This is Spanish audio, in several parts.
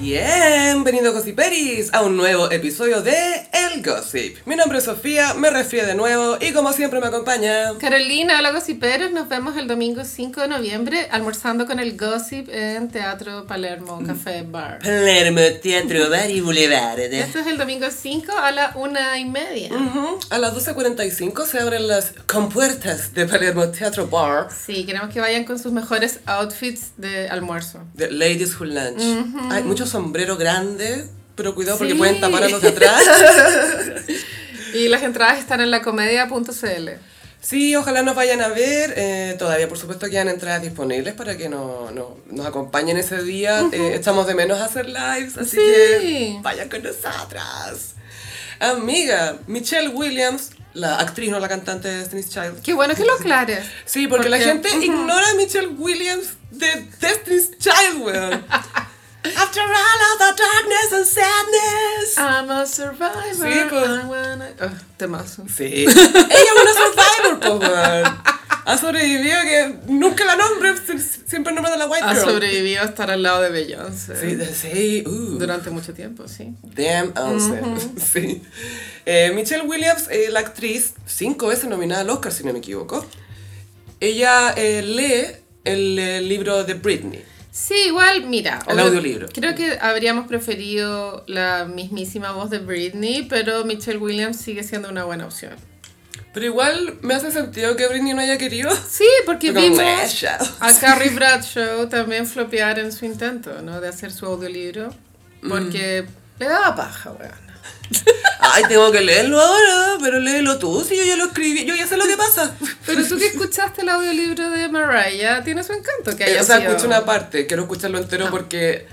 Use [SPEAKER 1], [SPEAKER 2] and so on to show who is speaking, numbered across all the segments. [SPEAKER 1] Bienvenido Gossiperis a un nuevo episodio de El Gossip. Mi nombre es Sofía, me refiero de nuevo y como siempre me acompaña.
[SPEAKER 2] Carolina, hola gossiperos, nos vemos el domingo 5 de noviembre almorzando con el gossip en Teatro Palermo
[SPEAKER 1] Mm.
[SPEAKER 2] Café Bar.
[SPEAKER 1] Palermo Teatro Bar y Boulevard.
[SPEAKER 2] Esto es el domingo 5 a la una y media.
[SPEAKER 1] Ujú, A las 12.45 se abren las compuertas de Palermo Teatro Bar
[SPEAKER 2] Sí, queremos que vayan con sus mejores outfits de almuerzo.
[SPEAKER 1] de Ladies Who Lunch. Hay muchos sombreros grandes, pero cuidado porque
[SPEAKER 2] Sí.
[SPEAKER 1] pueden tapar a los de atrás.
[SPEAKER 2] Y las entradas están en lacomedia.cl.
[SPEAKER 1] Sí, ojalá nos vayan a ver. eh, todavía, por supuesto, quedan entradas disponibles para que no, no- nos acompañen ese día. Eh, echamos de menos hacer lives, así
[SPEAKER 2] Sí.
[SPEAKER 1] que vayan con nosotras. Amiga, Michelle Williams, la actriz, no la cantante de Destiny's Child.
[SPEAKER 2] Qué bueno que lo aclares.
[SPEAKER 1] Sí, porque la
[SPEAKER 2] Porque-
[SPEAKER 1] gente ignora a Michelle Williams de Destiny's Child, weón. After all of the darkness and sadness.
[SPEAKER 2] I'm a survivor.
[SPEAKER 1] Sí, pues.
[SPEAKER 2] I wanna- Oh, temazo.
[SPEAKER 1] Sí. Ella es una survivor, po, weón. Ha sobrevivido que nunca la nombre, si- siempre el nombre de la white
[SPEAKER 2] Ha
[SPEAKER 1] girl.
[SPEAKER 2] sobrevivido a estar al lado de Beyoncé.
[SPEAKER 1] Sí, de- sí, uh.
[SPEAKER 2] Durante mucho tiempo, sí.
[SPEAKER 1] Damn answer. Sí. Eh, Michelle Williams, eh, la actriz, cinco veces nominada al Oscar, si no me equivoco. Ella eh, lee el eh, libro de Britney.
[SPEAKER 2] Sí, igual, mira.
[SPEAKER 1] El
[SPEAKER 2] obvio-
[SPEAKER 1] audiolibro.
[SPEAKER 2] Creo que habríamos preferido la mismísima voz de Britney, pero Michelle Williams sigue siendo una buena opción.
[SPEAKER 1] Pero igual me hace sentido que Britney no haya querido.
[SPEAKER 2] Sí, porque
[SPEAKER 1] Como
[SPEAKER 2] vimos
[SPEAKER 1] ella.
[SPEAKER 2] a Carrie Bradshaw también flopear en su intento, ¿no? De hacer su audiolibro.
[SPEAKER 1] Mm.
[SPEAKER 2] Porque le daba paja, weón.
[SPEAKER 1] Ay, tengo que leerlo ahora, pero léelo tú, si yo ya lo escribí, yo ya sé lo que pasa.
[SPEAKER 2] Pero tú que escuchaste el audiolibro de Mariah, tiene su encanto que
[SPEAKER 1] Eh,
[SPEAKER 2] haya
[SPEAKER 1] o sea,
[SPEAKER 2] sido- Ah.
[SPEAKER 1] escucho una parte, quiero escucharlo entero porque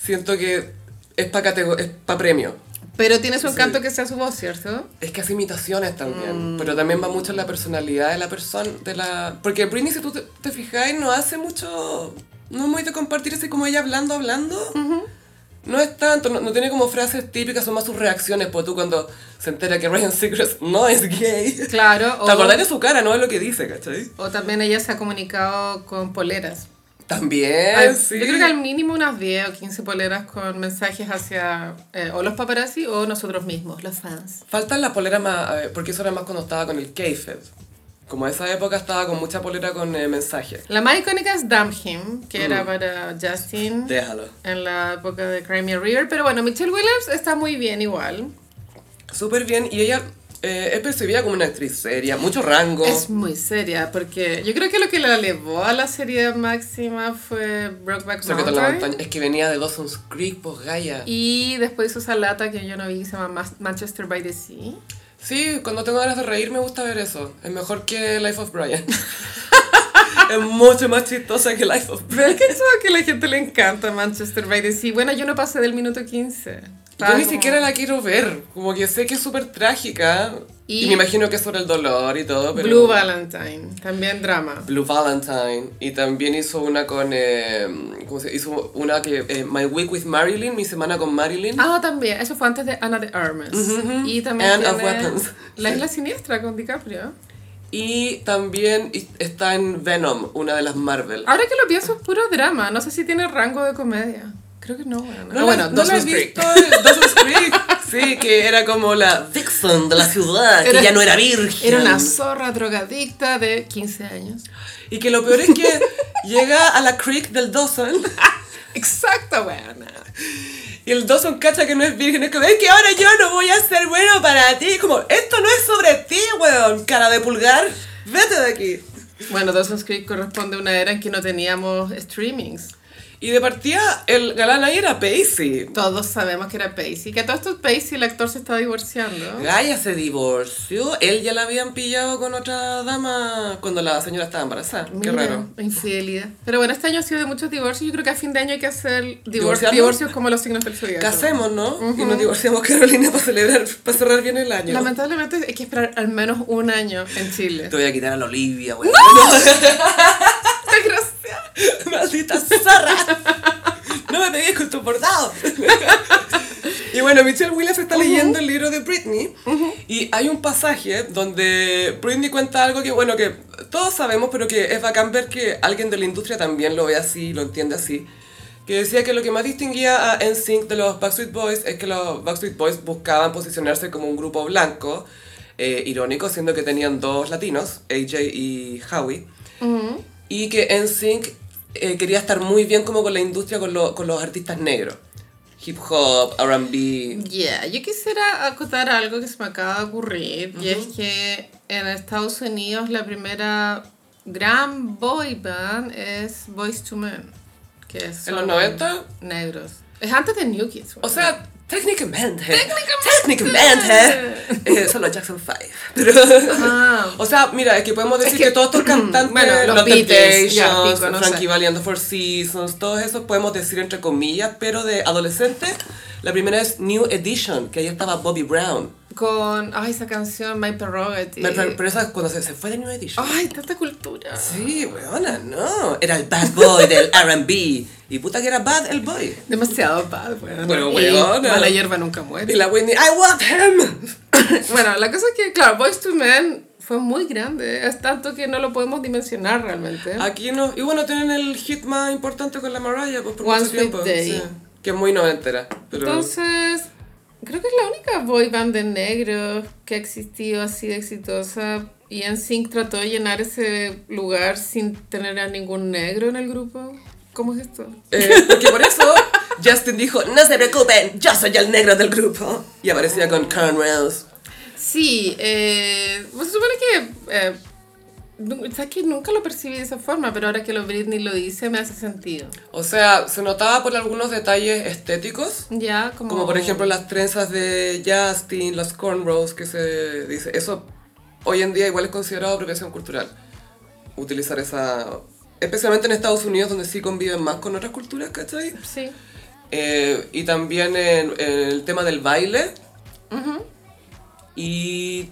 [SPEAKER 1] siento que es para es pa premio.
[SPEAKER 2] Pero tiene su encanto que sea su voz, ¿cierto?
[SPEAKER 1] Es que hace imitaciones también,
[SPEAKER 2] Mm.
[SPEAKER 1] pero también va mucho en la personalidad de la persona, de la... Porque Britney, si tú te, te fijáis, no hace mucho... No es muy de compartir así como ella hablando, hablando. No es tanto, no, no tiene como frases típicas, son más sus reacciones, pues tú cuando se entera que Ryan Seacrest no es gay.
[SPEAKER 2] Claro.
[SPEAKER 1] ¿Te acordás
[SPEAKER 2] O,
[SPEAKER 1] de su cara? No es lo que dice, ¿cachai?
[SPEAKER 2] o también ella se ha comunicado con poleras.
[SPEAKER 1] También,
[SPEAKER 2] Al-
[SPEAKER 1] sí.
[SPEAKER 2] Yo creo que al mínimo unas 10 o 15 poleras con mensajes hacia eh, o los paparazzi o nosotros mismos, los fans.
[SPEAKER 1] Faltan las poleras más, a ver, porque eso era más cuando estaba con el K-Fed. Como esa época estaba con mucha polera con eh, mensaje.
[SPEAKER 2] La más icónica es Damn Him, que
[SPEAKER 1] Mm.
[SPEAKER 2] era para Justin
[SPEAKER 1] Déjalo.
[SPEAKER 2] en la época de Crimea River. Pero bueno, Michelle Williams está muy bien igual.
[SPEAKER 1] Súper bien, y ella eh, es percibida como una actriz seria, mucho rango.
[SPEAKER 2] Es muy seria, porque yo creo que lo que la elevó a la seriedad máxima fue Brokeback
[SPEAKER 1] Secreto en la
[SPEAKER 2] Mountain.
[SPEAKER 1] montaña. Es que venía de Dawson's Creek, pues Gaia.
[SPEAKER 2] Y después hizo esa lata que yo no vi que se llama Mas- Manchester by the Sea.
[SPEAKER 1] Sí, cuando tengo ganas de reír me gusta ver eso. Es mejor que Life of Brian. es mucho más chistosa que Life of Brian.
[SPEAKER 2] Pero es que eso que a la gente le encanta Manchester by the Sea. Bueno, yo no pasé del minuto 15.
[SPEAKER 1] Yo
[SPEAKER 2] Estaba
[SPEAKER 1] ni
[SPEAKER 2] como-
[SPEAKER 1] siquiera la quiero ver. Como que sé que es súper trágica. Y...
[SPEAKER 2] Y-
[SPEAKER 1] me imagino que es sobre el dolor y todo, pero...
[SPEAKER 2] Blue Valentine, también drama.
[SPEAKER 1] Blue Valentine y también hizo una con eh, ¿cómo se hizo una que eh, My Week with Marilyn mi semana con Marilyn
[SPEAKER 2] Ah, también, eso fue antes de Ana de Armas. Y también
[SPEAKER 1] And of
[SPEAKER 2] tiene
[SPEAKER 1] Weapons.
[SPEAKER 2] La Isla Siniestra con DiCaprio.
[SPEAKER 1] y también i- está en Venom una de las Marvel
[SPEAKER 2] Ahora que lo pienso, es puro drama. No sé si tiene rango de comedia. Creo que no, bueno.
[SPEAKER 1] no,
[SPEAKER 2] Ah,
[SPEAKER 1] la-
[SPEAKER 2] bueno,
[SPEAKER 1] no la he
[SPEAKER 2] Dawson's Creek.
[SPEAKER 1] visto eh, Dawson's Creek sí que era como la Vixen de la ciudad que
[SPEAKER 2] Era-
[SPEAKER 1] ya no era virgen
[SPEAKER 2] Era una zorra drogadicta de 15 años.
[SPEAKER 1] y que lo peor es que llega a la Creek del Dawson
[SPEAKER 2] Exacto, buena.
[SPEAKER 1] y el Dawson cacha que no es virgen es que ven que ahora yo no voy a ser bueno para ti como esto no es sobre ti weón cara de pulgar vete de aquí
[SPEAKER 2] Bueno, Dawson's Creek corresponde a una era en que no teníamos streamings.
[SPEAKER 1] Y de partida, el galán ahí era Pacey.
[SPEAKER 2] Todos sabemos que era Pacey. Que a todo esto Pacey, el actor, se está divorciando.
[SPEAKER 1] Gaia se divorció. Él ya la habían pillado con otra dama cuando la señora estaba embarazada. Qué
[SPEAKER 2] Mira,
[SPEAKER 1] raro.
[SPEAKER 2] Infidelidad. Pero bueno, este año ha sido de muchos divorcios. Yo creo que a fin de año hay que hacer divor-
[SPEAKER 1] ¿Divorciarnos?
[SPEAKER 2] divorcios como los signos del zodiaco.
[SPEAKER 1] Casemos, ¿no? Y nos divorciamos Carolina para celebrar, para cerrar bien el año.
[SPEAKER 2] Lamentablemente hay que esperar al menos un año en Chile.
[SPEAKER 1] Te voy a quitar a la Olivia, güey.
[SPEAKER 2] Desgraciado.
[SPEAKER 1] ¡Maldita zorra! ¡No me pegues con tu bordado! y bueno, Michelle Williams está leyendo el libro de Britney y hay un pasaje donde Britney cuenta algo que, bueno, que todos sabemos, pero que es bacán ver que alguien de la industria también lo ve así, lo entiende así. que decía que lo que más distinguía a NSYNC de los Backstreet Boys es que los Backstreet Boys buscaban posicionarse como un grupo blanco, eh, irónico, siendo que tenían dos latinos, AJ y Howie,
[SPEAKER 2] Ujú.
[SPEAKER 1] y que NSYNC eh, quería estar muy bien como con la industria, con, lo- con los artistas negros, hip hop, R&B,
[SPEAKER 2] Yeah, yo quisiera acotar algo que se me acaba de ocurrir y es que en Estados Unidos la primera gran boy band es Boys to Men, que es
[SPEAKER 1] ¿En los
[SPEAKER 2] son
[SPEAKER 1] 90?
[SPEAKER 2] negros. Es antes de New Kids.
[SPEAKER 1] o
[SPEAKER 2] güey.
[SPEAKER 1] sea, técnicamente, técnicamente, eh, son los Jackson 5, pero...
[SPEAKER 2] Ah, mm,
[SPEAKER 1] O sea, mira, es que podemos decir que, todos estos cantantes,
[SPEAKER 2] bueno, los
[SPEAKER 1] los
[SPEAKER 2] Beatles, ya,
[SPEAKER 1] Temptations,
[SPEAKER 2] pico, no
[SPEAKER 1] Frankie
[SPEAKER 2] sé.
[SPEAKER 1] Valli and the Four Seasons, todos esos podemos decir entre comillas, pero de adolescentes, la primera es New Edition, que ahí estaba Bobby Brown.
[SPEAKER 2] con ay, esa canción My Prerogative.
[SPEAKER 1] Me- Pero, pero esa es cuando se, se fue de New Edition.
[SPEAKER 2] Ay, tanta cultura.
[SPEAKER 1] Sí, weona, no. Era el bad boy del RB. Y puta que era bad el boy.
[SPEAKER 2] Demasiado bad, bueno.
[SPEAKER 1] Bueno,
[SPEAKER 2] Y
[SPEAKER 1] weona.
[SPEAKER 2] Mala hierba nunca
[SPEAKER 1] Y
[SPEAKER 2] muere.
[SPEAKER 1] la Whitney, I want him.
[SPEAKER 2] bueno, la cosa es que, claro, Boys to Men fue muy grande. Es tanto que no lo podemos dimensionar realmente.
[SPEAKER 1] Aquí no. Y bueno, tienen el hit más importante con la Mariah pues, por
[SPEAKER 2] One
[SPEAKER 1] mucho
[SPEAKER 2] Sweet
[SPEAKER 1] tiempo.
[SPEAKER 2] Day.
[SPEAKER 1] sí, que es muy noventera. Pero...
[SPEAKER 2] Entonces, creo que es la única boy band de negros que ha existido así de exitosa. Y NSYNC trató de llenar ese lugar sin tener a ningún negro en el grupo. ¿Cómo es esto?
[SPEAKER 1] Eh, porque por eso Justin dijo, no se preocupen, yo soy el negro del grupo. Y aparecía con cornrows.
[SPEAKER 2] Sí, eh, pues se supone que... eh, nu- sabes que nunca lo percibí de esa forma, pero ahora que lo Britney lo dice me hace sentido.
[SPEAKER 1] O sea, se notaba por algunos detalles estéticos,
[SPEAKER 2] Ya, como...
[SPEAKER 1] como por ejemplo las trenzas de Justin, los cornrows que se dice. Eso hoy en día igual es considerado apropiación cultural. Utilizar esa... Especialmente en Estados Unidos, donde sí conviven más con otras culturas, ¿cachai?
[SPEAKER 2] Sí.
[SPEAKER 1] Eh, y también en, en el tema del baile. Y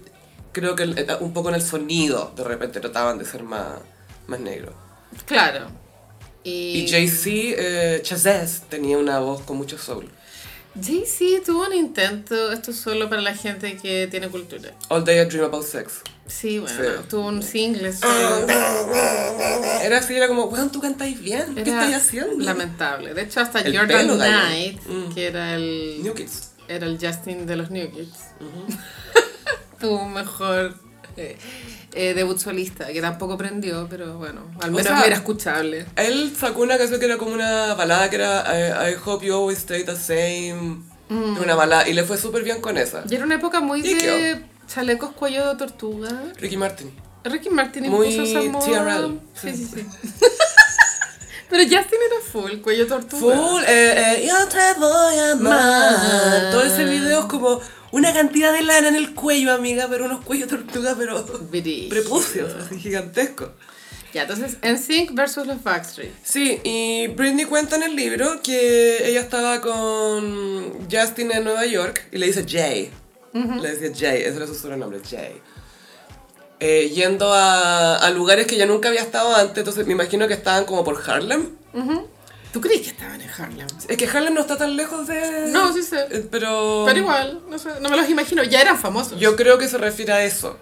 [SPEAKER 1] creo que el- eh, un poco en el sonido, de repente trataban de ser más, más negro.
[SPEAKER 2] Claro.
[SPEAKER 1] Y,
[SPEAKER 2] Y,
[SPEAKER 1] Jay-Z, eh, Chazaz, tenía una voz con mucho soul.
[SPEAKER 2] Jay-Z tuvo un intento, esto es solo para la gente que tiene cultura.
[SPEAKER 1] All Day I Dream About Sex.
[SPEAKER 2] Sí, bueno,
[SPEAKER 1] Sí. Ah,
[SPEAKER 2] tuvo un single. solo.
[SPEAKER 1] Era así, era como, weón, tú cantáis bien, ¿qué
[SPEAKER 2] Era
[SPEAKER 1] estáis haciendo?
[SPEAKER 2] Lamentable. De hecho, hasta
[SPEAKER 1] El
[SPEAKER 2] Jordan
[SPEAKER 1] pelo, Mm. gallo.
[SPEAKER 2] Knight, que era el,
[SPEAKER 1] New Kids.
[SPEAKER 2] era el Justin de los New Kids, tuvo un mejor eh, eh, debut solista, que tampoco prendió, pero bueno, al menos
[SPEAKER 1] sea-
[SPEAKER 2] era escuchable.
[SPEAKER 1] Él sacó una canción que era como una balada que era I, I hope you always stay the same.
[SPEAKER 2] Mm.
[SPEAKER 1] Una balada, y le fue súper bien con esa.
[SPEAKER 2] Y era una época muy
[SPEAKER 1] ¿Y
[SPEAKER 2] de
[SPEAKER 1] qué?
[SPEAKER 2] chalecos cuello de tortuga.
[SPEAKER 1] Ricky Martin.
[SPEAKER 2] Ricky Martin
[SPEAKER 1] Muy
[SPEAKER 2] impuso esa moda.
[SPEAKER 1] TRL.
[SPEAKER 2] Sí, sí, sí. pero Justin era full, cuello tortuga.
[SPEAKER 1] Full, eh, eh, yo te voy a amar.
[SPEAKER 2] Amar.
[SPEAKER 1] Todo ese video es como una cantidad de lana en el cuello, amiga, pero unos cuellos tortuga, pero
[SPEAKER 2] Brígido.
[SPEAKER 1] prepucios, así gigantescos.
[SPEAKER 2] Ya, entonces, NSYNC versus los Backstreet.
[SPEAKER 1] Sí, y Britney cuenta en el libro que ella estaba con Justin en Nueva York y le dice Jay. Le decía Jay, ese era su sobrenombre, Jay. Eh, yendo a, a lugares que ella nunca había estado antes, entonces me imagino que estaban como por Harlem.
[SPEAKER 2] ¿Tú crees que estaban en Harlem?
[SPEAKER 1] Es que Harlem no está tan lejos de...
[SPEAKER 2] No, sí sé.
[SPEAKER 1] Eh, Pero...
[SPEAKER 2] Pero igual, no, sé, no me los imagino, ya eran famosos.
[SPEAKER 1] Yo creo que se refiere a eso.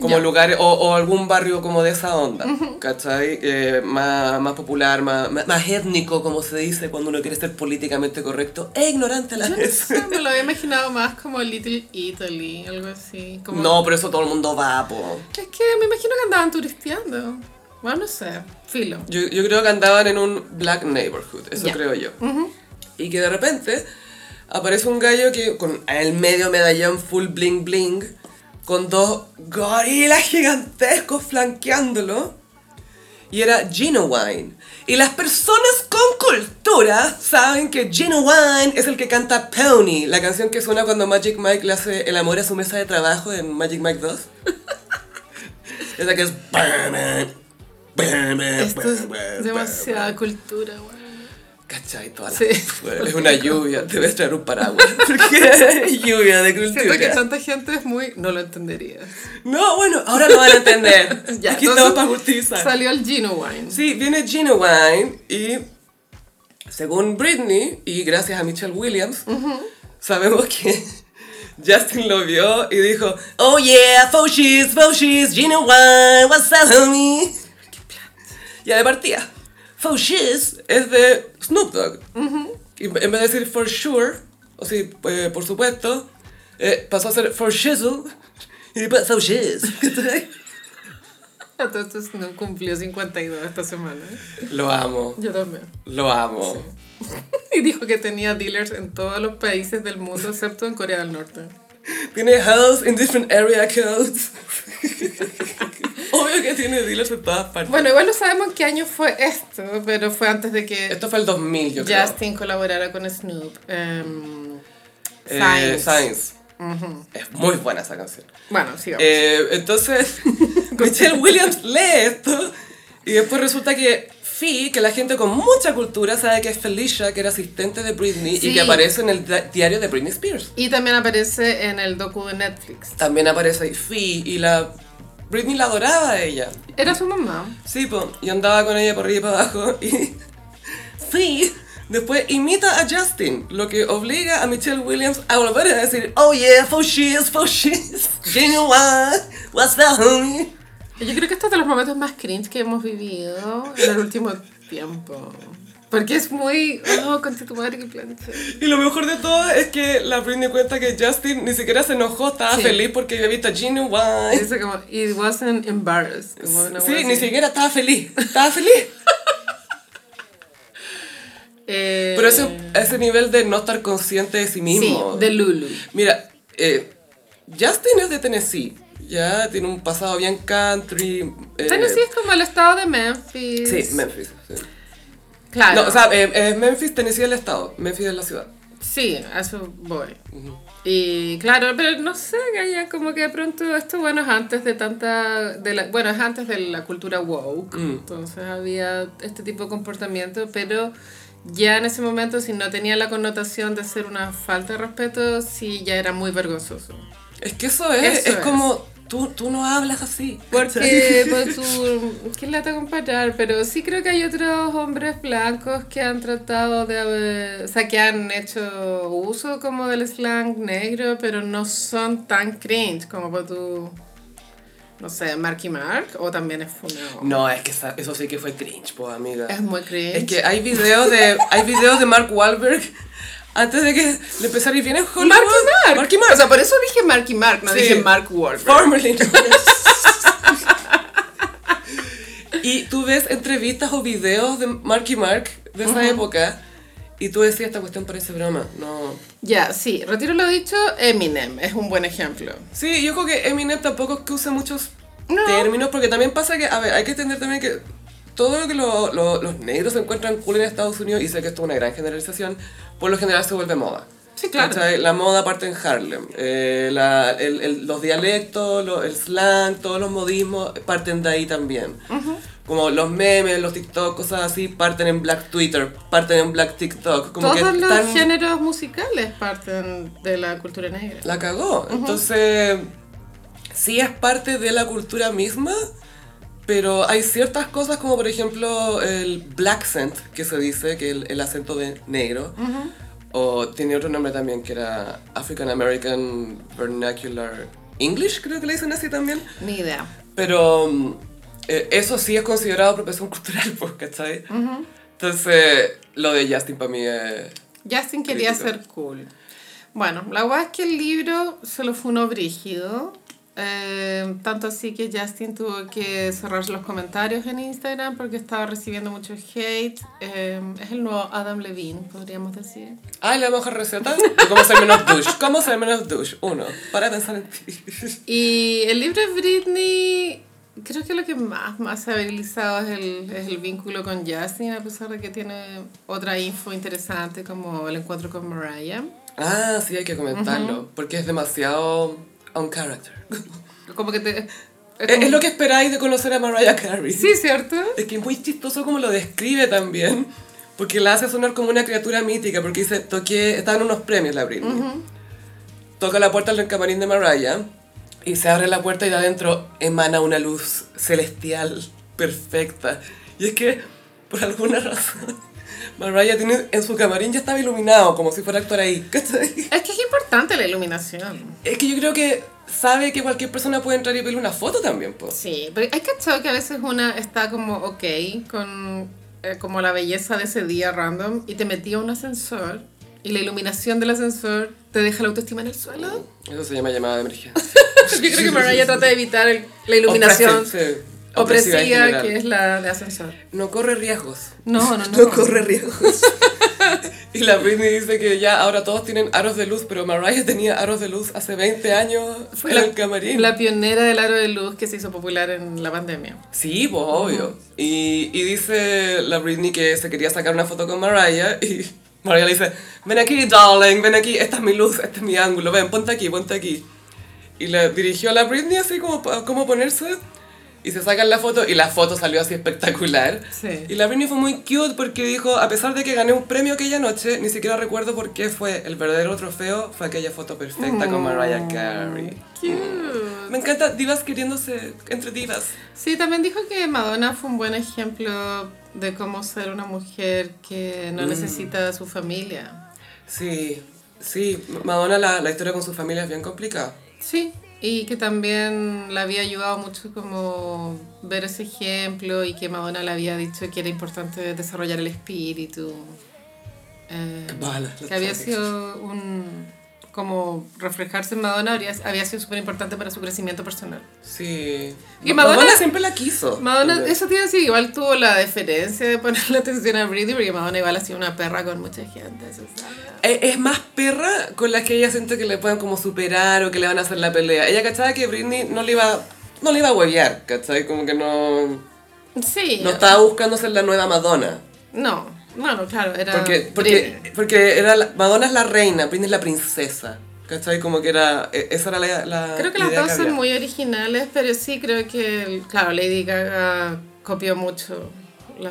[SPEAKER 1] Como
[SPEAKER 2] Ya.
[SPEAKER 1] lugares, o, o algún barrio como de esa onda, ¿cachai? Eh, más, más popular, más, más, más étnico, como se dice cuando uno quiere ser políticamente correcto e ignorante a la
[SPEAKER 2] Yo no
[SPEAKER 1] vez.
[SPEAKER 2] sé, me lo había imaginado más como Little Italy, algo así. Como...
[SPEAKER 1] No, pero eso todo el mundo va, po.
[SPEAKER 2] Es que me imagino que andaban turisteando. Bueno, no sé, filo.
[SPEAKER 1] Yo, yo creo que andaban en un black neighborhood, eso
[SPEAKER 2] Ya.
[SPEAKER 1] creo yo. Y que de repente aparece un gallo que con el medio medallón full bling bling, con dos gorilas gigantescos flanqueándolo. Y era Gino Wine. Y las personas con cultura saben que Gino Wine es el que canta Pony, la canción que suena cuando Magic Mike le hace el amor a su mesa de trabajo en Magic Mike 2. Esa que es... Eh,
[SPEAKER 2] Esto es demasiada cultura, güey.
[SPEAKER 1] ¿Cachai? Toda la-
[SPEAKER 2] Sí.
[SPEAKER 1] Bueno, es una lluvia, debes traer un paraguas. Porque es lluvia de
[SPEAKER 2] Siento que
[SPEAKER 1] cultura.
[SPEAKER 2] tanta gente es muy... No lo entenderías.
[SPEAKER 1] No, bueno, ahora lo van a entender.
[SPEAKER 2] Ya,
[SPEAKER 1] Aquí
[SPEAKER 2] entonces,
[SPEAKER 1] estamos para justicia.
[SPEAKER 2] Salió el Gino Wine.
[SPEAKER 1] Sí, viene Gino Wine y según Britney y gracias a Michelle Williams, sabemos que Justin lo vio y dijo, oh yeah, Foshis, Foshis, Gino Wine, what's up, homie? Y ya de partida. for shiz es de Snoop Dogg. Y en vez de decir for sure, o sí, eh, por supuesto, eh, pasó a ser for shizzle y después for shiz.
[SPEAKER 2] A todos estos no cumplió 52 esta semana.
[SPEAKER 1] Lo amo,
[SPEAKER 2] Yo también.
[SPEAKER 1] lo amo.
[SPEAKER 2] Y dijo que tenía dealers en todos los países del mundo, excepto en Corea del Norte.
[SPEAKER 1] Tiene house in different area codes. Obvio que tiene dealers en todas partes.
[SPEAKER 2] Bueno, igual no sabemos qué año fue esto, pero fue antes de que
[SPEAKER 1] Esto fue el 2000, yo creo.
[SPEAKER 2] Justin colaborara con Snoop. Em,
[SPEAKER 1] Eh,
[SPEAKER 2] Science.
[SPEAKER 1] Science. Es muy buena esa canción.
[SPEAKER 2] Bueno, sigamos.
[SPEAKER 1] Eh, entonces, Michelle Williams lee esto y después resulta que Fee, que la gente con mucha cultura sabe que es Felicia, que era asistente de Britney y
[SPEAKER 2] Sí.
[SPEAKER 1] que aparece en el di- diario de Britney Spears.
[SPEAKER 2] y también aparece en el docu de Netflix.
[SPEAKER 1] También aparece ahí Fee y la Britney la adoraba a ella.
[SPEAKER 2] Era su mamá.
[SPEAKER 1] Sí, po, y andaba con ella por arriba y para abajo y Fee después imita a Justin, lo que obliga a Michelle Williams a volver a decir, oh yeah, for shiz, for shiz, genuine, what's that homie?
[SPEAKER 2] Yo creo que este es de los momentos más cringe que hemos vivido en el último tiempo. Porque es muy. Oh, concha tu madre que plancha.
[SPEAKER 1] Y lo mejor de todo es que la Britney cuenta que Justin ni siquiera se enojó, estaba
[SPEAKER 2] Sí.
[SPEAKER 1] feliz porque había visto a Genie Wine.
[SPEAKER 2] Dice como, it wasn't embarrassed. Como una
[SPEAKER 1] Sí,
[SPEAKER 2] wea
[SPEAKER 1] ni
[SPEAKER 2] así.
[SPEAKER 1] siquiera estaba feliz. Estaba feliz.
[SPEAKER 2] Eh,
[SPEAKER 1] Pero ese, ese nivel de no estar consciente de sí
[SPEAKER 2] Sí,
[SPEAKER 1] mismo.
[SPEAKER 2] de Lulu.
[SPEAKER 1] Mira, eh, Justin es de Tennessee. Ya tiene un pasado bien country. eh,
[SPEAKER 2] Tennessee es como el estado de Memphis.
[SPEAKER 1] Sí, Memphis. sí.
[SPEAKER 2] Claro.
[SPEAKER 1] No, o sea, eh, eh, Memphis, Tennessee es el estado. Memphis es la ciudad.
[SPEAKER 2] sí, a eso voy. Y claro, pero no sé, Gaya, como que de pronto esto, bueno, es antes de tanta, de la, bueno, es antes de la cultura woke, entonces había este tipo de comportamiento, pero ya en ese momento, si no tenía la connotación de ser una falta de respeto, sí, ya era muy vergonzoso.
[SPEAKER 1] Es que eso es,
[SPEAKER 2] Eso
[SPEAKER 1] es,
[SPEAKER 2] es.
[SPEAKER 1] como, tú, tú no hablas así.
[SPEAKER 2] Porque, pues, tú, qué lata comparar, pero sí creo que hay otros hombres blancos que han tratado de, eh, o sea, que han hecho uso como del slang negro, pero no son tan cringe como por tu, no sé, Marky Mark, o también es funado.
[SPEAKER 1] No, es que esa- eso sí que fue cringe, pues, amiga.
[SPEAKER 2] Es muy cringe.
[SPEAKER 1] Es que hay videos de, hay videos de Mark Wahlberg antes de que le empezara y viene en Hollywood.
[SPEAKER 2] Marky Mark.
[SPEAKER 1] Marky Mark.
[SPEAKER 2] O sea, por eso dije Marky Mark, no
[SPEAKER 1] Sí.
[SPEAKER 2] dije Mark Wahlberg.
[SPEAKER 1] formerly known as- y tú ves entrevistas o videos de Marky Mark de esa época y tú decías, esta cuestión parece broma. No.
[SPEAKER 2] Ya, sí, retiro lo dicho, Eminem es un buen ejemplo.
[SPEAKER 1] Sí, yo creo que Eminem tampoco es que use muchos
[SPEAKER 2] No.
[SPEAKER 1] términos, porque también pasa que, a ver, hay que entender también que todo lo que lo- lo- los negros encuentran cool en Estados Unidos, y sé que esto es una gran generalización, por lo general se vuelve moda.
[SPEAKER 2] Sí, claro.
[SPEAKER 1] ¿Cachai? La moda parte en Harlem. Eh, la- el- el- los dialectos, lo- el slang, todos los modismos parten de ahí también. Como los memes, los TikTok, cosas así, parten en Black Twitter, parten en Black TikTok. Como que
[SPEAKER 2] Todos los
[SPEAKER 1] están-
[SPEAKER 2] géneros musicales parten de la cultura negra.
[SPEAKER 1] la cagó. Entonces, sí es parte de la cultura misma, pero hay ciertas cosas como por ejemplo el black accent, que se dice, que el, el acento de negro, o tiene otro nombre también, que era African American Vernacular English, creo que le dicen así también.
[SPEAKER 2] Ni idea.
[SPEAKER 1] Pero mm, eh, eso sí es considerado apropiación cultural, pues, ¿cachai? Entonces, lo de Justin para mí es...
[SPEAKER 2] Justin quería
[SPEAKER 1] Crítico.
[SPEAKER 2] ser cool. Bueno, la guay es que el libro se lo fue uno brígido. eh, tanto así que Justin tuvo que cerrar los comentarios en Instagram porque estaba recibiendo mucho hate. eh, es el nuevo Adam Levine, podríamos decir.
[SPEAKER 1] Ah, la mejor receta de cómo ser menos douche. ¿Cómo ser menos douche? Uno, para de pensar en ti.
[SPEAKER 2] Y el libro de Britney, creo que lo que más, más se ha habilitado es el, es el vínculo con Justin, a pesar de que tiene otra info interesante como el encuentro con Mariah.
[SPEAKER 1] Ah, sí, hay que comentarlo, porque es demasiado on character.
[SPEAKER 2] Como que te...
[SPEAKER 1] Es,
[SPEAKER 2] como-
[SPEAKER 1] es lo que esperáis de conocer a Mariah Carey.
[SPEAKER 2] Sí, ¿cierto?
[SPEAKER 1] Es que es muy chistoso como lo describe también, porque la hace sonar como una criatura mítica, porque dice, toqué, estaban unos premios la Britney. Toca la puerta del camarín de Mariah y se abre la puerta y de adentro emana una luz celestial perfecta. Y es que, por alguna razón, Mariah tiene, en su camarín ya estaba iluminado, como si fuera actor ahí. ¿cachai?
[SPEAKER 2] Es que es importante la iluminación.
[SPEAKER 1] Es que yo creo que sabe que cualquier persona puede entrar y pedirle una foto también, pues.
[SPEAKER 2] Sí, pero hay cachado que a veces una está como ok con eh, como la belleza de ese día random y te metía a un ascensor y la iluminación del ascensor te deja la autoestima en el suelo.
[SPEAKER 1] Eso se llama llamada de emergencia.
[SPEAKER 2] Yo creo que Mariah trata de evitar el- la iluminación
[SPEAKER 1] Opresiva, sí. Opresiva en
[SPEAKER 2] opresiva
[SPEAKER 1] general.
[SPEAKER 2] que es la de ascensor.
[SPEAKER 1] No corre riesgos.
[SPEAKER 2] No, no, no.
[SPEAKER 1] riesgos. y la Britney dice que ya ahora todos tienen aros de luz, pero Mariah tenía aros de luz hace 20 años
[SPEAKER 2] Fue
[SPEAKER 1] en
[SPEAKER 2] la-
[SPEAKER 1] el camarín.
[SPEAKER 2] La pionera del aro de luz que se hizo popular en la pandemia.
[SPEAKER 1] Sí, pues obvio. y, y dice la Britney que se quería sacar una foto con Mariah y Mariah le dice, ven aquí, darling, ven aquí, esta es mi luz, este es mi ángulo, ven, ponte aquí, ponte aquí. Y le dirigió a la Britney así como, pa- como ponerse y se sacan la foto y la foto salió así espectacular.
[SPEAKER 2] Sí.
[SPEAKER 1] Y la Britney fue muy cute porque dijo, a pesar de que gané un premio aquella noche, ni siquiera recuerdo por qué fue, el verdadero trofeo fue aquella foto perfecta con Mariah Carey.
[SPEAKER 2] Cute.
[SPEAKER 1] Me encanta divas queriéndose entre divas.
[SPEAKER 2] Sí, también dijo que Madonna fue un buen ejemplo de cómo ser una mujer que no necesita a su familia.
[SPEAKER 1] Sí, sí, Madonna la, la historia con su familia es bien complicada.
[SPEAKER 2] Sí, y que también la había ayudado mucho como ver ese ejemplo y que Madonna le había dicho que era importante desarrollar el espíritu. Eh,
[SPEAKER 1] Cabala,
[SPEAKER 2] que había
[SPEAKER 1] la-
[SPEAKER 2] sido un... como reflejarse en Madonna habría, había sido súper importante para su crecimiento personal.
[SPEAKER 1] Sí.
[SPEAKER 2] Y
[SPEAKER 1] Ma- Madonna,
[SPEAKER 2] Madonna-
[SPEAKER 1] siempre la quiso.
[SPEAKER 2] Madonna, eso tiene sí, igual tuvo la diferencia de ponerle atención a Britney, porque Madonna igual ha sido una perra con mucha gente. eso sabe.
[SPEAKER 1] Es, e-, es más perra con las que ella siente que le pueden como superar o que le van a hacer la pelea. Ella cachaba que Britney no le iba, no le iba a huevear, ¿cachai? Como que no,
[SPEAKER 2] Sí.
[SPEAKER 1] no estaba buscando ser la nueva Madonna.
[SPEAKER 2] No, bueno, claro, era.
[SPEAKER 1] Porque,
[SPEAKER 2] Britney.
[SPEAKER 1] porque, porque era la- Madonna es la reina, Britney es la princesa. ¿Cachai? Como que era, e- esa era la, la
[SPEAKER 2] Creo que
[SPEAKER 1] la
[SPEAKER 2] las
[SPEAKER 1] idea
[SPEAKER 2] dos son
[SPEAKER 1] había.
[SPEAKER 2] muy originales, pero sí creo que, claro, Lady Gaga copió mucho la,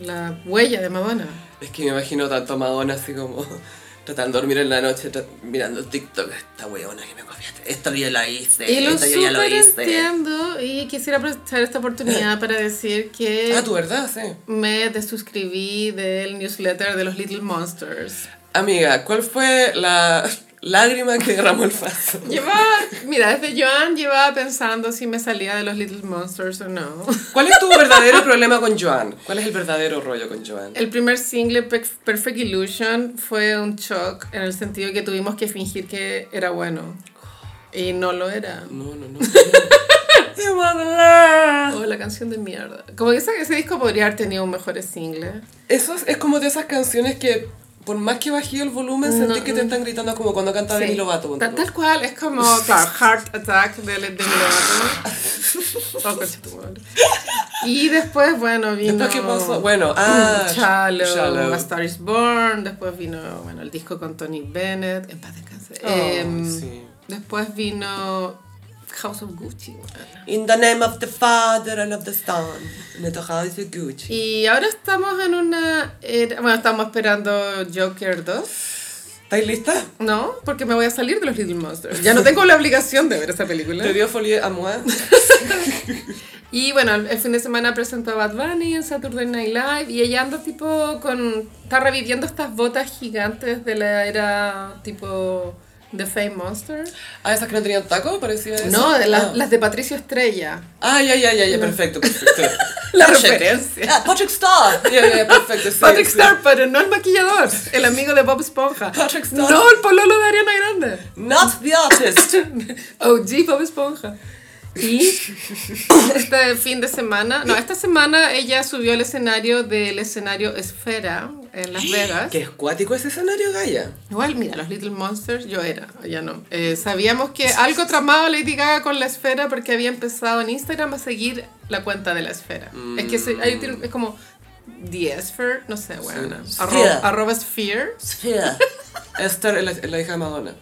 [SPEAKER 2] la huella de Madonna.
[SPEAKER 1] Es que me imagino tanto a Madonna así como tratando de dormir en la noche, tra- mirando TikTok, esta weona que me copiaste, esto yo la hice,
[SPEAKER 2] y lo
[SPEAKER 1] esto yo ya lo
[SPEAKER 2] súper
[SPEAKER 1] hice.
[SPEAKER 2] entiendo y quisiera aprovechar esta oportunidad para decir que
[SPEAKER 1] Ah, tu verdad, sí.
[SPEAKER 2] me desuscribí del newsletter de los Little Monsters.
[SPEAKER 1] Amiga, ¿cuál fue la lágrima que derramó el vaso?
[SPEAKER 2] Llevaba, mira, desde Joan llevaba pensando si me salía de los Little Monsters o no.
[SPEAKER 1] ¿Cuál es tu verdadero problema con Joan? ¿Cuál es el verdadero rollo con Joan?
[SPEAKER 2] El primer single, Perf- Perfect Illusion, fue un shock en el sentido que tuvimos que fingir que era bueno. Y no lo era.
[SPEAKER 1] No, no, no. You wanna laugh.
[SPEAKER 2] O Oh, la canción de mierda. Como que ese, ese disco podría haber tenido un mejor single.
[SPEAKER 1] Eso es, es como de esas canciones que, por más que bajé el volumen, sentí que te están gritando como cuando canta Demi Lovato. ponte
[SPEAKER 2] Ta-
[SPEAKER 1] tú.
[SPEAKER 2] Tal cual, es como, claro, Heart Attack de Demi Lovato. Oh, concha tu madre. Y después, bueno, vino...
[SPEAKER 1] Después, ¿qué pasó? Bueno, ah,
[SPEAKER 2] Shallow,
[SPEAKER 1] Shallow.
[SPEAKER 2] A Star is Born, después vino bueno, el disco con Tony Bennett, En paz descanse. Em,
[SPEAKER 1] Oh, sí.
[SPEAKER 2] Después vino House of Gucci. weón.
[SPEAKER 1] In the name of the Father and of the Son, in the house of Gucci.
[SPEAKER 2] Y ahora estamos en una... era- bueno, estamos esperando Joker 2,
[SPEAKER 1] ¿Estáis lista?
[SPEAKER 2] ¿no? Porque me voy a salir de los Little Monsters. Ya no tengo la obligación de ver esa película.
[SPEAKER 1] Te dio folie a moi.
[SPEAKER 2] Y bueno, el fin de semana presentó a Bad Bunny en Saturday Night Live y ella anda tipo con... Está reviviendo estas botas gigantes de la era tipo The Fame Monster.
[SPEAKER 1] Ah, esas que no tenían taco, parecía eso.
[SPEAKER 2] No, de las-
[SPEAKER 1] Ah.
[SPEAKER 2] las de Patricio Estrella.
[SPEAKER 1] Ah, ya, ya, ya, ya, perfecto, perfecto.
[SPEAKER 2] La
[SPEAKER 1] Patrick.
[SPEAKER 2] referencia.
[SPEAKER 1] Ah, Patrick Star. Ya, ya, ya, perfecto. sí,
[SPEAKER 2] Patrick
[SPEAKER 1] sí.
[SPEAKER 2] Star, pero no el maquillador, el amigo de Bob Esponja.
[SPEAKER 1] Patrick Star.
[SPEAKER 2] No el pololo de Ariana Grande.
[SPEAKER 1] Not the artist.
[SPEAKER 2] OG Bob Esponja. Y este fin de semana, no, esta semana ella subió al escenario del escenario Esfera en Las Vegas.
[SPEAKER 1] Qué escuático ese escenario, Gaia.
[SPEAKER 2] Igual, mira, los Little Monsters, yo era, ya no. Eh, sabíamos que algo tramaba Lady Gaga con la esfera porque había empezado en Instagram a seguir la cuenta de la esfera. Es que
[SPEAKER 1] Mm.
[SPEAKER 2] se- ahí tiene- es como The Sphere, no sé, bueno.
[SPEAKER 1] Sí.
[SPEAKER 2] Arroba,
[SPEAKER 1] Sphere.
[SPEAKER 2] arroba Sphere,
[SPEAKER 1] Sphere. Esther es la, es la hija de Madonna.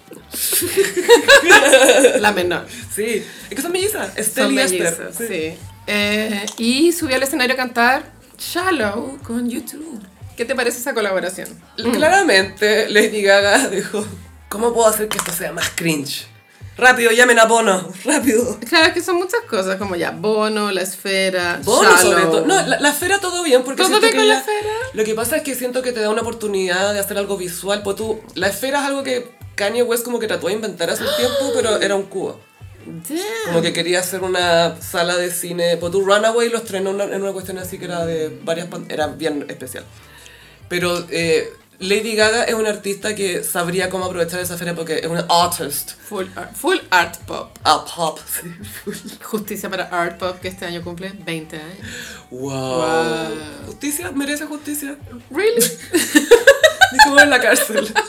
[SPEAKER 2] la menor.
[SPEAKER 1] Sí. Es que son mellizas. Esther
[SPEAKER 2] Son
[SPEAKER 1] y Esther.
[SPEAKER 2] mellizos, sí. Eh, y subí al escenario a cantar Shallow con YouTube. ¿Qué te parece esa colaboración?
[SPEAKER 1] Claramente, Lady Gaga dijo, ¿cómo puedo hacer que esto sea más cringe? Rápido, llamen a Bono, rápido.
[SPEAKER 2] Claro que son muchas cosas, como ya Bono, la esfera,
[SPEAKER 1] Bono
[SPEAKER 2] Shallow.
[SPEAKER 1] sobre todo. No, la, la esfera todo bien, porque siento
[SPEAKER 2] ¿Todo bien
[SPEAKER 1] que
[SPEAKER 2] con la
[SPEAKER 1] ella-
[SPEAKER 2] esfera?
[SPEAKER 1] Lo que pasa es que siento que te da una oportunidad de hacer algo visual, pues tú, la esfera es algo que Kanye West como que trató de inventar hace un tiempo, pero era un cubo. Como que quería hacer una sala de cine. Pues tu Runaway lo estrenó una- en una cuestión así que era de varias pan- Era bien especial. Pero eh, Lady Gaga es una artista que sabría cómo aprovechar esa feria porque es una artist.
[SPEAKER 2] Full art, full art pop.
[SPEAKER 1] A pop.
[SPEAKER 2] Justicia para Art Pop, que este año cumple 20 años.
[SPEAKER 1] Wow.
[SPEAKER 2] Wow.
[SPEAKER 1] Justicia, merece justicia.
[SPEAKER 2] ¿Really?
[SPEAKER 1] Dijimos en la cárcel.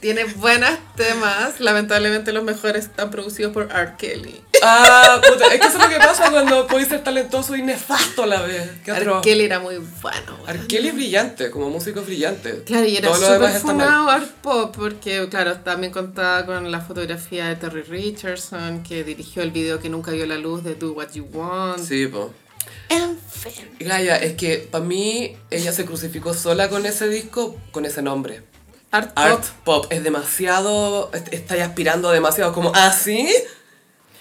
[SPEAKER 2] Tiene buenos temas. Lamentablemente, los mejores están producidos por Art Kelly.
[SPEAKER 1] Ah, puta, es que eso es lo que pasa cuando podéis ser talentoso y nefasto a la vez. Qué
[SPEAKER 2] Art
[SPEAKER 1] atroz.
[SPEAKER 2] Kelly era muy bueno. güey.
[SPEAKER 1] Arkeli es brillante, como músico es brillante.
[SPEAKER 2] Claro, y era
[SPEAKER 1] Todo lo
[SPEAKER 2] súper
[SPEAKER 1] demás está mal.
[SPEAKER 2] funado art pop porque, claro, también contaba con la fotografía de Terry Richardson, que dirigió el video que nunca vio la luz de Do What You Want.
[SPEAKER 1] Sí, po.
[SPEAKER 2] En fin.
[SPEAKER 1] Gaia, es que para mí ella se crucificó sola con ese disco, con ese nombre.
[SPEAKER 2] Art,
[SPEAKER 1] Art
[SPEAKER 2] pop.
[SPEAKER 1] Pop es demasiado. est- Estáis aspirando a demasiado, como, ¿ah, sí?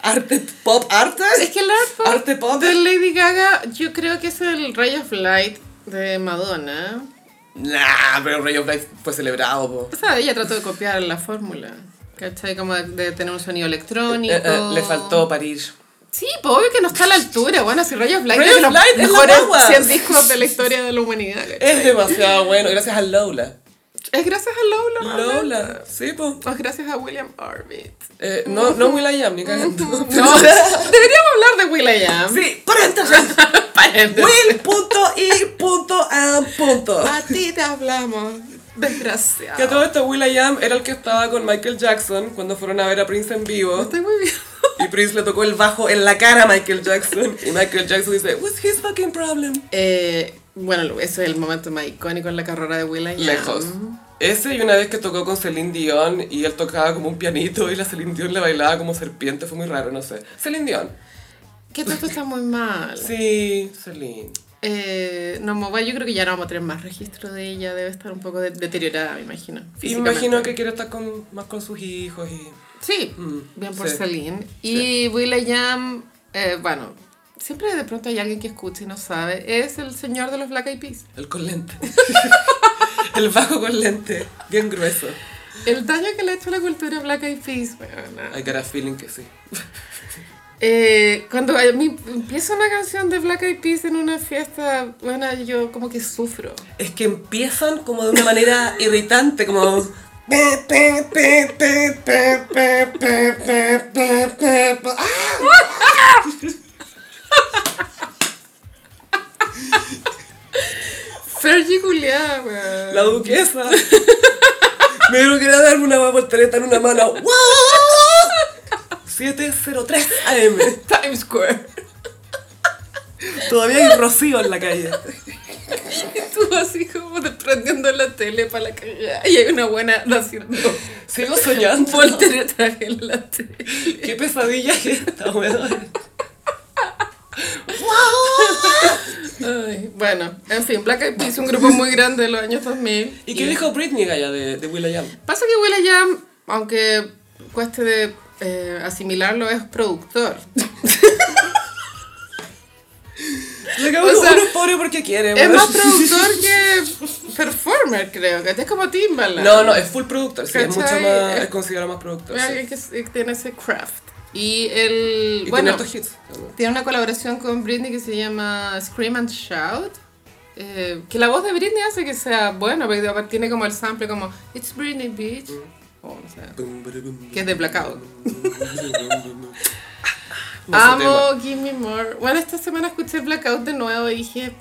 [SPEAKER 1] ¿Arte pop arte?
[SPEAKER 2] Es que el art pop,
[SPEAKER 1] ¿Arte pop?
[SPEAKER 2] de Lady Gaga, yo creo que es el Ray of Light de Madonna.
[SPEAKER 1] Nah, pero Ray of Light fue celebrado, po.
[SPEAKER 2] O sea, ella trató de copiar la fórmula. ¿Cachai? Como de, de tener un sonido electrónico.
[SPEAKER 1] Eh, eh, le faltó parir.
[SPEAKER 2] Sí, pues obvio que no está a la altura. Bueno, si Ray of Light
[SPEAKER 1] Ray
[SPEAKER 2] es de
[SPEAKER 1] of
[SPEAKER 2] los
[SPEAKER 1] Light es la
[SPEAKER 2] mejores
[SPEAKER 1] guagua.
[SPEAKER 2] 100 discos de la historia de la humanidad. ¿cachai?
[SPEAKER 1] Es demasiado bueno, gracias a Lola.
[SPEAKER 2] Es gracias a Lola. ¿no?
[SPEAKER 1] Lola, sí, po.
[SPEAKER 2] O es gracias a William Orbit.
[SPEAKER 1] Eh, no, no Will.i.am, ni cagando.
[SPEAKER 2] No, deberíamos hablar de Will.i.am.
[SPEAKER 1] Sí, paréntesis.
[SPEAKER 2] Paréntesis.
[SPEAKER 1] Will punto y punto am punto.
[SPEAKER 2] A ti te hablamos, desgraciado.
[SPEAKER 1] Que a todo esto Will.i.am era el que estaba con Michael Jackson cuando fueron a ver a Prince en vivo
[SPEAKER 2] Estoy muy bien.
[SPEAKER 1] y Prince le tocó el bajo en la cara a Michael Jackson y Michael Jackson dice What's his fucking problem?
[SPEAKER 2] Eh, bueno, ese es el momento más icónico en la carrera de Will.i.am.
[SPEAKER 1] Lejos. Ese y una vez que tocó con Celine Dion y él tocaba como un pianito y la Celine Dion le bailaba como serpiente, fue muy raro, no sé. Celine Dion.
[SPEAKER 2] Que todo esto está muy mal.
[SPEAKER 1] Sí, Celine.
[SPEAKER 2] Eh, no, Moba, yo creo que ya no vamos a tener más registro de ella. Debe estar un poco de- deteriorada, me imagino. físicamente.
[SPEAKER 1] Imagino que quiere estar con, más con sus hijos y...
[SPEAKER 2] Sí, bien por
[SPEAKER 1] sí.
[SPEAKER 2] Celine. Y Will.i.am, eh, bueno, siempre de pronto hay alguien que escucha y no sabe. Es el señor de los Black Eyed Peas.
[SPEAKER 1] El con lente. el bajo con lente, bien grueso.
[SPEAKER 2] El daño que le ha hecho la cultura Black Eyed Peas, bueno.
[SPEAKER 1] I got a feeling que sí.
[SPEAKER 2] Eh, cuando a mí empieza una canción de Black Eyed Peas en una fiesta, bueno, yo como que sufro.
[SPEAKER 1] Es que empiezan como de una manera irritante, como...
[SPEAKER 2] Fergie Julia, weón.
[SPEAKER 1] La duquesa. Me dijeron que era darme una voltereta en una mano. ¡Wow! 703 AM.
[SPEAKER 2] Times Square.
[SPEAKER 1] Todavía hay rocío en la calle.
[SPEAKER 2] Y tú así como desprendiendo la tele para la cagada. Y hay una buena haciendo
[SPEAKER 1] Sigo soñando.
[SPEAKER 2] volteretas en la tele.
[SPEAKER 1] Qué pesadilla que esta, weón.
[SPEAKER 2] Ay, bueno, en fin, Black Eyed Peas, un grupo muy grande de los años 2000.
[SPEAKER 1] ¿Y qué dijo Britney Gaya de, de Will.i.am?
[SPEAKER 2] Pasa que Will.i.am, aunque cueste de eh, asimilarlo, es productor.
[SPEAKER 1] Le cago
[SPEAKER 2] O sea,
[SPEAKER 1] uno es pobre porque quiere,
[SPEAKER 2] Es
[SPEAKER 1] weón.
[SPEAKER 2] más productor que performer, creo, que es como Timbaland.
[SPEAKER 1] No, no, es full productor. Sí, es
[SPEAKER 2] ¿Cachai?
[SPEAKER 1] mucho más. Es
[SPEAKER 2] Es-
[SPEAKER 1] considerado más productor.
[SPEAKER 2] Es
[SPEAKER 1] sí.
[SPEAKER 2] alguien que s- que tiene ese craft. Y el...
[SPEAKER 1] Y
[SPEAKER 2] bueno,
[SPEAKER 1] tiene hartos hits. ¿no?
[SPEAKER 2] Tiene una colaboración con Britney que se llama Scream and Shout. eh, que la voz de Britney hace que sea bueno, porque aparte tiene como el sample como It's Britney Beach. O sea, que es de Blackout.
[SPEAKER 1] Amo.
[SPEAKER 2] Amo, give me more. Bueno, esta semana escuché Blackout de nuevo y dije,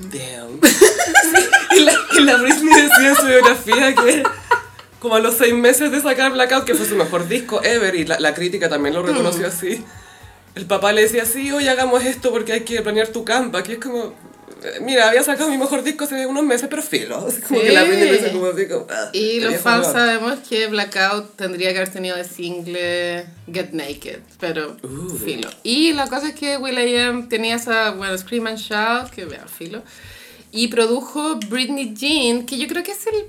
[SPEAKER 2] damn.
[SPEAKER 1] Damn. y, la, y la Britney decía en su biografía que como a los seis meses de sacar Blackout, que fue su mejor disco ever, y la, la crítica también lo
[SPEAKER 2] Mm.
[SPEAKER 1] reconoció así, el papá le decía, sí, hoy hagamos esto porque hay que planear tu campa, que es como... eh, Mira, había sacado mi mejor disco hace unos meses, pero filo. Así como que la Britney le hizo como así, como, "Ah,
[SPEAKER 2] Y los
[SPEAKER 1] quería
[SPEAKER 2] fans
[SPEAKER 1] jugar".
[SPEAKER 2] sabemos que Blackout tendría que haber tenido de single Get Naked, pero
[SPEAKER 1] Uh.
[SPEAKER 2] filo. Y la cosa es que Will.i.am tenía esa, bueno, Scream and Shout, que vea, filo. Y produjo Britney Jean, que yo creo que es el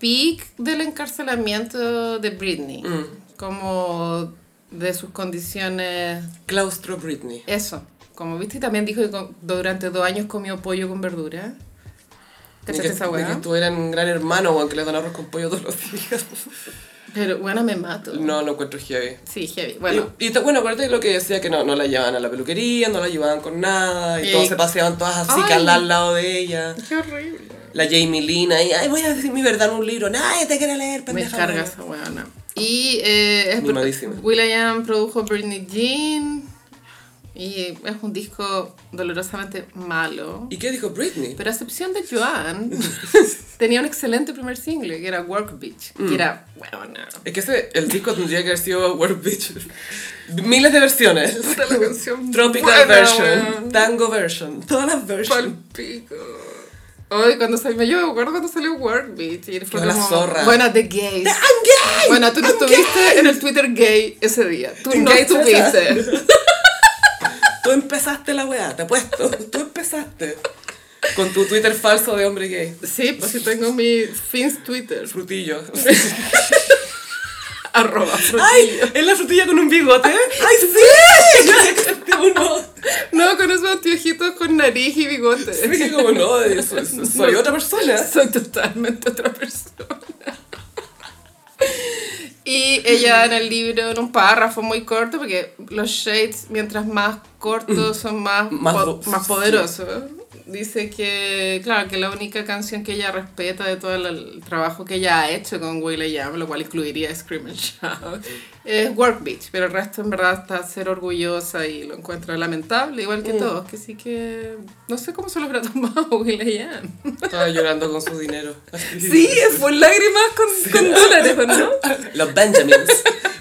[SPEAKER 2] peak del encarcelamiento de Britney. Como de sus condiciones,
[SPEAKER 1] Claustro Britney.
[SPEAKER 2] eso. Como viste, también dijo que con- durante dos años comió pollo con verdura.
[SPEAKER 1] Ni
[SPEAKER 2] ¿Cachaste
[SPEAKER 1] que,
[SPEAKER 2] esa
[SPEAKER 1] ni que
[SPEAKER 2] weá?
[SPEAKER 1] estuviera en Gran Hermano, weón, que le dan arroz con pollo todos los días.
[SPEAKER 2] Pero bueno, me mato.
[SPEAKER 1] No, lo encuentro heavy.
[SPEAKER 2] Sí, heavy. Bueno,
[SPEAKER 1] Y, y te- bueno, acuérdate de lo que decía que no, no la llevaban a la peluquería, no la llevaban con nada, y
[SPEAKER 2] Eh,
[SPEAKER 1] todos se paseaban todas así,
[SPEAKER 2] ay.
[SPEAKER 1] calada al lado de ella.
[SPEAKER 2] qué horrible.
[SPEAKER 1] La Jamie Lina, y ay, voy a decir mi verdad en un libro, nadie te quiere leer,
[SPEAKER 2] Me
[SPEAKER 1] pendeja.
[SPEAKER 2] carga esa weona. Y eh, es
[SPEAKER 1] Mimadísima.
[SPEAKER 2] Will.i.am produjo Britney Jean. Y es un disco dolorosamente malo.
[SPEAKER 1] ¿Y qué dijo Britney?
[SPEAKER 2] Pero a excepción de Joan, tenía un excelente primer single, que era Work Bitch.
[SPEAKER 1] Mm.
[SPEAKER 2] Que era, weona.
[SPEAKER 1] Es que ese, el disco tendría que haber sido World Bitch. Miles de versiones.
[SPEAKER 2] Puta, la canción
[SPEAKER 1] Tropical
[SPEAKER 2] buena,
[SPEAKER 1] version,
[SPEAKER 2] weón.
[SPEAKER 1] tango version, todas las versions.
[SPEAKER 2] Palpico. Hoy cuando salió, yo me acuerdo cuando salió Work Bitch y fue
[SPEAKER 1] Quedó la
[SPEAKER 2] como,
[SPEAKER 1] zorra.
[SPEAKER 2] Bueno, The
[SPEAKER 1] ¡I'm
[SPEAKER 2] Gays.
[SPEAKER 1] gay!
[SPEAKER 2] Bueno, tú no
[SPEAKER 1] I'm
[SPEAKER 2] estuviste
[SPEAKER 1] gay.
[SPEAKER 2] en el Twitter gay ese día. Tú
[SPEAKER 1] En
[SPEAKER 2] no
[SPEAKER 1] gay
[SPEAKER 2] estuviste.
[SPEAKER 1] Tú empezaste la weá, te apuesto. Tú empezaste. Con tu Twitter falso de hombre gay.
[SPEAKER 2] Sí, pues sí tengo mi Fins Twitter.
[SPEAKER 1] Frutillo.
[SPEAKER 2] Arroba. frutillo.
[SPEAKER 1] ¡Ay! ¿Es la frutilla con un bigote? Ah, ¡Ay, sí! Uno.
[SPEAKER 2] No, con esos anteojitos con nariz y bigote.
[SPEAKER 1] Dije como no, soy, soy otra persona.
[SPEAKER 2] Soy totalmente otra persona. Y ella en el libro, en un párrafo muy corto, porque los shades, mientras más cortos, son Mm. más,
[SPEAKER 1] Más
[SPEAKER 2] po-
[SPEAKER 1] do-
[SPEAKER 2] más
[SPEAKER 1] sí.
[SPEAKER 2] poderosos. Dice que, claro, que la única canción que ella respeta de todo el, el trabajo que ella ha hecho con Will.i.am, lo cual incluiría Scream and Shout, es Work Beach, pero el resto en verdad está ser orgullosa y lo encuentra lamentable, igual que todos, que sí que... No sé cómo se lo habrá tomado Will.i.am.
[SPEAKER 1] Estaba llorando con su dinero.
[SPEAKER 2] Sí, fue lágrimas con, con dólares, ¿o ¿no?
[SPEAKER 1] Los Benjamins.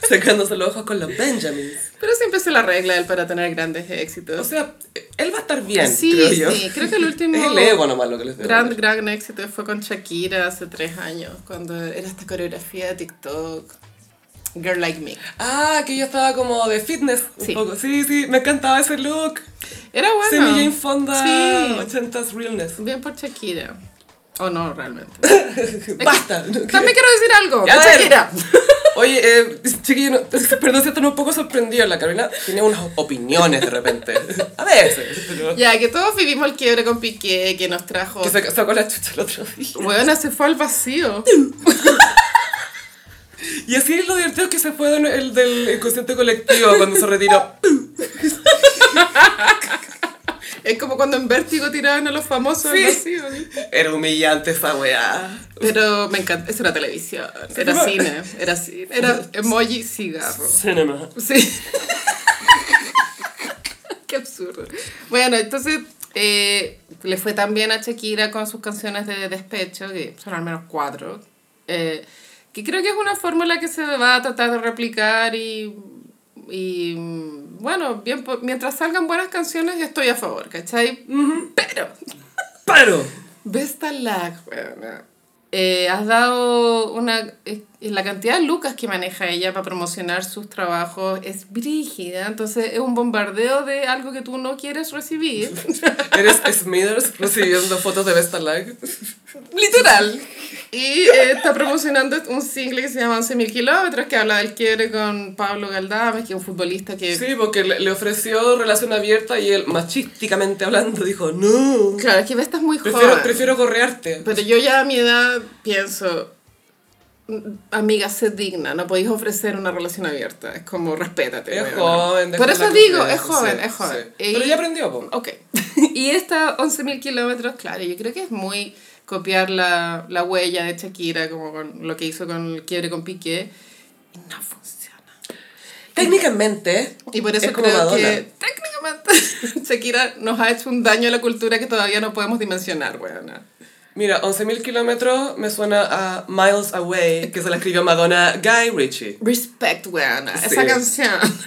[SPEAKER 1] Sacándose los ojos con los Benjamins.
[SPEAKER 2] Pero siempre se la regla él para tener grandes
[SPEAKER 1] O
[SPEAKER 2] éxitos.
[SPEAKER 1] sea, él va a estar bien,
[SPEAKER 2] Sí,
[SPEAKER 1] creo yo.
[SPEAKER 2] sí, creo que el último-
[SPEAKER 1] Es el ego nomás lo que les debo.
[SPEAKER 2] Gran, gran éxito fue con Shakira hace tres años, cuando era esta coreografía de TikTok, Girl Like Me.
[SPEAKER 1] Ah, que yo estaba como de fitness un
[SPEAKER 2] Sí.
[SPEAKER 1] poco. Sí, sí, me encantaba ese look.
[SPEAKER 2] Era
[SPEAKER 1] Semi
[SPEAKER 2] bueno.
[SPEAKER 1] Jane Fonda,
[SPEAKER 2] Sí,
[SPEAKER 1] 80s realness.
[SPEAKER 2] bien por Shakira. O no, realmente.
[SPEAKER 1] Basta. no
[SPEAKER 2] También quiero decir algo.
[SPEAKER 1] Ya,
[SPEAKER 2] por
[SPEAKER 1] a ver.
[SPEAKER 2] Shakira.
[SPEAKER 1] Oye, eh, chiquillo, no- perdón si estoy un poco sorprendido. La Carolina tiene unas opiniones de repente. A veces. pero-
[SPEAKER 2] Ya, que todos vivimos el quiebre con Piqué, que nos trajo...
[SPEAKER 1] Que se sacó la chucha el otro día.
[SPEAKER 2] Bueno, se fue al vacío.
[SPEAKER 1] Y así es lo divertido que se fue del, el del inconsciente colectivo cuando se retiró.
[SPEAKER 2] Es como cuando en Vértigo tiraban a los famosos
[SPEAKER 1] Sí.
[SPEAKER 2] al vacío. ¿sí?
[SPEAKER 1] Era humillante esa weá.
[SPEAKER 2] Pero me encanta, eso era televisión, era cine, era cine, era emoji cigarro.
[SPEAKER 1] Cinema.
[SPEAKER 2] Sí. Qué absurdo. Bueno, entonces eh, le fue tan bien a Shakira con sus canciones de despecho, que son al menos cuatro, eh, que creo que es una fórmula que se va a tratar de replicar y, y mm, bueno, bien, por- mientras salgan buenas canciones estoy a favor, ¿cachai? Pero
[SPEAKER 1] ¡Paro!
[SPEAKER 2] Besta lag, weona. Eh, has dado una... eh, la cantidad de lucas que maneja ella para promocionar sus trabajos es brígida, entonces es un bombardeo de algo que tú no quieres recibir.
[SPEAKER 1] Eres Smithers recibiendo fotos de Besta Lag.
[SPEAKER 2] Literal. Y eh, está promocionando un single que se llama 11.000 kilómetros, que habla del quiebre con Pablo Galdames, que es un futbolista que...
[SPEAKER 1] Sí, porque le, le ofreció relación abierta y él, machísticamente hablando, dijo, no,
[SPEAKER 2] Claro, es que Besta es muy
[SPEAKER 1] prefiero,
[SPEAKER 2] joven.
[SPEAKER 1] prefiero correarte.
[SPEAKER 2] Pero yo ya a mi edad pienso, "Mm, amiga, sé digna, no podéis ofrecer una relación abierta, es como respétate.
[SPEAKER 1] Es
[SPEAKER 2] weona".
[SPEAKER 1] joven.
[SPEAKER 2] Por
[SPEAKER 1] déjala
[SPEAKER 2] eso
[SPEAKER 1] que
[SPEAKER 2] digo,
[SPEAKER 1] sea,
[SPEAKER 2] es joven,
[SPEAKER 1] sí,
[SPEAKER 2] es joven.
[SPEAKER 1] sí.
[SPEAKER 2] Y-
[SPEAKER 1] Pero ya aprendió, po.
[SPEAKER 2] Ok. y esta 11.000 kilómetros, claro, yo creo que es muy copiar la, la huella de Shakira, como con lo que hizo con el quiebre con Piqué, y no funciona.
[SPEAKER 1] Técnicamente,
[SPEAKER 2] Y por eso
[SPEAKER 1] es como
[SPEAKER 2] creo
[SPEAKER 1] Madonna.
[SPEAKER 2] que técnicamente Shakira nos ha hecho un daño a la cultura que todavía no podemos dimensionar, weona.
[SPEAKER 1] Mira, 11.000 kilómetros me suena a Miles Away, que se la escribió Madonna Guy Ritchie.
[SPEAKER 2] Respect, weona.
[SPEAKER 1] Sí.
[SPEAKER 2] Esa canción.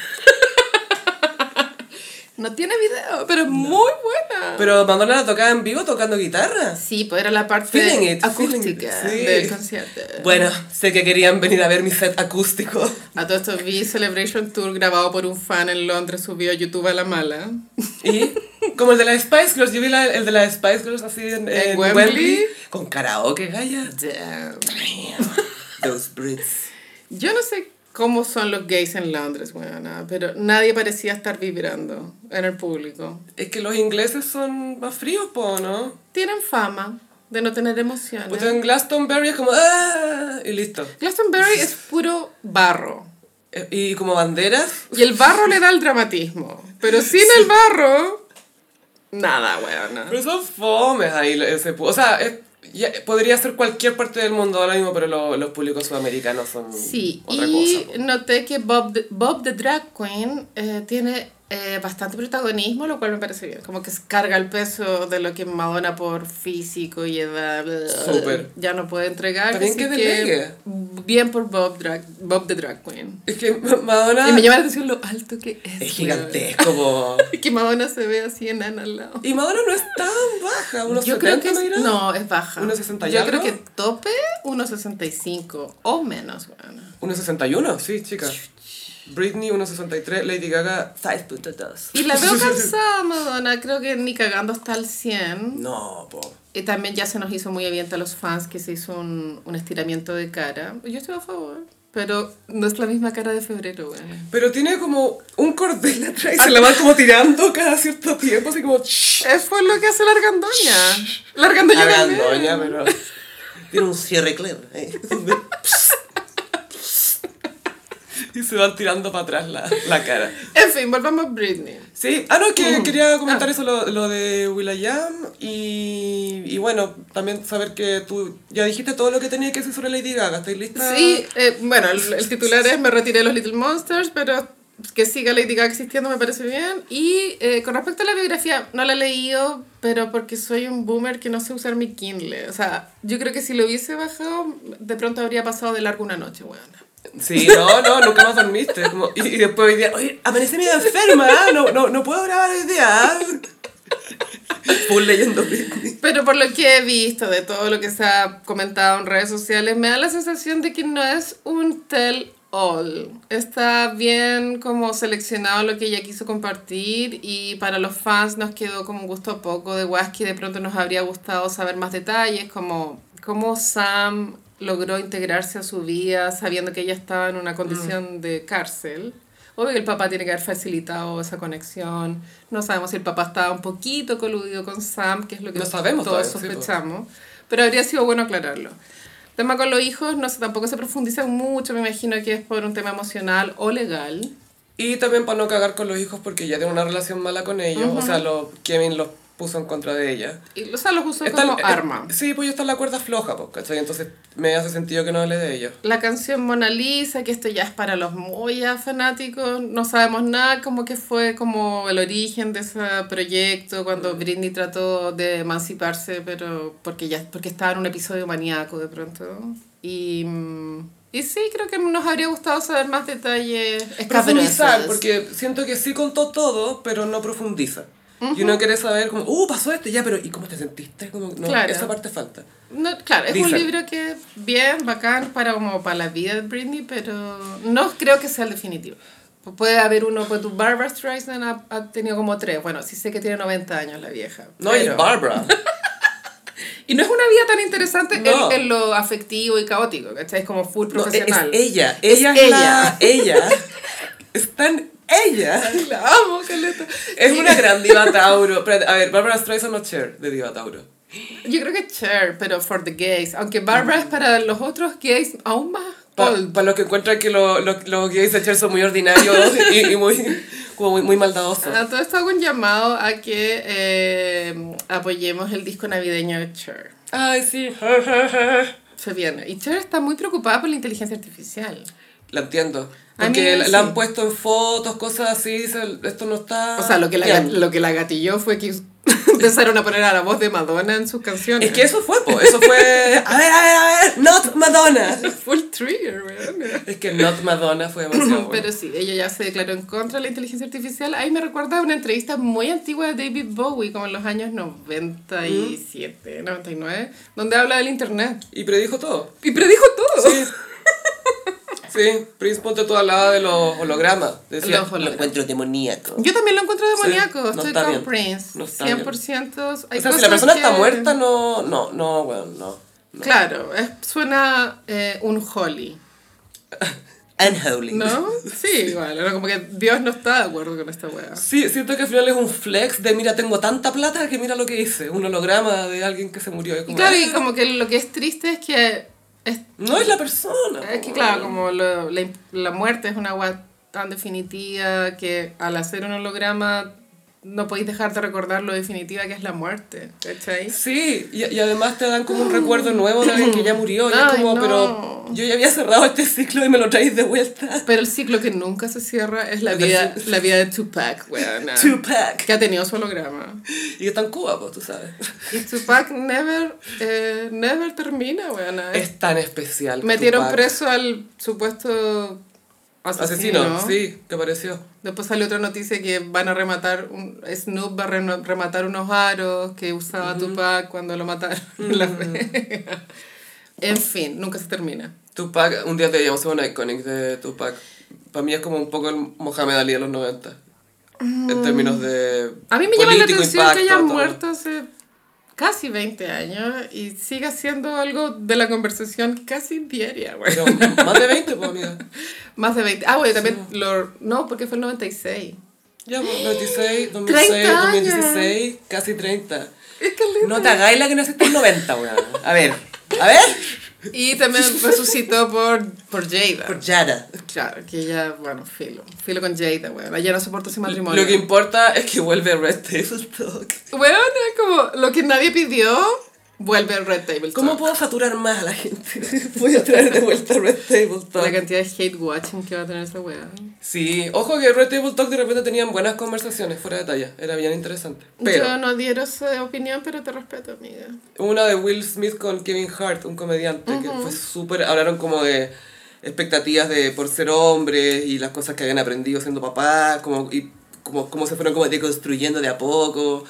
[SPEAKER 2] no tiene video, pero es muy buena.
[SPEAKER 1] Pero Madonna la tocaba en vivo tocando guitarra.
[SPEAKER 2] sí, pues era la parte
[SPEAKER 1] Feeling it,
[SPEAKER 2] acústica
[SPEAKER 1] feeling it, sí.
[SPEAKER 2] del concierto.
[SPEAKER 1] Bueno, sé que querían venir a ver mi set acústico.
[SPEAKER 2] A todo esto vi Celebration Tour grabado por un fan en Londres, subió a YouTube a la mala.
[SPEAKER 1] Y como el de las Spice Girls, yo vi la- el de las Spice Girls así en,
[SPEAKER 2] ¿En
[SPEAKER 1] en
[SPEAKER 2] Wembley?
[SPEAKER 1] Wembley? Con karaoke, gaya.
[SPEAKER 2] Damn.
[SPEAKER 1] Those Brits.
[SPEAKER 2] Yo no sé cómo son los gays en Londres, weona, pero nadie parecía estar vibrando en el público.
[SPEAKER 1] Es que los ingleses son más fríos, po, ¿no?
[SPEAKER 2] Tienen fama de no tener emociones.
[SPEAKER 1] Puta, Pues en Glastonbury es como ¡ah! y listo.
[SPEAKER 2] Glastonbury es puro barro.
[SPEAKER 1] Eh, Y como banderas,
[SPEAKER 2] Y el barro le da el dramatismo. Pero sin el barro, nada, weona.
[SPEAKER 1] pero son fomes ahí lo- ese pu- O sea, es- ya- podría ser cualquier parte del mundo ahora mismo, pero lo- los públicos sudamericanos son
[SPEAKER 2] Sí,
[SPEAKER 1] otra
[SPEAKER 2] y
[SPEAKER 1] cosa. po.
[SPEAKER 2] noté que Bob the, Bob the Drag Queen eh, tiene eh, bastante protagonismo, lo cual me parece bien. Como que se carga el peso de lo que Madonna por físico y edad bla, bla, bla,
[SPEAKER 1] Súper.
[SPEAKER 2] ya no puede entregar.
[SPEAKER 1] También
[SPEAKER 2] así
[SPEAKER 1] que delegue.
[SPEAKER 2] bien por Bob, drag, Bob the Drag Queen.
[SPEAKER 1] Es que Madonna
[SPEAKER 2] Y me llama la atención lo alto que Ah. es.
[SPEAKER 1] es
[SPEAKER 2] weón.
[SPEAKER 1] gigantesco. po.
[SPEAKER 2] Que Madonna se ve así enana al lado.
[SPEAKER 1] Y Madonna no es tan baja, unos
[SPEAKER 2] Yo creo que
[SPEAKER 1] 70
[SPEAKER 2] es-
[SPEAKER 1] me dirás.
[SPEAKER 2] no, es baja.
[SPEAKER 1] 1,60 y
[SPEAKER 2] Yo
[SPEAKER 1] algo.
[SPEAKER 2] creo que tope 1.65 o menos, weona.
[SPEAKER 1] 1,61, sí, chica. Britney 1,63, Lady Gaga 6,2.
[SPEAKER 2] Y la veo cansada, Madonna. Creo que ni cagando hasta el 100.
[SPEAKER 1] No, po.
[SPEAKER 2] Y también ya se nos hizo muy evidente a los fans que se hizo un, un estiramiento de cara. Yo estoy a favor. Pero no es la misma cara de febrero, güey.
[SPEAKER 1] Pero tiene como un cordel atrás y se la van como tirando cada cierto tiempo, así como... shh.
[SPEAKER 2] Eso fue lo que hace la argandoña. La argandoña también.
[SPEAKER 1] Arandoña, pero...
[SPEAKER 3] Tiene un cierre claro. ¿eh?
[SPEAKER 1] Y se van tirando para atrás la, la cara.
[SPEAKER 2] En fin, volvamos a Britney.
[SPEAKER 1] Sí. Ah, no, que quería comentar
[SPEAKER 2] Ah.
[SPEAKER 1] eso, lo, lo de Will.i.am. Y, y bueno, también saber que tú ya dijiste todo lo que tenía que decir sobre Lady Gaga. ¿Estáis lista?
[SPEAKER 2] Sí, eh, bueno, el, el titular es Me retiré de los Little Monsters, pero que siga Lady Gaga existiendo me parece bien. Y eh, con respecto a la biografía, no la he leído, pero porque soy un boomer que no sé usar mi Kindle. O sea, yo creo que si lo hubiese bajado, de pronto habría pasado de largo una noche, weón.
[SPEAKER 1] Sí, no, no, nunca más dormiste. Como, y, y después hoy día, oye, amanecí medio enferma, ¿ah? no, no, no puedo grabar hoy día. ¿ah?". Full leyendo Britney.
[SPEAKER 2] Pero por lo que he visto de todo lo que se ha comentado en redes sociales, me da la sensación de que no es un tell all. Está bien como seleccionado lo que ella quiso compartir y para los fans nos quedó como un gusto a poco de guas que de pronto nos habría gustado saber más detalles, como cómo Sam logró integrarse a su vida sabiendo que ella estaba en una condición de cárcel. Obvio que el papá tiene que haber facilitado esa conexión. No sabemos si el papá estaba un poquito coludido con Sam, que es lo que
[SPEAKER 1] No sabemos
[SPEAKER 2] todos
[SPEAKER 1] todavía, sí, pues.
[SPEAKER 2] sospechamos. pero habría sido bueno aclararlo. El tema con los hijos no sé, tampoco se profundiza mucho, me imagino que es por un tema emocional o legal.
[SPEAKER 1] Y también para no cagar con los hijos porque ya tiene una relación mala con ellos. O sea, lo, Kevin los puso en contra de ella.
[SPEAKER 2] Y, o sea, los usó
[SPEAKER 1] Está-
[SPEAKER 2] como
[SPEAKER 1] eh,
[SPEAKER 2] arma.
[SPEAKER 1] sí, pues yo está en la cuerda floja, pues, ¿cachai? Entonces me hace sentido que no hable de ellos.
[SPEAKER 2] La canción Mona Lisa, que esto ya es para los muy ya fanáticos, no sabemos nada, como que fue como el origen de ese proyecto,
[SPEAKER 1] Mm.
[SPEAKER 2] cuando Britney trató de emanciparse, pero porque ya porque estaba en un episodio maníaco de pronto. Y, mm, y sí, creo que nos habría gustado saber más detalles.
[SPEAKER 1] Profundizar,
[SPEAKER 2] escabrosos.
[SPEAKER 1] porque siento que sí contó todo, pero no profundiza. Y uno quiere saber como, uh, pasó este, ya, pero ¿y cómo te sentiste? Como, no,
[SPEAKER 2] Claro.
[SPEAKER 1] Esa parte falta.
[SPEAKER 2] No, claro, es
[SPEAKER 1] Dicen.
[SPEAKER 2] un libro que bien, bacán para como para la vida de Britney, pero no creo que sea el definitivo. Pu- Puede haber uno, pues tu Barbara Streisand ha, ha tenido como tres. Bueno, sí sé que tiene 90 años la vieja.
[SPEAKER 1] No,
[SPEAKER 2] pero-
[SPEAKER 1] y Barbara.
[SPEAKER 2] y no es una vida tan interesante
[SPEAKER 1] No.
[SPEAKER 2] en, en lo afectivo y caótico, ¿cachai? Es como full
[SPEAKER 1] No, es, es
[SPEAKER 2] profesional.
[SPEAKER 1] ella, ella es, la- ella. Es tan ella.
[SPEAKER 2] La amo, Caleta.
[SPEAKER 1] Es
[SPEAKER 2] Y-
[SPEAKER 1] una gran diva Tauro. Espérate, a ver, Barbara Streisand no Cher de diva Tauro.
[SPEAKER 2] Yo creo que Cher, pero for the gays. Aunque
[SPEAKER 1] Mm.
[SPEAKER 2] Barbara es para los otros gays aún más
[SPEAKER 1] Para
[SPEAKER 2] old.
[SPEAKER 1] los que encuentran que lo- lo- los gays de Cher son muy ordinarios y, y muy, como muy, muy maldadosos.
[SPEAKER 2] A todo esto hago un llamado a que eh, apoyemos el disco navideño de Cher.
[SPEAKER 1] Ay, sí.
[SPEAKER 2] Se viene. Y Cher está muy preocupada por la inteligencia artificial.
[SPEAKER 1] La entiendo.
[SPEAKER 2] A mí
[SPEAKER 1] Porque la,
[SPEAKER 2] sí.
[SPEAKER 1] la han puesto en fotos, cosas así, dice, esto no está...
[SPEAKER 2] O sea, lo que la,
[SPEAKER 1] bien".
[SPEAKER 2] gat- lo que la gatilló fue que empezaron a poner a la voz de Madonna en sus canciones.
[SPEAKER 1] Es que eso fue, po, eso fue... A ver, a ver, a ver, not Madonna.
[SPEAKER 2] Full trigger, weón.
[SPEAKER 1] Es que not Madonna fue demasiado bueno.
[SPEAKER 2] Pero sí, ella ya se declaró en contra de la inteligencia artificial. Ahí me recuerda a una entrevista muy antigua de David Bowie, como en los años 97, 99, donde habla del internet.
[SPEAKER 1] Y predijo todo.
[SPEAKER 2] Y predijo todo.
[SPEAKER 1] Sí. Sí, Prince Ponte toda hablaba de los hologramas. Decía,
[SPEAKER 2] Los hologramas.
[SPEAKER 1] Lo encuentro demoníaco.
[SPEAKER 2] Yo también lo encuentro demoníaco,
[SPEAKER 1] no
[SPEAKER 2] estoy
[SPEAKER 1] está
[SPEAKER 2] con
[SPEAKER 1] bien,
[SPEAKER 2] Prince.
[SPEAKER 1] no está bien.
[SPEAKER 2] 100%. hay
[SPEAKER 1] O sea, si
[SPEAKER 2] cosas
[SPEAKER 1] la persona
[SPEAKER 2] que-
[SPEAKER 1] está muerta, no, no, no, weón, no.
[SPEAKER 2] Claro, es- suena eh, un holly.
[SPEAKER 3] Unholy.
[SPEAKER 2] ¿No? Sí, igual. Era como que Dios no está de acuerdo con esta weá.
[SPEAKER 1] Sí, siento que al final es un flex de mira, tengo tanta plata que mira lo que hice. Un holograma de alguien que se murió. Es
[SPEAKER 2] Y
[SPEAKER 1] como,
[SPEAKER 2] claro, y
[SPEAKER 1] ah,
[SPEAKER 2] como que lo que es triste es que. Es,
[SPEAKER 1] No es la persona.
[SPEAKER 2] es que,
[SPEAKER 1] po.
[SPEAKER 2] claro, como lo- la, la muerte es una weá tan definitiva que al hacer un holograma no podéis dejar de recordar lo definitiva que es la muerte. ¿Cachai?
[SPEAKER 1] Sí, y, y además te dan como un recuerdo nuevo de alguien que ya murió. Y es
[SPEAKER 2] Mm. Ay,
[SPEAKER 1] como,
[SPEAKER 2] no.
[SPEAKER 1] pero yo ya había cerrado este ciclo y me lo traéis de vuelta.
[SPEAKER 2] Pero el ciclo que nunca se cierra es la
[SPEAKER 1] La
[SPEAKER 2] vida,
[SPEAKER 1] versión-
[SPEAKER 2] la vida de Tupac, weona.
[SPEAKER 1] Tupac.
[SPEAKER 2] Que ha tenido su holograma.
[SPEAKER 1] Y que está en Cuba, pues tú sabes.
[SPEAKER 2] Y Tupac never, eh, never termina, weona.
[SPEAKER 1] Es tan especial.
[SPEAKER 2] Metieron
[SPEAKER 1] Tupac.
[SPEAKER 2] preso al supuesto asesino.
[SPEAKER 1] Asesino, sí, que apareció.
[SPEAKER 2] Después salió otra noticia que van a rematar, un, Snoop va a reno- rematar unos aros que usaba Tupac cuando lo mataron. la vez. en fin, nunca se termina.
[SPEAKER 1] Tupac, un día te llamamos una iconic de Tupac. Para mí es como un poco el Mohamed Ali de los 90. En términos de.
[SPEAKER 2] Mm. A mí me llama la
[SPEAKER 1] político,
[SPEAKER 2] atención que
[SPEAKER 1] impacto,
[SPEAKER 2] haya
[SPEAKER 1] todo.
[SPEAKER 2] muerto hace casi 20 años y siga siendo algo de la conversación casi diaria, güey.
[SPEAKER 1] Pero más de 20, pues, amiga.
[SPEAKER 2] Más de 20. Ah, bueno, también lo... No, porque fue el 96.
[SPEAKER 1] Ya, pues, 96, 2006,
[SPEAKER 2] 30 años.
[SPEAKER 1] 2016, casi 30.
[SPEAKER 2] Es que
[SPEAKER 1] No te hagáis la que naciste en 90, weón. A ver, a ver.
[SPEAKER 2] Y también resucitó por, por Jada.
[SPEAKER 3] Por Yara.
[SPEAKER 2] Claro, que ella, bueno, filo. Filo con Jada, weón. Ella no soporta ese matrimonio.
[SPEAKER 1] Lo que importa es que vuelve Red Table Talk.
[SPEAKER 2] Weón, es como lo que nadie pidió, vuelve al Red Table
[SPEAKER 1] ¿Cómo
[SPEAKER 2] Talk.
[SPEAKER 1] puedo saturar más a la gente? Voy a traer de vuelta Red Table
[SPEAKER 2] La
[SPEAKER 1] Talk.
[SPEAKER 2] cantidad de hate watching que va a tener esa weón.
[SPEAKER 1] Sí, ojo que Red Table Talk de repente tenían buenas conversaciones fuera de talla. Era bien interesante.
[SPEAKER 2] Yo
[SPEAKER 1] Pero
[SPEAKER 2] no diera esa opinión, pero te respeto, amiga.
[SPEAKER 1] una de Will Smith con Kevin Hart, un comediante, que fue súper. Hablaron como de expectativas de por ser hombres y las cosas que habían aprendido siendo papás, como, y como, como se fueron como deconstruyendo de a poco.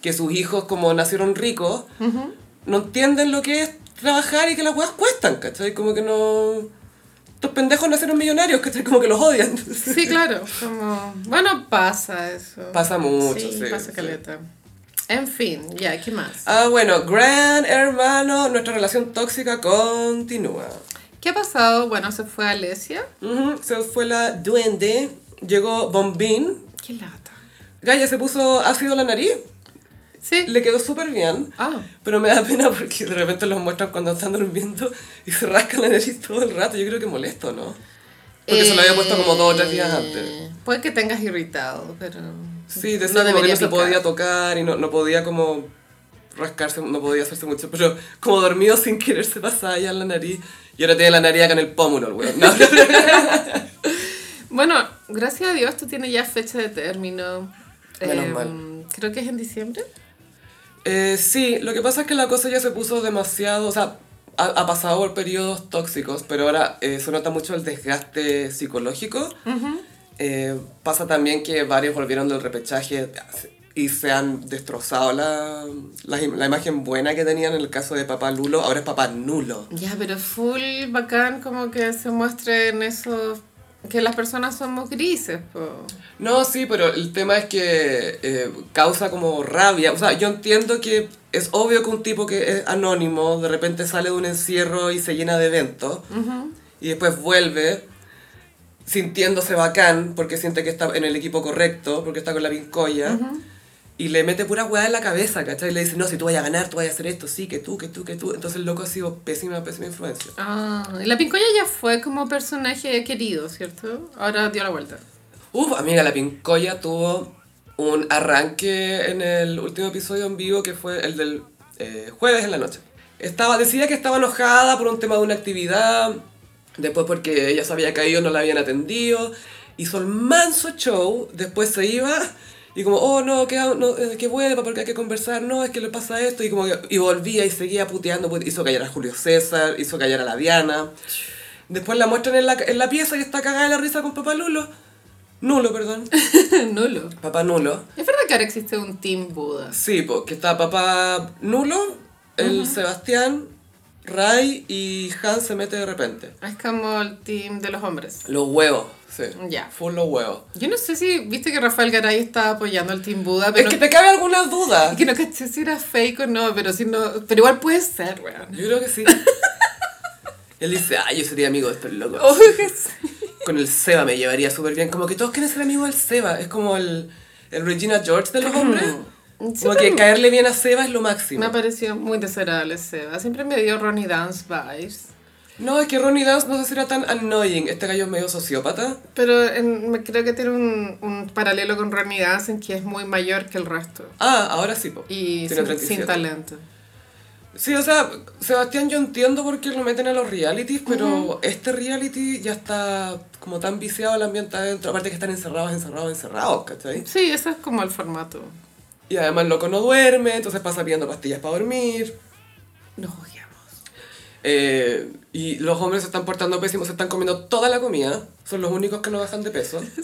[SPEAKER 1] Que sus hijos, como nacieron ricos, no entienden lo que es trabajar y que las weas cuestan, ¿cachai? Como que no. Estos pendejos nacieron millonarios, ¿cachai? Como que los odian.
[SPEAKER 2] Sí, claro. Como, bueno, pasa eso.
[SPEAKER 1] Pasa mucho, sí,
[SPEAKER 2] pasa
[SPEAKER 1] sí.
[SPEAKER 2] caleta. En fin, ya, ¿qué más?
[SPEAKER 1] Ah, bueno, gran hermano, nuestra relación tóxica continúa.
[SPEAKER 2] ¿Qué ha pasado? Bueno, se fue Alesia.
[SPEAKER 1] Ujú, Se fue la duende, llegó Bombín.
[SPEAKER 2] Qué lata.
[SPEAKER 1] Gaya se puso ácido en la nariz,
[SPEAKER 2] Sí.
[SPEAKER 1] le quedó súper bien.
[SPEAKER 2] Ah.
[SPEAKER 1] Pero me da pena porque de repente los muestran cuando están durmiendo y se rascan la nariz todo el rato. Yo creo que molesto, ¿no? Porque se lo había puesto como dos o tres días antes.
[SPEAKER 2] Eh, Puede que tengas irritado, pero.
[SPEAKER 1] Sí, decía como que
[SPEAKER 2] debería
[SPEAKER 1] no se
[SPEAKER 2] picar.
[SPEAKER 1] podía tocar y no, no podía como rascarse, no podía hacerse mucho. Pero como dormido sin querer se pasaba ya en la nariz. Y ahora tiene la nariz acá en el pómulo, el weón. No.
[SPEAKER 2] Bueno, gracias a Dios, tú tienes ya fecha de término.
[SPEAKER 1] Menos
[SPEAKER 2] Eh,
[SPEAKER 1] mal.
[SPEAKER 2] Creo que es en diciembre.
[SPEAKER 1] Eh, sí, lo que pasa es que la cosa ya se puso demasiado, o sea, ha, ha pasado por periodos tóxicos, pero ahora eh, se nota mucho el desgaste psicológico. Eh, pasa también que varios volvieron del repechaje y se han destrozado la, la, im- la imagen buena que tenían en el caso de papá Lulo, ahora es papá Nulo.
[SPEAKER 2] Ya, pero full bacán como que se muestre en eso que las personas somos grises, po.
[SPEAKER 1] No, sí, pero el tema es que eh, causa como rabia. O sea, yo entiendo que es obvio que un tipo que es anónimo de repente sale de un encierro y se llena de eventos y después vuelve sintiéndose bacán porque siente que está en el equipo correcto, porque está con la pincoya. Y le mete pura hueá en la cabeza, ¿cachai? Y le dice, no, si tú vayas a ganar, tú vayas a hacer esto, sí, que tú, que tú, que tú. Entonces el loco ha sido pésima, pésima influencia.
[SPEAKER 2] Ah, y la pincoya ya fue como personaje querido, ¿cierto? Ahora dio la vuelta.
[SPEAKER 1] Uf, amiga, la Pincoya tuvo un arranque en el último episodio en vivo que fue el del eh, jueves en la noche. Estaba, decía que estaba enojada por un tema de una actividad, después porque ella se había caído, no la habían atendido, hizo el manso show, después se iba y como, oh no, que, no, eh, que vuelva porque hay que conversar, no, es que le pasa esto, y como que- y volvía y seguía puteando, pute- hizo callar a Julio César, hizo callar a la Diana. Después la muestran en la, en la pieza y está cagada de la risa con Papá Lulo. Nulo, perdón.
[SPEAKER 2] Nulo.
[SPEAKER 1] Papá Nulo.
[SPEAKER 2] Es verdad que ahora existe un Team Buda.
[SPEAKER 1] Sí, porque está papá Nulo, el Sebastián, Ray y Han se mete de repente.
[SPEAKER 2] Es como el team de los hombres.
[SPEAKER 1] Los huevos, sí.
[SPEAKER 2] Ya.
[SPEAKER 1] Full los huevos.
[SPEAKER 2] Yo no sé si viste que Rafael Garay estaba apoyando al Team Buda, Ah, pero
[SPEAKER 1] es que te cabe alguna duda.
[SPEAKER 2] Es que no caché si era fake o no, pero si no, pero igual puede ser, weón.
[SPEAKER 1] Yo creo que sí. Él dice, ay, yo sería amigo de estos locos.
[SPEAKER 2] Ojo que sí.
[SPEAKER 1] con el Seba me llevaría súper bien. Como que todos quieren ser amigos del Seba. Es como el, el Regina George de los hombres. Como
[SPEAKER 2] Siempre
[SPEAKER 1] que caerle bien a Seba es lo máximo.
[SPEAKER 2] me ha parecido muy desagradable Seba. Siempre me dio Ronnie Dance vibes.
[SPEAKER 1] No, es que Ronnie Dance no sé si era tan annoying. Este gallo es medio sociópata.
[SPEAKER 2] Pero en- me creo que tiene un, un paralelo con Ronnie Dance en que es muy mayor que el resto.
[SPEAKER 1] Ah, ahora sí, po.
[SPEAKER 2] Y
[SPEAKER 1] Tiene
[SPEAKER 2] sin,
[SPEAKER 1] 37.
[SPEAKER 2] sin talento.
[SPEAKER 1] Sí, o sea, Sebastián yo entiendo por qué lo meten a los realities, pero este reality ya está como tan viciado el ambiente adentro, aparte que están encerrados, encerrados, encerrados, ¿cachai?
[SPEAKER 2] Sí, ese es como el formato.
[SPEAKER 1] Y además el loco no duerme, entonces pasa pidiendo pastillas para dormir.
[SPEAKER 2] Nos odiamos.
[SPEAKER 1] eh, y los hombres se están portando pésimos, se están comiendo toda la comida, son los únicos que no bajan de peso.
[SPEAKER 2] Se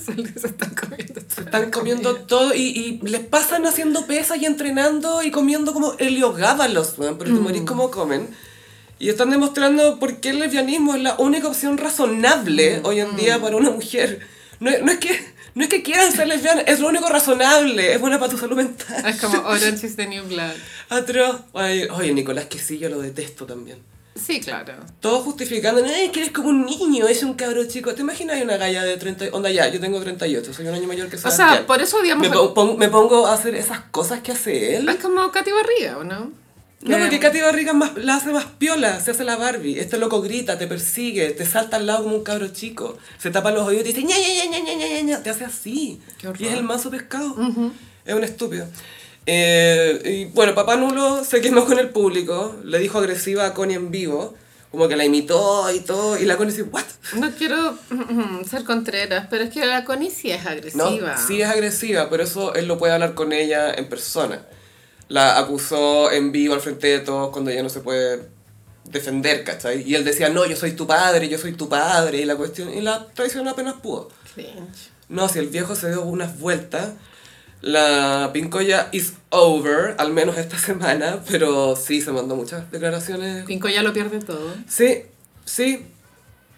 [SPEAKER 2] están comiendo.
[SPEAKER 1] Se están comiendo todo y, y les pasan haciendo pesas y entrenando y comiendo como heliogábalos, weón, pero te
[SPEAKER 2] Mm.
[SPEAKER 1] morís como comen. Y están demostrando por qué el lesbianismo es la única opción
[SPEAKER 2] Mm,
[SPEAKER 1] razonable hoy en día para una mujer. No, no es que, no es que quieran ser lesbianas, es lo único razonable, es buena para tu salud mental.
[SPEAKER 2] Es como Orange is the New Black.
[SPEAKER 1] Atroz. Ay, oye, Nicolás, que sí, yo lo detesto también.
[SPEAKER 2] Sí, claro.
[SPEAKER 1] Todos justificando, "Ay, que eres como un niño, es un cabro chico. ¿Te imaginas una galla de 30? Onda ya, yo tengo 38, soy un año mayor que
[SPEAKER 2] O
[SPEAKER 1] Sebastián.
[SPEAKER 2] sea, por eso odiamos.
[SPEAKER 1] Me,
[SPEAKER 2] a-
[SPEAKER 1] po- pon- me pongo a hacer esas cosas que hace él.
[SPEAKER 2] Es como Katy Barriga, ¿o no?
[SPEAKER 1] No,
[SPEAKER 2] Que-
[SPEAKER 1] porque Katy Barriga es más, la hace más piola, se hace la Barbie. Este loco grita, te persigue, te salta al lado como un cabro chico, se tapa los oídos y te dice ña, ña, ña, ña, ña, ña, ña, ña", te hace así.
[SPEAKER 2] Qué horror.
[SPEAKER 1] Y es el mazo pescado. Es un estúpido. Eh, y bueno, Papá Nulo se quemó con el público, le dijo agresiva a Connie en vivo, como que la imitó y todo, y la Connie dice, ¿what?
[SPEAKER 2] No quiero mm, mm, ser contreras, pero es que la Connie sí es
[SPEAKER 1] No,
[SPEAKER 2] agresiva.
[SPEAKER 1] sí es agresiva, pero eso él lo puede hablar con ella en persona. La acusó en vivo al frente de todos cuando ella no se puede defender, ¿cachai? Y él decía, no, yo soy tu padre, yo soy tu padre, y la cuestión, y la traicionó apenas pudo.
[SPEAKER 2] Cringe.
[SPEAKER 1] No, si el viejo se dio unas vueltas, la pincoya is over, al menos esta semana, pero sí se mandó muchas declaraciones
[SPEAKER 2] Pinco ya lo pierde todo.
[SPEAKER 1] Sí, sí.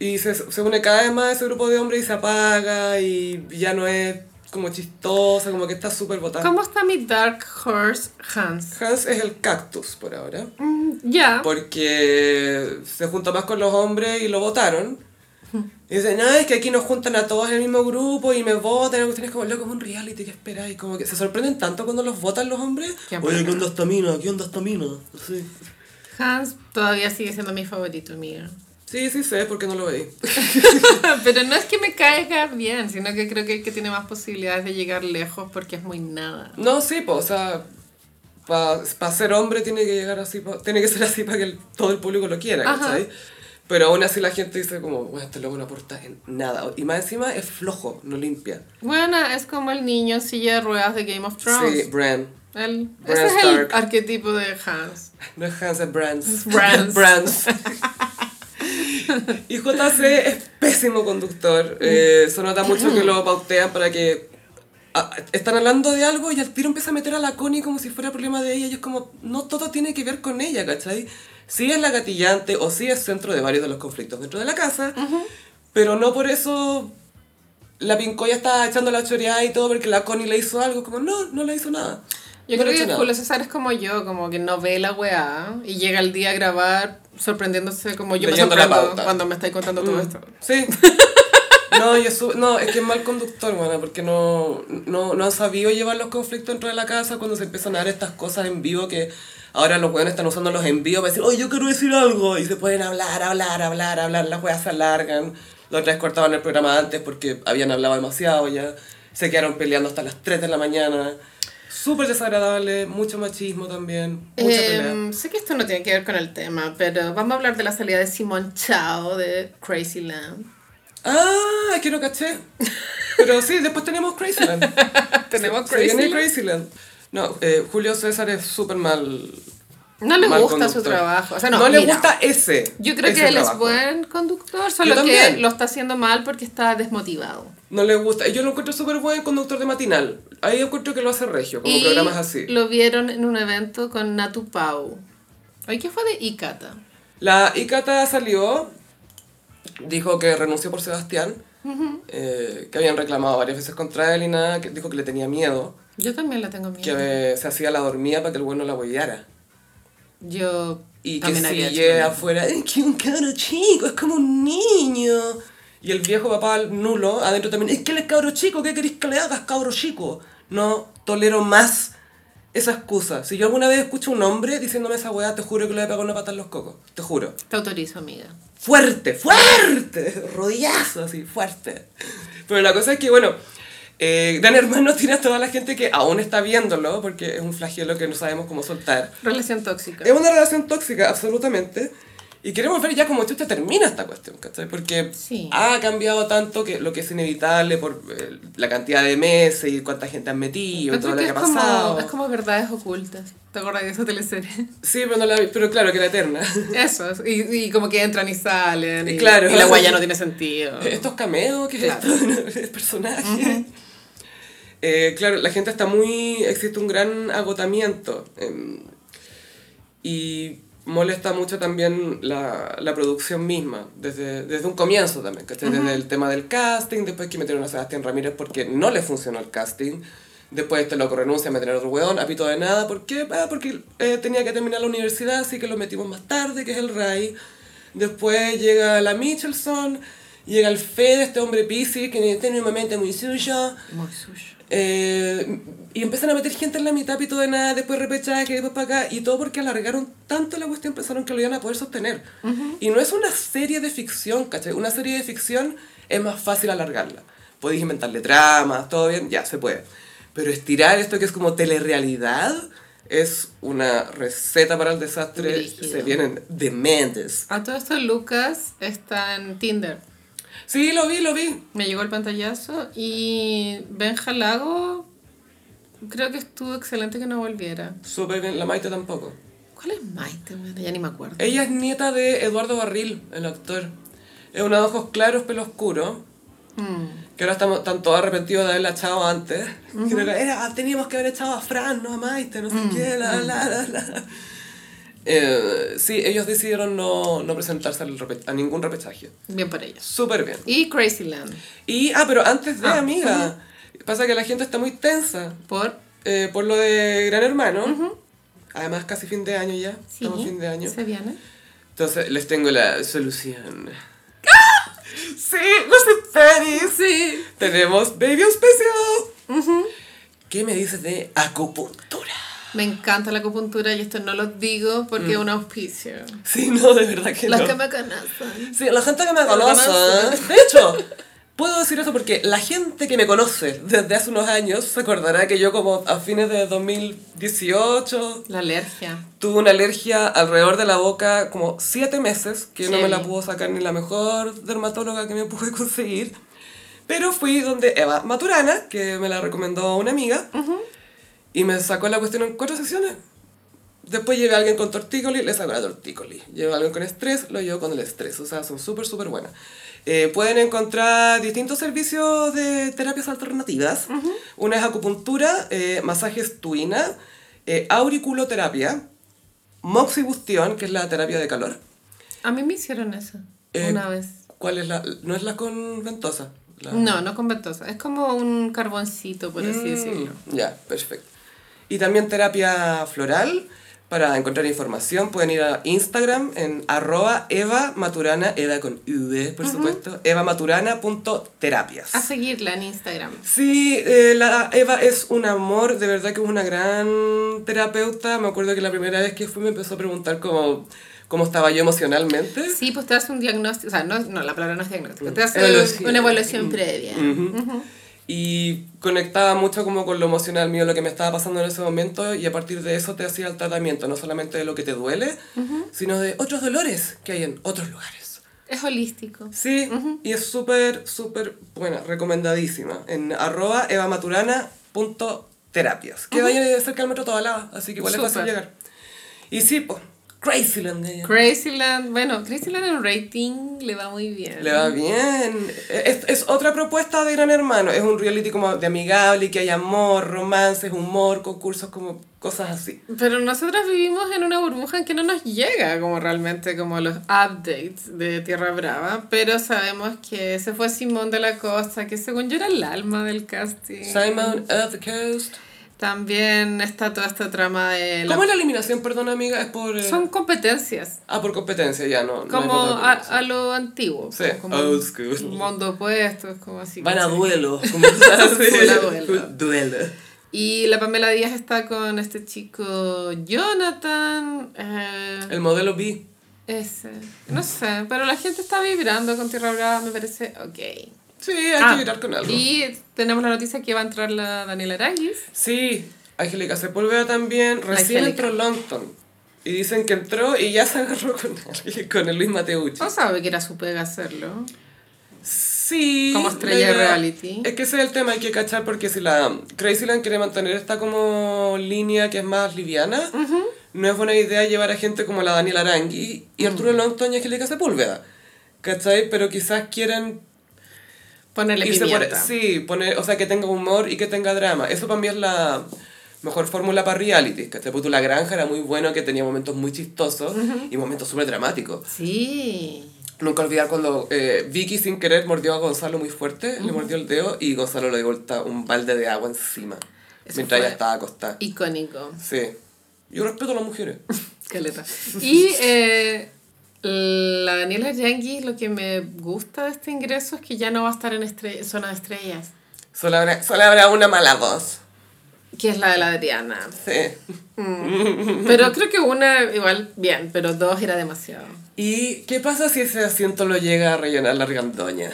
[SPEAKER 1] Y se, se une cada vez más a ese grupo de hombres y se apaga y ya no es como chistosa, como que está súper botada.
[SPEAKER 2] ¿Cómo está mi Dark Horse Hans?
[SPEAKER 1] Hans es el cactus por ahora.
[SPEAKER 2] Mm, ya.
[SPEAKER 1] Porque se junta más con los hombres y lo votaron. Y dicen, no, es que aquí nos juntan a todos en el mismo grupo y me votan. Y cuestiones como, loco, es un reality, ¿qué esperáis? Como que se sorprenden tanto cuando los votan los hombres.
[SPEAKER 2] Qué
[SPEAKER 3] Oye, ¿qué
[SPEAKER 2] amarga.
[SPEAKER 3] onda esta mina? ¿Qué onda esta mina? Sí.
[SPEAKER 2] Hans todavía sigue siendo mi favorito, mía.
[SPEAKER 1] Sí, sí sé, porque no lo veí.
[SPEAKER 2] Pero no es que me caiga bien, sino que creo que el que tiene más posibilidades de llegar lejos porque es muy nada.
[SPEAKER 1] No, sí, pues, o sea, para ser hombre tiene que llegar así, pa- tiene que ser así para que el- todo el público lo quiera,
[SPEAKER 2] Ajá.
[SPEAKER 1] ¿cachai? Pero aún así la gente dice como, bueno, este loco no aporta en nada. Y más encima es flojo, no limpia.
[SPEAKER 2] Bueno, es como el niño en silla de ruedas de Game of Thrones.
[SPEAKER 1] Sí, Bran.
[SPEAKER 2] El-
[SPEAKER 1] Bran
[SPEAKER 2] ese es el
[SPEAKER 1] Stark.
[SPEAKER 2] arquetipo de Hans.
[SPEAKER 1] No es Hans, es Brands.
[SPEAKER 2] Brands.
[SPEAKER 1] Brands. y JC es pésimo conductor. Eh, se nota mucho que lo pautean para que... ah, están hablando de algo y al tiro empieza a meter a la Connie como si fuera problema de ella. Y es como, no todo tiene que ver con ella, ¿cachai? Sí es la gatillante o sí es centro de varios de los conflictos dentro de la casa. Pero no por eso la pincoya está echando la choreada y todo porque la Connie le hizo algo. Como, no, no le hizo nada.
[SPEAKER 2] Yo
[SPEAKER 1] No le hizo
[SPEAKER 2] creo que
[SPEAKER 1] nada.
[SPEAKER 2] Julio César es como yo, como que no ve la weá y llega el día a grabar sorprendiéndose como yo
[SPEAKER 1] Leyendo
[SPEAKER 2] me
[SPEAKER 1] la
[SPEAKER 2] sorprendo
[SPEAKER 1] pauta. Mm.
[SPEAKER 2] cuando me estáis contando todo esto.
[SPEAKER 1] Sí. No, yo su- no, es que es mal conductor, mana, porque no, no, no han sabido llevar los conflictos dentro de la casa cuando se empiezan a dar estas cosas en vivo que ahora los weones están usando los envíos para decir, oye, yo quiero decir algo, y se pueden hablar, hablar, hablar, hablar, las weas se alargan. Los tres cortaban el programa antes porque habían hablado demasiado ya, se quedaron peleando hasta las 3 de la mañana. Súper desagradable, mucho machismo también, mucha pelea.
[SPEAKER 2] Em, sé que esto no tiene que ver con el tema, pero vamos a hablar de la salida de Simón Chao de Crazy Land.
[SPEAKER 1] Ah, es que no caché. Pero sí, después tenemos Crazyland.
[SPEAKER 2] Tenemos
[SPEAKER 1] Se- se viene Crazyland.
[SPEAKER 2] Crazyland.
[SPEAKER 1] No, eh, Julio César es súper mal.
[SPEAKER 2] No le
[SPEAKER 1] mal
[SPEAKER 2] gusta su
[SPEAKER 1] conductor.
[SPEAKER 2] trabajo. O sea, no,
[SPEAKER 1] le
[SPEAKER 2] mira,
[SPEAKER 1] gusta ese.
[SPEAKER 2] Yo creo
[SPEAKER 1] ese
[SPEAKER 2] que él es
[SPEAKER 1] trabajo.
[SPEAKER 2] buen conductor, solo que
[SPEAKER 1] también.
[SPEAKER 2] lo está haciendo mal porque está desmotivado.
[SPEAKER 1] No le gusta. Yo lo encuentro súper buen conductor de matinal. Ahí encuentro que lo hace regio, como
[SPEAKER 2] y
[SPEAKER 1] programas así.
[SPEAKER 2] lo vieron en un evento con Natu Pau. Ay, ¿qué fue de Icata?
[SPEAKER 1] La Icata salió, dijo que renunció por Sebastián, eh, que habían reclamado varias veces contra él y nada, que dijo que le tenía miedo,
[SPEAKER 2] Yo también la tengo miedo.
[SPEAKER 1] que eh, se hacía la dormida para que el bueno la hueviara.
[SPEAKER 2] Yo
[SPEAKER 1] Y que
[SPEAKER 2] también había
[SPEAKER 1] sigue
[SPEAKER 2] hecho lo mismo.
[SPEAKER 1] afuera, es que un cabro chico, es como un niño. Y el viejo papá nulo adentro también, es que él es cabro chico, ¿qué querés que le hagas, cabro chico? No tolero más esa excusa. Si yo alguna vez escucho a un hombre diciéndome esa weá, te juro que le voy a pegar una pata en los cocos. Te juro.
[SPEAKER 2] Te autorizo, amiga.
[SPEAKER 1] Fuerte, fuerte, rodillazo así, fuerte. Pero la cosa es que, bueno, eh, Gran Hermano tiene a toda la gente que aún está viéndolo, porque es un flagelo que no sabemos cómo soltar.
[SPEAKER 2] Relación tóxica.
[SPEAKER 1] Es una relación tóxica, absolutamente. Y queremos ver ya cómo chucha termina esta cuestión, ¿cachai? Porque
[SPEAKER 2] Sí.
[SPEAKER 1] ha cambiado tanto que lo que es inevitable por eh, la cantidad de meses y cuánta gente han metido,
[SPEAKER 2] Yo
[SPEAKER 1] todo
[SPEAKER 2] creo
[SPEAKER 1] lo
[SPEAKER 2] que
[SPEAKER 1] que
[SPEAKER 2] es
[SPEAKER 1] ha pasado.
[SPEAKER 2] como, es como verdades ocultas. ¿Te acuerdas de esa teleserie?
[SPEAKER 1] Sí, pero, no la vi- pero claro, que era eterna.
[SPEAKER 2] Eso, y, y como que entran y salen. Y,
[SPEAKER 1] Eh, Claro.
[SPEAKER 2] y la guaya no tiene sentido.
[SPEAKER 1] Eh, Estos cameos, que
[SPEAKER 2] Claro.
[SPEAKER 1] es esto? personajes. Eh, claro, la gente está muy... Existe un gran agotamiento. em, y molesta mucho también la, la producción misma, desde, desde un comienzo también, ¿cachai? Desde el tema del casting, después que metieron a Sebastián Ramírez porque no le funcionó el casting, después este loco renuncia a meter a otro weón, a pito de nada, ¿por qué? Ah, porque eh, tenía que terminar la universidad, así que lo metimos más tarde, que es el Ray. Después llega la Michelson, llega el Fede, este hombre piscis, que tiene una mente muy suya.
[SPEAKER 2] Muy suyo.
[SPEAKER 1] Eh, y empiezan a meter gente en la mitad, pito de nada, después repechaje, después para acá, y todo porque alargaron tanto la cuestión, pensaron que lo iban a poder sostener. Y no es una serie de ficción, ¿cachai? Una serie de ficción es más fácil alargarla. Podéis inventarle tramas, todo bien, ya se puede. Pero estirar esto que es como telerrealidad es una receta para el desastre.
[SPEAKER 2] Brígido.
[SPEAKER 1] Se vienen dementes.
[SPEAKER 2] A todo esto, Lucas está en Tinder.
[SPEAKER 1] Sí, lo vi, lo vi.
[SPEAKER 2] Me llegó el pantallazo y Benja Lago creo que estuvo excelente que no volviera.
[SPEAKER 1] Súper bien, la Maite tampoco.
[SPEAKER 2] ¿Cuál es Maite? Bueno, ya ni me acuerdo.
[SPEAKER 1] Ella es nieta de Eduardo Barril, el actor. Es una de ojos claros, pelo oscuro.
[SPEAKER 2] Mm.
[SPEAKER 1] Que ahora estamos, están todos arrepentidos de haberla echado antes. Que era- era, ah, teníamos que haber echado a Fran, no a Maite, no sé
[SPEAKER 2] Mm,
[SPEAKER 1] qué, la, la, la, la. Eh, sí, ellos decidieron no, no presentarse al repe- a ningún repechaje.
[SPEAKER 2] Bien para ellos.
[SPEAKER 1] Súper bien.
[SPEAKER 2] Y Crazyland.
[SPEAKER 1] Y, ah, pero antes de,
[SPEAKER 2] Ah,
[SPEAKER 1] amiga, pasa que la gente está muy tensa
[SPEAKER 2] Por
[SPEAKER 1] eh, por lo de Gran Hermano. Además, casi fin de año ya.
[SPEAKER 2] sí,
[SPEAKER 1] Estamos fin de año.
[SPEAKER 2] Se viene.
[SPEAKER 1] Entonces les tengo la solución. Sí, los Paris.
[SPEAKER 2] Sí.
[SPEAKER 1] Tenemos Baby Special. ¿Qué me dices de acupuntura?
[SPEAKER 2] Me encanta la acupuntura y esto no lo digo
[SPEAKER 1] Mm.
[SPEAKER 2] porque es un auspicio.
[SPEAKER 1] Sí, no, de verdad que
[SPEAKER 2] Las
[SPEAKER 1] no.
[SPEAKER 2] que me conocen.
[SPEAKER 1] Sí, la gente que me
[SPEAKER 2] Los que me
[SPEAKER 1] conoce.
[SPEAKER 2] conocen.
[SPEAKER 1] De hecho, puedo decir eso porque la gente que me conoce desde hace unos años se acordará que yo como a fines de 2018
[SPEAKER 2] La alergia.
[SPEAKER 1] tuve una alergia alrededor de la boca como siete meses, que no me la
[SPEAKER 2] Sí.
[SPEAKER 1] pudo sacar ni la mejor dermatóloga que me pude conseguir. Pero fui donde Eva Maturana, que me la recomendó una amiga, y me sacó la cuestión en cuatro sesiones. Después llevé a alguien con tortícoli, le saco la tortícoli. Llevé a alguien con estrés, lo llevo con el estrés. O sea, son súper, súper buenas. Eh, pueden encontrar distintos servicios de terapias alternativas. Una es acupuntura, eh, masajes tuina, eh, auriculoterapia, moxibustión, que es la terapia de calor.
[SPEAKER 2] A mí me hicieron eso
[SPEAKER 1] Eh,
[SPEAKER 2] una vez.
[SPEAKER 1] ¿Cuál es la...? No es la con ventosa. La-
[SPEAKER 2] No, no con ventosa. Es como un carboncito, por así
[SPEAKER 1] Mm,
[SPEAKER 2] decirlo.
[SPEAKER 1] Ya, perfecto. Y también terapia floral. Para encontrar información pueden ir a Instagram en arroba Eva Maturana, Eva con V, por supuesto, evamaturana.terapias.
[SPEAKER 2] A seguirla en Instagram.
[SPEAKER 1] Sí, eh, la Eva es un amor, de verdad que es una gran terapeuta. Me acuerdo que la primera vez que fui me empezó a preguntar cómo, cómo estaba yo emocionalmente.
[SPEAKER 2] Sí, pues te hace un diagnóstico, o sea, no, no la palabra no es diagnóstico, te hace
[SPEAKER 1] Mm. Evaluación. Mm.
[SPEAKER 2] una evaluación previa.
[SPEAKER 1] Y conectaba mucho como con lo emocional mío, lo que me estaba pasando en ese momento y a partir de eso te hacía el tratamiento, no solamente de lo que te duele, sino de otros dolores que hay en otros lugares.
[SPEAKER 2] Es holístico.
[SPEAKER 1] Sí, y es súper, súper buena, recomendadísima. En arroba evamaturana.terapias, que vaya de cerca del metro toda lava, así que igual es fácil
[SPEAKER 2] Súper.
[SPEAKER 1] llegar. Y sí, pues, Crazyland. eh, de ella.
[SPEAKER 2] Crazyland, bueno, Crazyland en rating le va muy bien.
[SPEAKER 1] Le va bien. Es, es otra propuesta de Gran Hermano. Es un reality como de amigable, que hay amor, romances, humor, concursos, como cosas así.
[SPEAKER 2] Pero nosotras vivimos en una burbuja en que no nos llega como realmente como los updates de Tierra Brava, pero sabemos que se fue Simón de la Costa, que según yo era el alma del casting.
[SPEAKER 1] Simon of the Coast.
[SPEAKER 2] También está toda esta trama de... la-
[SPEAKER 1] ¿Cómo es la eliminación, perdón, amiga? Es por. eh,
[SPEAKER 2] Son competencias.
[SPEAKER 1] Ah, por competencia, ya, no. no hay
[SPEAKER 2] Como
[SPEAKER 1] voto de
[SPEAKER 2] a,
[SPEAKER 1] competencia.
[SPEAKER 2] a lo antiguo.
[SPEAKER 1] Sí,
[SPEAKER 2] como
[SPEAKER 1] old school.
[SPEAKER 2] Mundo opuesto, es como así.
[SPEAKER 3] Van a
[SPEAKER 2] ¿cachai?
[SPEAKER 3] duelo. Como Full a
[SPEAKER 2] duelo.
[SPEAKER 3] Duelo.
[SPEAKER 2] Y la Pamela Díaz está con este chico Jonathan. eh,
[SPEAKER 1] El modelo B.
[SPEAKER 2] Ese. No sé, pero la gente está vibrando con Tierra Brava, me parece ok.
[SPEAKER 1] Sí, hay
[SPEAKER 2] Ah,
[SPEAKER 1] que vibrar con algo.
[SPEAKER 2] Y tenemos la noticia que va a entrar la Daniela Aragis.
[SPEAKER 1] Sí, Angélica Sepúlveda también. Recién
[SPEAKER 2] Angélica.
[SPEAKER 1] entró Longton. Y dicen que entró y ya se agarró con, alguien, con el Luis Mateucci.
[SPEAKER 2] No sabe que era su pega hacerlo.
[SPEAKER 1] Sí.
[SPEAKER 2] Como estrella
[SPEAKER 1] la
[SPEAKER 2] de
[SPEAKER 1] idea-
[SPEAKER 2] reality.
[SPEAKER 1] Es que ese es el tema, hay que cachar porque si la Crazyland quiere mantener esta como línea que es más liviana, no es buena idea llevar a gente como la Daniela Arangui y Arturo Longton y Angélica Sepúlveda. ¿Cachai? Pero quizás quieran
[SPEAKER 2] Ponerle
[SPEAKER 1] irse por-
[SPEAKER 2] pimienta.
[SPEAKER 1] sí, poner, o sea, que tenga humor y que tenga drama. Eso para mí es la mejor fórmula para reality. ¿Cachai? Porque La Granja era muy bueno, que tenía momentos muy chistosos y momentos súper dramáticos.
[SPEAKER 2] Sí.
[SPEAKER 1] Nunca olvidar cuando eh, Vicky sin querer mordió a Gonzalo muy fuerte, le mordió el dedo y Gonzalo le dio vuelta un balde de agua encima.
[SPEAKER 2] Eso
[SPEAKER 1] mientras
[SPEAKER 2] fue.
[SPEAKER 1] ella estaba acostada.
[SPEAKER 2] Icónico.
[SPEAKER 1] Sí. Yo respeto a las mujeres.
[SPEAKER 2] Caleta. Y eh, la Daniela Yanguis, lo que me gusta de este ingreso es que ya no va a estar en estre- zona de estrellas,
[SPEAKER 1] Solo habrá, solo habrá una mala voz.
[SPEAKER 2] que es la de la Adriana. Mm.
[SPEAKER 1] Sí.
[SPEAKER 2] Pero creo que una igual bien, pero dos era demasiado.
[SPEAKER 1] ¿Y qué pasa si ese asiento lo llega a rellenar la argandoña?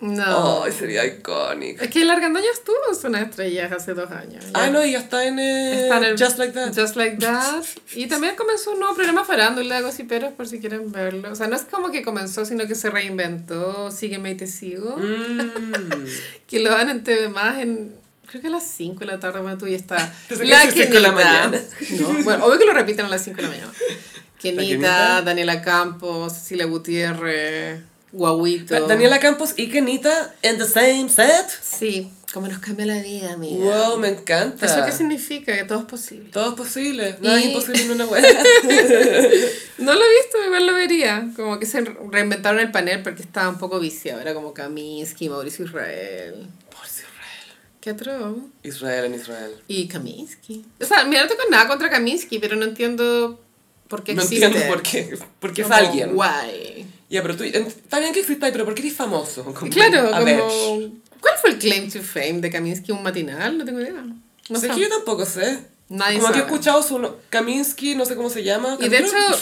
[SPEAKER 2] No.
[SPEAKER 1] Oh, sería icónico.
[SPEAKER 2] Es que el Argandoña estuvo en zona de estrellas hace dos años. ya.
[SPEAKER 1] Ah, no, y ya está en, eh,
[SPEAKER 2] Está en el-
[SPEAKER 1] Just Like That.
[SPEAKER 2] Just Like That. Y también comenzó un nuevo programa farándula, gossiperos, por si quieren verlo. O sea, no es como que comenzó, sino que se reinventó, Sígueme y te sigo.
[SPEAKER 1] Mm.
[SPEAKER 2] Que lo dan en TV más en. Creo que a las 5 de la tarde, bueno, tú ya está.
[SPEAKER 1] Pensé que a las 5 de la mañana.
[SPEAKER 2] No, bueno, obvio que lo repiten a las 5 de la mañana. Kenita,
[SPEAKER 1] Kenita.
[SPEAKER 2] Daniela Campos, Cecilia Gutiérrez, Guaguito.
[SPEAKER 1] Da- Daniela Campos y Kenita en the same set.
[SPEAKER 2] Sí, como nos cambia la vida, amiga.
[SPEAKER 1] Wow, me encanta.
[SPEAKER 2] ¿Eso qué significa? Que todo es posible.
[SPEAKER 1] Todo es posible. Nada es
[SPEAKER 2] Y-
[SPEAKER 1] imposible en una wea.
[SPEAKER 2] No lo he visto, igual lo vería. Como que se reinventaron el panel porque estaba un poco viciado. Era como Kaminsky, Mauricio Israel.
[SPEAKER 1] Por si Israel.
[SPEAKER 2] ¿Qué otro?
[SPEAKER 1] Israel en Israel.
[SPEAKER 2] Y Kaminsky. O sea, mira, no tengo nada contra Kaminsky, pero no entiendo por qué
[SPEAKER 1] no
[SPEAKER 2] existe.
[SPEAKER 1] entiendo por qué. Porque es
[SPEAKER 2] Como,
[SPEAKER 1] alguien.
[SPEAKER 2] Guay.
[SPEAKER 1] Ya, pero tú. en- Está bien que existáis, pero ¿por qué eres famoso? Como-
[SPEAKER 2] Claro,
[SPEAKER 1] a ver.
[SPEAKER 2] como. ¿Cuál fue el claim to fame de Kaminsky? ¿Un matinal? No tengo idea. No
[SPEAKER 1] sé
[SPEAKER 2] sé.
[SPEAKER 1] que yo tampoco sé.
[SPEAKER 2] Nadie
[SPEAKER 1] como que he
[SPEAKER 2] sabe.
[SPEAKER 1] escuchado su no- Kaminsky, no sé cómo se llama.
[SPEAKER 2] Y de hecho,
[SPEAKER 1] ¿Camilo?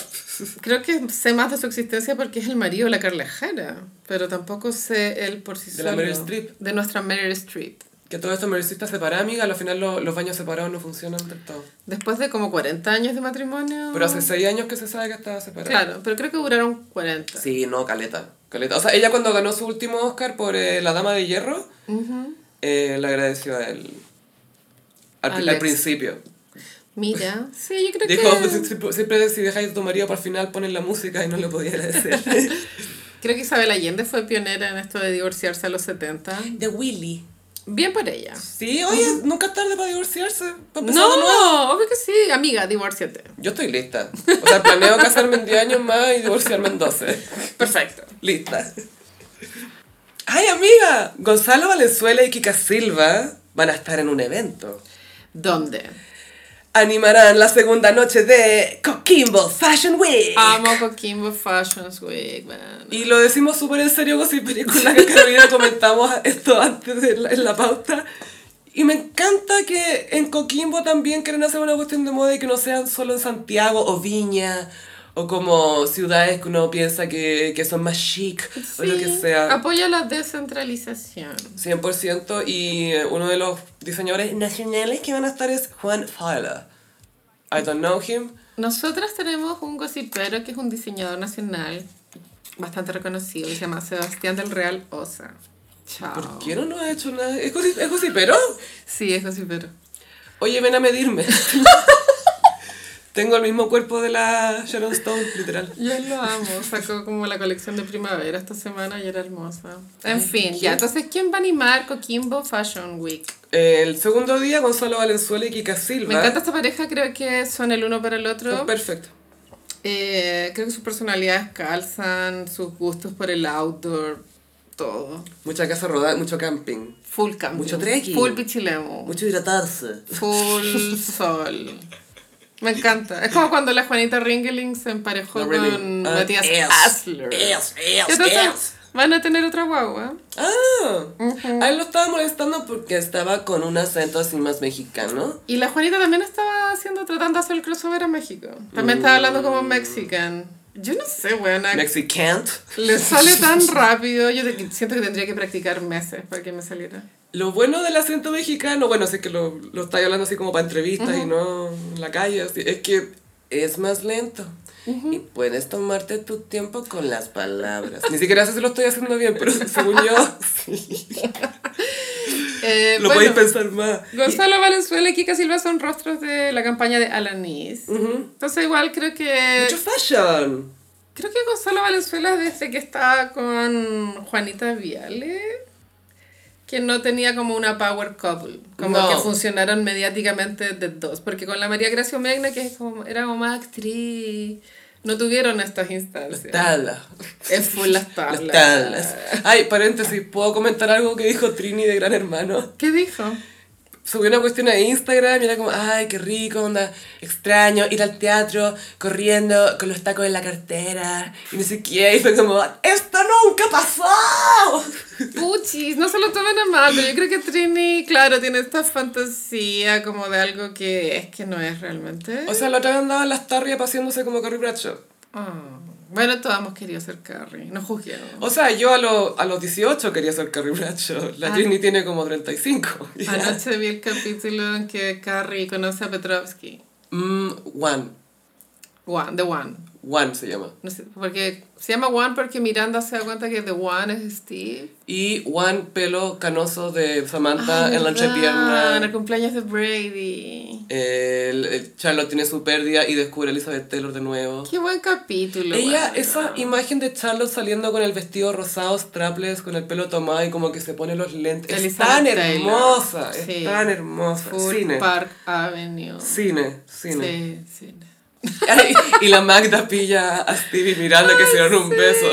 [SPEAKER 2] creo que sé más de su existencia porque es el marido de la Carla Jara. Pero tampoco sé él por sí
[SPEAKER 1] De
[SPEAKER 2] solo.
[SPEAKER 1] la Meryl Streep.
[SPEAKER 2] De nuestra Meryl Streep.
[SPEAKER 1] Que todo esto me está separado, amiga. Al final lo- los baños separados no funcionan del todo.
[SPEAKER 2] Después de como 40 años de matrimonio.
[SPEAKER 1] Pero hace seis años que se sabe que estaba separado.
[SPEAKER 2] Ah. Claro, pero creo que duraron 40.
[SPEAKER 1] Sí, no, caleta. Caleta. O sea, ella cuando ganó su último Oscar por eh, La Dama de Hierro, eh, le agradeció a él. Al, pri-
[SPEAKER 2] Al
[SPEAKER 1] al
[SPEAKER 2] ex.
[SPEAKER 1] principio.
[SPEAKER 2] Mira, sí, yo creo
[SPEAKER 1] Dijo,
[SPEAKER 2] que.
[SPEAKER 1] "Si- si- siempre si dejáis a tu marido para el final ponen la música y no le podía agradecer.
[SPEAKER 2] Creo que Isabel Allende fue pionera en esto de divorciarse a los 70.
[SPEAKER 1] De Willy.
[SPEAKER 2] Bien por ella.
[SPEAKER 1] Sí, oye, nunca es tarde para divorciarse. para empezar de nuevo.
[SPEAKER 2] No, obvio que sí, amiga, divórciate.
[SPEAKER 1] Yo estoy lista. O sea, planeo casarme en 10 años más y divorciarme en 12.
[SPEAKER 2] Perfecto.
[SPEAKER 1] Lista. ¡Ay, amiga! Gonzalo Valenzuela y Kika Silva van a estar en un evento.
[SPEAKER 2] ¿Dónde?
[SPEAKER 1] animarán la segunda noche de Coquimbo Fashion Week.
[SPEAKER 2] Amo Coquimbo Fashions Week, man.
[SPEAKER 1] y lo decimos súper en serio, con película que Carolina comentamos esto antes de la- en la pauta. Y me encanta que en Coquimbo también quieren hacer una cuestión de moda y que no sean solo en Santiago o Viña o como ciudades que uno piensa que, que son más chic o lo que
[SPEAKER 2] Sí, Ah,
[SPEAKER 1] sea.
[SPEAKER 2] Apoya la descentralización.
[SPEAKER 1] 100% y eh, uno de los diseñadores nacionales que van a estar es Juan Fowler. I don't know him.
[SPEAKER 2] Nosotras tenemos un gossipero que es un diseñador nacional bastante reconocido y se llama Sebastián del Real Osa. Chao.
[SPEAKER 1] ¿Por qué no nos ha hecho nada? ¿Es gossip- es gossipero?
[SPEAKER 2] Sí, es gossipero.
[SPEAKER 1] Oye, ven a medirme. Tengo el mismo cuerpo de la Sharon Stone, literal.
[SPEAKER 2] Yo lo amo, sacó como la colección de primavera esta semana y era hermosa. En fin, ya, entonces, ¿quién va a animar Coquimbo Fashion Week?
[SPEAKER 1] El segundo día, Gonzalo Valenzuela y Kika Silva.
[SPEAKER 2] Me encanta este esta pareja, creo que son el uno para el otro.
[SPEAKER 1] Son perfectos.
[SPEAKER 2] Eh, creo que sus personalidades calzan, sus gustos por el outdoor todo.
[SPEAKER 1] Mucha casa rodada, mucho camping.
[SPEAKER 2] Full camping.
[SPEAKER 1] Mucho trekking.
[SPEAKER 2] Full pichilemo.
[SPEAKER 1] Mucho hidratarse.
[SPEAKER 2] Full sol. Me encanta. Es como cuando la Juanita Ringeling se emparejó
[SPEAKER 1] No, really.
[SPEAKER 2] con
[SPEAKER 1] Ah,
[SPEAKER 2] Matías
[SPEAKER 1] es,
[SPEAKER 2] Asler.
[SPEAKER 1] es, es,
[SPEAKER 2] Y entonces
[SPEAKER 1] es.
[SPEAKER 2] van a tener otra guagua.
[SPEAKER 1] Ah, a él lo estaba molestando porque estaba con un acento así más mexicano.
[SPEAKER 2] Y la Juanita también estaba haciendo, tratando de hacer el crossover a México. También
[SPEAKER 1] Mm.
[SPEAKER 2] estaba hablando como mexican. Yo no sé, weón.
[SPEAKER 1] Mexicant.
[SPEAKER 2] Le sale tan rápido. Yo te- siento que tendría que practicar meses para que me saliera.
[SPEAKER 1] Lo bueno del acento mexicano, bueno, sé que lo, lo estáis hablando así como para entrevistas y no en la calle, así, es que es más lento. Y puedes tomarte tu tiempo con las palabras. Ni siquiera sé si lo estoy haciendo bien, pero según yo, sí.
[SPEAKER 2] Eh,
[SPEAKER 1] lo
[SPEAKER 2] bueno,
[SPEAKER 1] podéis pensar más.
[SPEAKER 2] Gonzalo Valenzuela y Kika Silva son rostros de la campaña de Alanis. Entonces igual creo que...
[SPEAKER 1] Mucho fashion.
[SPEAKER 2] Creo que Gonzalo Valenzuela desde que estaba con Juanita Viale, que no tenía como una power couple, como
[SPEAKER 1] No.
[SPEAKER 2] que funcionaron mediáticamente de dos, porque con la María Gracia Megna, que es como, era como más actriz, no tuvieron estas instancias.
[SPEAKER 1] Tabla.
[SPEAKER 2] es full las tablas.
[SPEAKER 1] Las tablas. Ay, paréntesis, ¿puedo comentar algo que dijo Trini de Gran Hermano?
[SPEAKER 2] ¿Qué dijo?
[SPEAKER 1] Subió una cuestión a Instagram y era como, ay, qué rico, onda, extraño, ir al teatro corriendo con los tacos en la cartera y no sé qué. Y fue como, ¡esto nunca pasó!
[SPEAKER 2] Puchis, no se lo tomen a mal, pero yo creo que Trini, claro, tiene esta fantasía como de algo que es que no es realmente.
[SPEAKER 1] O sea, la otra vez andaba en las tarrias paseándose como Carrie Bradshaw.
[SPEAKER 2] Ah, Bueno, todos hemos querido ser Carrie, no juzguemos.
[SPEAKER 1] O sea, yo a, lo- a los 18 quería ser Carrie Bradshaw. La
[SPEAKER 2] Ah.
[SPEAKER 1] Trini tiene como 35.
[SPEAKER 2] Anoche vi el capítulo en que Carrie conoce a Petrovsky.
[SPEAKER 1] Mm, One.
[SPEAKER 2] One, The One.
[SPEAKER 1] One se llama.
[SPEAKER 2] No sé, porque se llama One porque Miranda se da cuenta que The One es Steve.
[SPEAKER 1] Y Juan Pelo Canoso de Samantha
[SPEAKER 2] Ay,
[SPEAKER 1] en la
[SPEAKER 2] Ah, ¿verdad? En el
[SPEAKER 1] entrepierna.
[SPEAKER 2] cumpleaños de Brady.
[SPEAKER 1] El, el Charlotte tiene su pérdida y descubre a Elizabeth Taylor de nuevo.
[SPEAKER 2] Qué buen capítulo.
[SPEAKER 1] Ella,
[SPEAKER 2] weona.
[SPEAKER 1] esa imagen de Charlotte saliendo con el vestido rosado, strapless, con el pelo tomado y como que se pone los lentes. Es
[SPEAKER 2] Elizabeth
[SPEAKER 1] tan
[SPEAKER 2] Taylor.
[SPEAKER 1] hermosa,
[SPEAKER 2] Sí.
[SPEAKER 1] es tan hermosa.
[SPEAKER 2] Full
[SPEAKER 1] Cine.
[SPEAKER 2] Park Avenue.
[SPEAKER 1] Cine, cine.
[SPEAKER 2] Sí, cine.
[SPEAKER 1] Ay, y la Magda pilla a Stevie y Miranda que se dieron un beso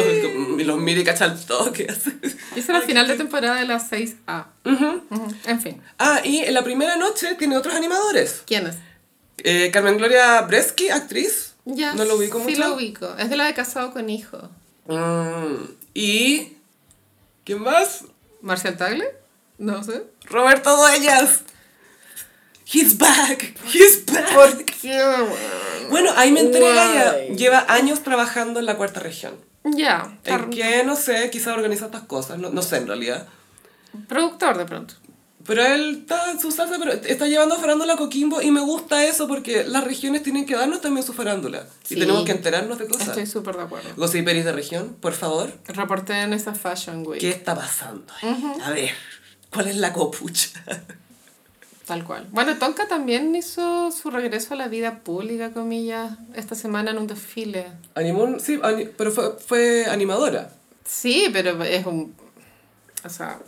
[SPEAKER 1] y los mira y cacha el toque. así.
[SPEAKER 2] Y esa era el final de temporada de la 6A. Ujú. En fin.
[SPEAKER 1] Ah, y en la primera noche tiene otros animadores.
[SPEAKER 2] ¿Quién es?
[SPEAKER 1] Eh, Carmen Gloria Bresky, actriz.
[SPEAKER 2] Ya.
[SPEAKER 1] ¿No lo ubico
[SPEAKER 2] sí
[SPEAKER 1] mucho?
[SPEAKER 2] lo ubico. Es de la de Casado con Hijo.
[SPEAKER 1] Mm, y. ¿Quién más?
[SPEAKER 2] ¿Marcial Tagle? No sé.
[SPEAKER 1] Roberto Dueñas. He's back. He's back. Bueno, ahí me enteré,
[SPEAKER 2] Why?
[SPEAKER 1] Gaya. Lleva años trabajando en la cuarta región.
[SPEAKER 2] Ya,
[SPEAKER 1] En que, no sé, quizá organiza estas cosas, no, no sé en realidad.
[SPEAKER 2] productor de pronto.
[SPEAKER 1] Pero él está en su salsa, pero está llevando farándula a Coquimbo y me gusta eso porque las regiones tienen que darnos también su farándula.
[SPEAKER 2] Sí.
[SPEAKER 1] Y tenemos que enterarnos de cosas.
[SPEAKER 2] Estoy súper de acuerdo.
[SPEAKER 1] Gossiperis de región, por favor.
[SPEAKER 2] Reporté en esa Fashion Week,
[SPEAKER 1] ¿Qué está pasando? ahí? A ver, ¿cuál es la copucha?
[SPEAKER 2] tal cual. Bueno, Tonka también hizo su regreso a la vida pública, comillas, esta semana en un desfile.
[SPEAKER 1] Animó, un- sí, ani- pero fue, fue animadora.
[SPEAKER 2] Sí, pero es un... O sea,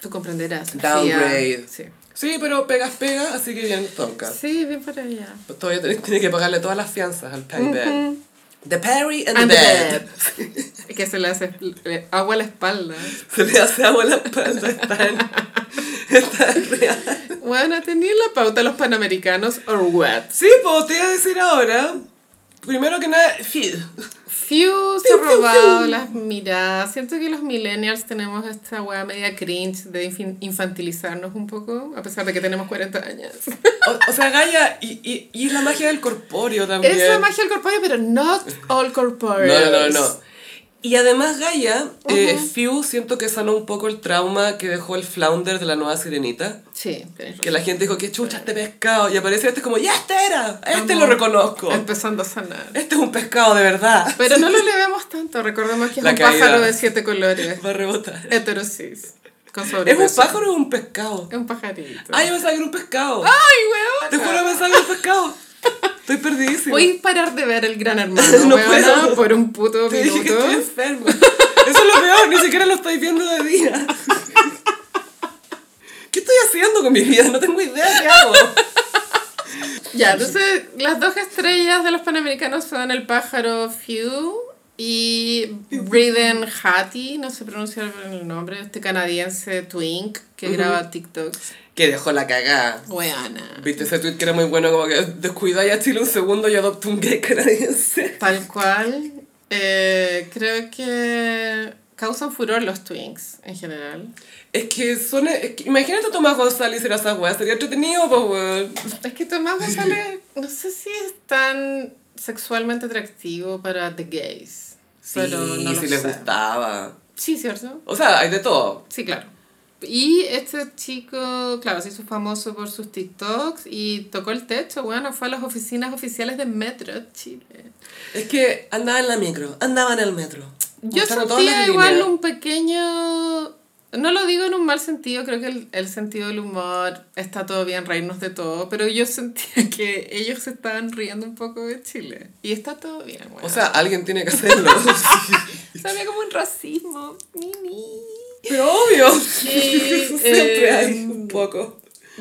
[SPEAKER 2] tú comprenderás.
[SPEAKER 1] Downgrade.
[SPEAKER 2] Sí,
[SPEAKER 1] Sí, pero pegas, pegas, así que bien toca.
[SPEAKER 2] sí bien para allá.
[SPEAKER 1] Pues todavía tenés, tiene que pagarle todas las fianzas al Payback. The Perry and,
[SPEAKER 2] And
[SPEAKER 1] the
[SPEAKER 2] the
[SPEAKER 1] Bed.
[SPEAKER 2] que se le hace le- agua a la espalda.
[SPEAKER 1] Se le hace agua a la espalda. Están, están real.
[SPEAKER 2] Bueno, tenía la pauta de los panamericanos, or what?
[SPEAKER 1] Sí, pues te iba a decir ahora. Primero que nada, sí.
[SPEAKER 2] Few se ha robado las miradas. Siento que los millennials tenemos esta weá media cringe de infin- infantilizarnos un poco, a pesar de que tenemos 40 años.
[SPEAKER 1] O, o sea, Gaia, y, y, y es la magia del corpóreo también.
[SPEAKER 2] Es la magia del corpóreo, pero not all corporeal.
[SPEAKER 1] No, no, no, no. Y además, Gaia, eh, Fiu, siento que sanó un poco el trauma que dejó el flounder de la nueva sirenita.
[SPEAKER 2] Sí, tenés
[SPEAKER 1] Que la gente dijo, qué chucha este pescado. Y aparece este como, ya este era, este lo reconozco.
[SPEAKER 2] razón. empezando a sanar.
[SPEAKER 1] Este es un pescado de verdad.
[SPEAKER 2] Pero no lo elevemos tanto, recordemos que es
[SPEAKER 1] La
[SPEAKER 2] un
[SPEAKER 1] caída.
[SPEAKER 2] pájaro de siete colores.
[SPEAKER 1] Va a rebotar.
[SPEAKER 2] Heterosis. Con
[SPEAKER 1] ¿Es
[SPEAKER 2] sobrepeso.
[SPEAKER 1] un pájaro o un pescado?
[SPEAKER 2] Es un pajarito.
[SPEAKER 1] Ay, yo pensaba que era un pescado.
[SPEAKER 2] ¡Ay,
[SPEAKER 1] Te juro que pensaba que era un pescado. Estoy perdidísima.
[SPEAKER 2] Voy a parar de ver el gran hermano.
[SPEAKER 1] No
[SPEAKER 2] weona,
[SPEAKER 1] puedo.
[SPEAKER 2] Por un puto
[SPEAKER 1] Te dije que
[SPEAKER 2] minuto.
[SPEAKER 1] estoy enferma. Eso es lo peor, ni siquiera lo estoy viendo de día. ¿Qué estoy haciendo con mi vida? No tengo idea qué hago.
[SPEAKER 2] Ya, entonces las dos estrellas de los Panamericanos son el pájaro Few Y Braden Hattie, no sé pronunciar el nombre, este canadiense Twink que graba TikToks.
[SPEAKER 1] Que dejó la cagada.
[SPEAKER 2] Weana.
[SPEAKER 1] Viste ese tweet que era muy bueno, como que descuidáis a Chile un segundo y adopto un gay canadiense.
[SPEAKER 2] Tal cual. Eh, creo que causan furor los Twinks en general.
[SPEAKER 1] Es que son. es que- imagínate a Tomás González hacer esas weas, sería entretenido, pues weón.
[SPEAKER 2] Es que Tomás González, no sé si es tan sexualmente atractivo para the gays.
[SPEAKER 1] Sí,
[SPEAKER 2] pero no lo
[SPEAKER 1] si les
[SPEAKER 2] sé.
[SPEAKER 1] gustaba.
[SPEAKER 2] Sí, ¿cierto?
[SPEAKER 1] O sea, hay de todo.
[SPEAKER 2] Sí, claro. Y este chico, claro, se hizo famoso por sus TikToks y tocó el techo, bueno, fue a las oficinas oficiales de Metro Chile.
[SPEAKER 1] Es que andaba en la micro, andaba en el metro.
[SPEAKER 2] Yo
[SPEAKER 1] Mostrando todas
[SPEAKER 2] sentía
[SPEAKER 1] las
[SPEAKER 2] igual
[SPEAKER 1] líneas.
[SPEAKER 2] un pequeño... No lo digo en un mal sentido, creo que el, el sentido del humor está todo bien, reírnos de todo, pero yo sentía que ellos se estaban riendo un poco de Chile. Y está todo bien, bueno.
[SPEAKER 1] O sea, alguien tiene que hacerlo.
[SPEAKER 2] había como un racismo. Ni, ni.
[SPEAKER 1] Pero obvio.
[SPEAKER 2] Sí,
[SPEAKER 1] Siempre
[SPEAKER 2] eh,
[SPEAKER 1] hay un poco.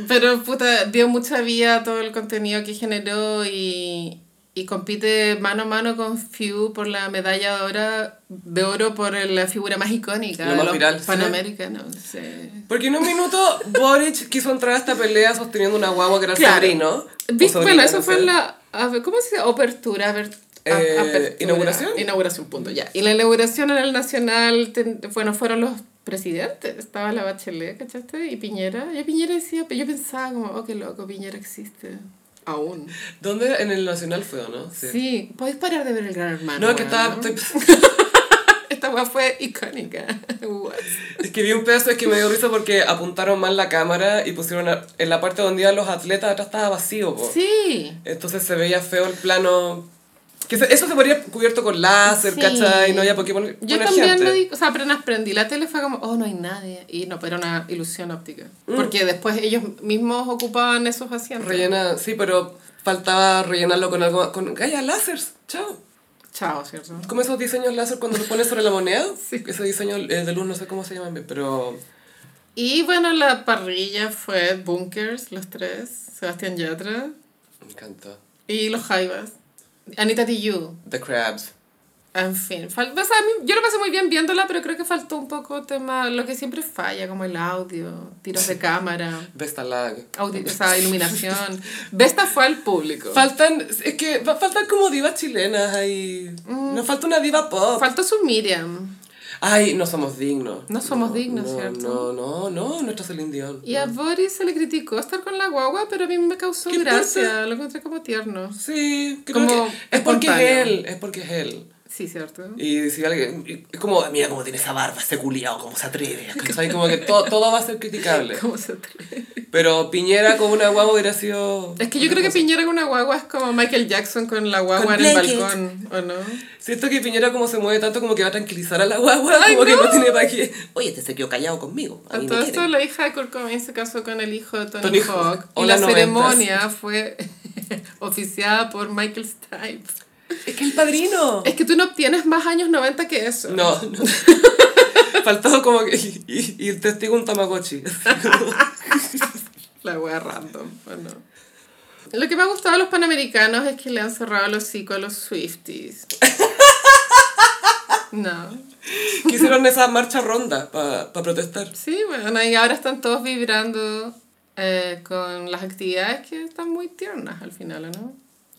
[SPEAKER 2] Pero puta, dio mucha vida a todo el contenido que generó y, y compite mano a mano con Few por la medalla de oro, de oro por la figura más icónica
[SPEAKER 1] Lo
[SPEAKER 2] de
[SPEAKER 1] más
[SPEAKER 2] los
[SPEAKER 1] viral, sí.
[SPEAKER 2] panamericanos. sí.
[SPEAKER 1] Porque en un minuto Boric quiso entrar a esta pelea sosteniendo una guagua que era
[SPEAKER 2] Claro.
[SPEAKER 1] sobrino. o
[SPEAKER 2] Vi-
[SPEAKER 1] sobrina,
[SPEAKER 2] bueno, eso
[SPEAKER 1] no
[SPEAKER 2] fue
[SPEAKER 1] sé.
[SPEAKER 2] la. a ver, ¿Cómo se dice? Apertura. a ver, a-
[SPEAKER 1] Eh,
[SPEAKER 2] apertura.
[SPEAKER 1] ¿inauguración?
[SPEAKER 2] Inauguración, punto, ya. Y la inauguración en el Nacional, ten- bueno, fueron los presidentes. Estaba la Bachelet, ¿cachaste? Y Piñera. Y Piñera decía, yo pensaba como, oh, qué loco, Piñera existe. Aún.
[SPEAKER 1] ¿Dónde? En el Nacional fue, ¿o ¿no?
[SPEAKER 2] Sí. ¿Podéis parar de ver el gran hermano?
[SPEAKER 1] No, que
[SPEAKER 2] weón?
[SPEAKER 1] estaba. estoy-
[SPEAKER 2] Esta weá fue icónica. What?
[SPEAKER 1] Es que vi un pedazo es que me dio risa porque apuntaron mal la cámara y pusieron a- en la parte donde iban los atletas atrás estaba vacío, po.
[SPEAKER 2] Sí.
[SPEAKER 1] Entonces se veía feo el plano. Que se- eso se podría cubierto con láser,
[SPEAKER 2] Sí.
[SPEAKER 1] Ah, ¿cachai? No había por qué poner,
[SPEAKER 2] Yo
[SPEAKER 1] poner
[SPEAKER 2] también
[SPEAKER 1] gente.
[SPEAKER 2] lo di, o sea, apenas prendí la tele fue como, oh, no hay nadie. Y no, pero era una ilusión óptica.
[SPEAKER 1] Mm.
[SPEAKER 2] Porque después ellos mismos ocupaban esos asientos.
[SPEAKER 1] Rellena, sí, pero faltaba rellenarlo con algo más- con Gaia lásers, chao.
[SPEAKER 2] Chao, ¿cierto?
[SPEAKER 1] Como esos diseños láser cuando los pones sobre la moneda.
[SPEAKER 2] Sí.
[SPEAKER 1] Ese diseño eh, de luz, no sé cómo se llaman, pero
[SPEAKER 2] Y bueno, la parrilla fue Bunkers, los tres, Sebastián Yatra
[SPEAKER 1] me encanta.
[SPEAKER 2] y los Jaivas. Anita Tijoux.
[SPEAKER 1] The Crabs.
[SPEAKER 2] En fin, fal- o sea, a mí- yo lo pasé muy bien viéndola, pero creo que faltó un poco tema, lo que siempre falla, como el audio, tiros de cámara,
[SPEAKER 1] Besta Lag.
[SPEAKER 2] audi- o sea, iluminación. Vesta fue al público.
[SPEAKER 1] Faltan, es que va- faltan como divas chilenas ahí.
[SPEAKER 2] Mm.
[SPEAKER 1] Nos falta una diva pop.
[SPEAKER 2] Faltó su Miriam.
[SPEAKER 1] Ay, no somos dignos.
[SPEAKER 2] No somos dignos,
[SPEAKER 1] no,
[SPEAKER 2] ¿cierto?
[SPEAKER 1] No, no, no, nuestro Celine Dion.
[SPEAKER 2] Y a Boris se le criticó estar con la guagua, pero a mí me causó
[SPEAKER 1] ¿Qué
[SPEAKER 2] gracia,
[SPEAKER 1] pasa?
[SPEAKER 2] lo encontré como tierno.
[SPEAKER 1] Sí, creo
[SPEAKER 2] Como
[SPEAKER 1] que es porque es
[SPEAKER 2] espontáneo.
[SPEAKER 1] él, es porque es él.
[SPEAKER 2] Sí, cierto.
[SPEAKER 1] Y si alguien, y- es como, mira cómo tiene esa barba, ese culiao, cómo se atreve, ¿cachai? Como que to- todo va a ser criticable.
[SPEAKER 2] ¿Cómo se atreve?
[SPEAKER 1] Pero Piñera con una guagua hubiera sido...
[SPEAKER 2] Es que yo creo que Piñera con una guagua es como Michael Jackson con la guagua
[SPEAKER 1] Con
[SPEAKER 2] en el
[SPEAKER 1] blanket.
[SPEAKER 2] balcón, ¿o no?
[SPEAKER 1] Siento que Piñera como se mueve tanto como que va a tranquilizar a la guagua, como que no tiene para qué. Oye, este se quedó callado conmigo, a
[SPEAKER 2] A
[SPEAKER 1] mí
[SPEAKER 2] todo
[SPEAKER 1] me
[SPEAKER 2] esto,
[SPEAKER 1] quieren.
[SPEAKER 2] la hija de Kurt Cobain se casó con el hijo de Tony,
[SPEAKER 1] Tony Hawk.
[SPEAKER 2] Hawk. Y
[SPEAKER 1] Hola,
[SPEAKER 2] la
[SPEAKER 1] noventas.
[SPEAKER 2] ceremonia fue oficiada por Michael Stipe.
[SPEAKER 1] Es que el padrino.
[SPEAKER 2] Es que tú no obtienes más años 90 que eso.
[SPEAKER 1] No, no. Faltado como que. Y, y- y el testigo un Tamagotchi.
[SPEAKER 2] La wea random, ¿o no? Lo que me ha gustado de los panamericanos es que le han cerrado los hocico a los Swifties. No.
[SPEAKER 1] Que hicieron esa marcha ronda para protestar.
[SPEAKER 2] Sí, bueno, y ahora están todos vibrando eh, con las actividades que están muy tiernas al final, ¿o ¿no?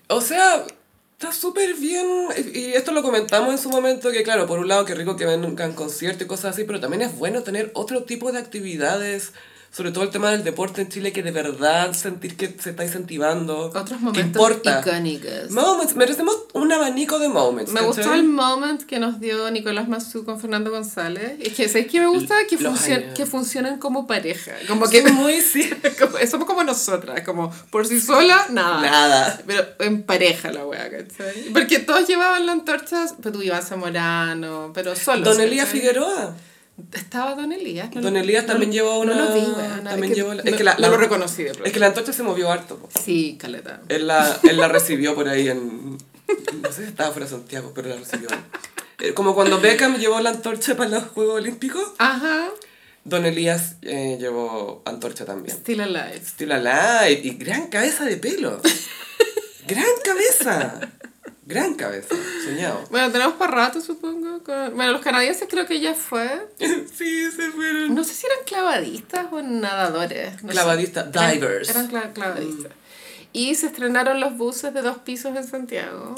[SPEAKER 1] O sea, está súper bien. Y y esto lo comentamos en su momento: que, claro, por un lado, qué rico que vengan conciertos y cosas así, pero también es bueno tener otro tipo de actividades. Sobre todo el tema del deporte en Chile, que de verdad sentir que se está incentivando.
[SPEAKER 2] Otros
[SPEAKER 1] que
[SPEAKER 2] momentos
[SPEAKER 1] importa.
[SPEAKER 2] icónicos.
[SPEAKER 1] Moments, merecemos un abanico de moments.
[SPEAKER 2] Me
[SPEAKER 1] ¿cachai?
[SPEAKER 2] gustó el moment que nos dio Nicolás Mazú con Fernando González. Es que, ¿sabes qué me gusta? Que,
[SPEAKER 1] Los
[SPEAKER 2] funcio-
[SPEAKER 1] años.
[SPEAKER 2] que funcionan como pareja. Como que
[SPEAKER 1] Porque muy sí.
[SPEAKER 2] como- somos como nosotras, como por sí sola, nada.
[SPEAKER 1] Nada.
[SPEAKER 2] Pero en pareja la wea, ¿cachai? Porque todos llevaban la antorcha, pero tú Iván Zamorano, pero solo.
[SPEAKER 1] Don Elías Figueroa.
[SPEAKER 2] Estaba Don Elías.
[SPEAKER 1] Don Elías también llevó una.
[SPEAKER 2] No lo vi, weona,
[SPEAKER 1] también
[SPEAKER 2] es que
[SPEAKER 1] llevó la-
[SPEAKER 2] no-
[SPEAKER 1] es que la-
[SPEAKER 2] no
[SPEAKER 1] la-
[SPEAKER 2] lo reconocí de pronto.
[SPEAKER 1] Es que la antorcha se movió harto. po.
[SPEAKER 2] Sí, caleta.
[SPEAKER 1] Él la, él la recibió por ahí en. No sé si estaba fuera de Santiago, pero la recibió. él. Eh, Como cuando Beckham llevó la antorcha para los Juegos Olímpicos,
[SPEAKER 2] Ajá.
[SPEAKER 1] Don Elías eh, llevó antorcha también.
[SPEAKER 2] Still Alive.
[SPEAKER 1] Still alive. Y gran cabeza de pelo. ¡Gran cabeza! Gran cabeza, soñado.
[SPEAKER 2] Bueno, tenemos para rato, supongo. con- Bueno, los canadienses creo que ya fue.
[SPEAKER 1] sí, se fueron.
[SPEAKER 2] No sé si eran clavadistas o nadadores. no sé.
[SPEAKER 1] Mm. Clavadistas,
[SPEAKER 2] Eran-
[SPEAKER 1] divers.
[SPEAKER 2] Eran, cla- clavadistas. Y se estrenaron los buses de dos pisos en Santiago.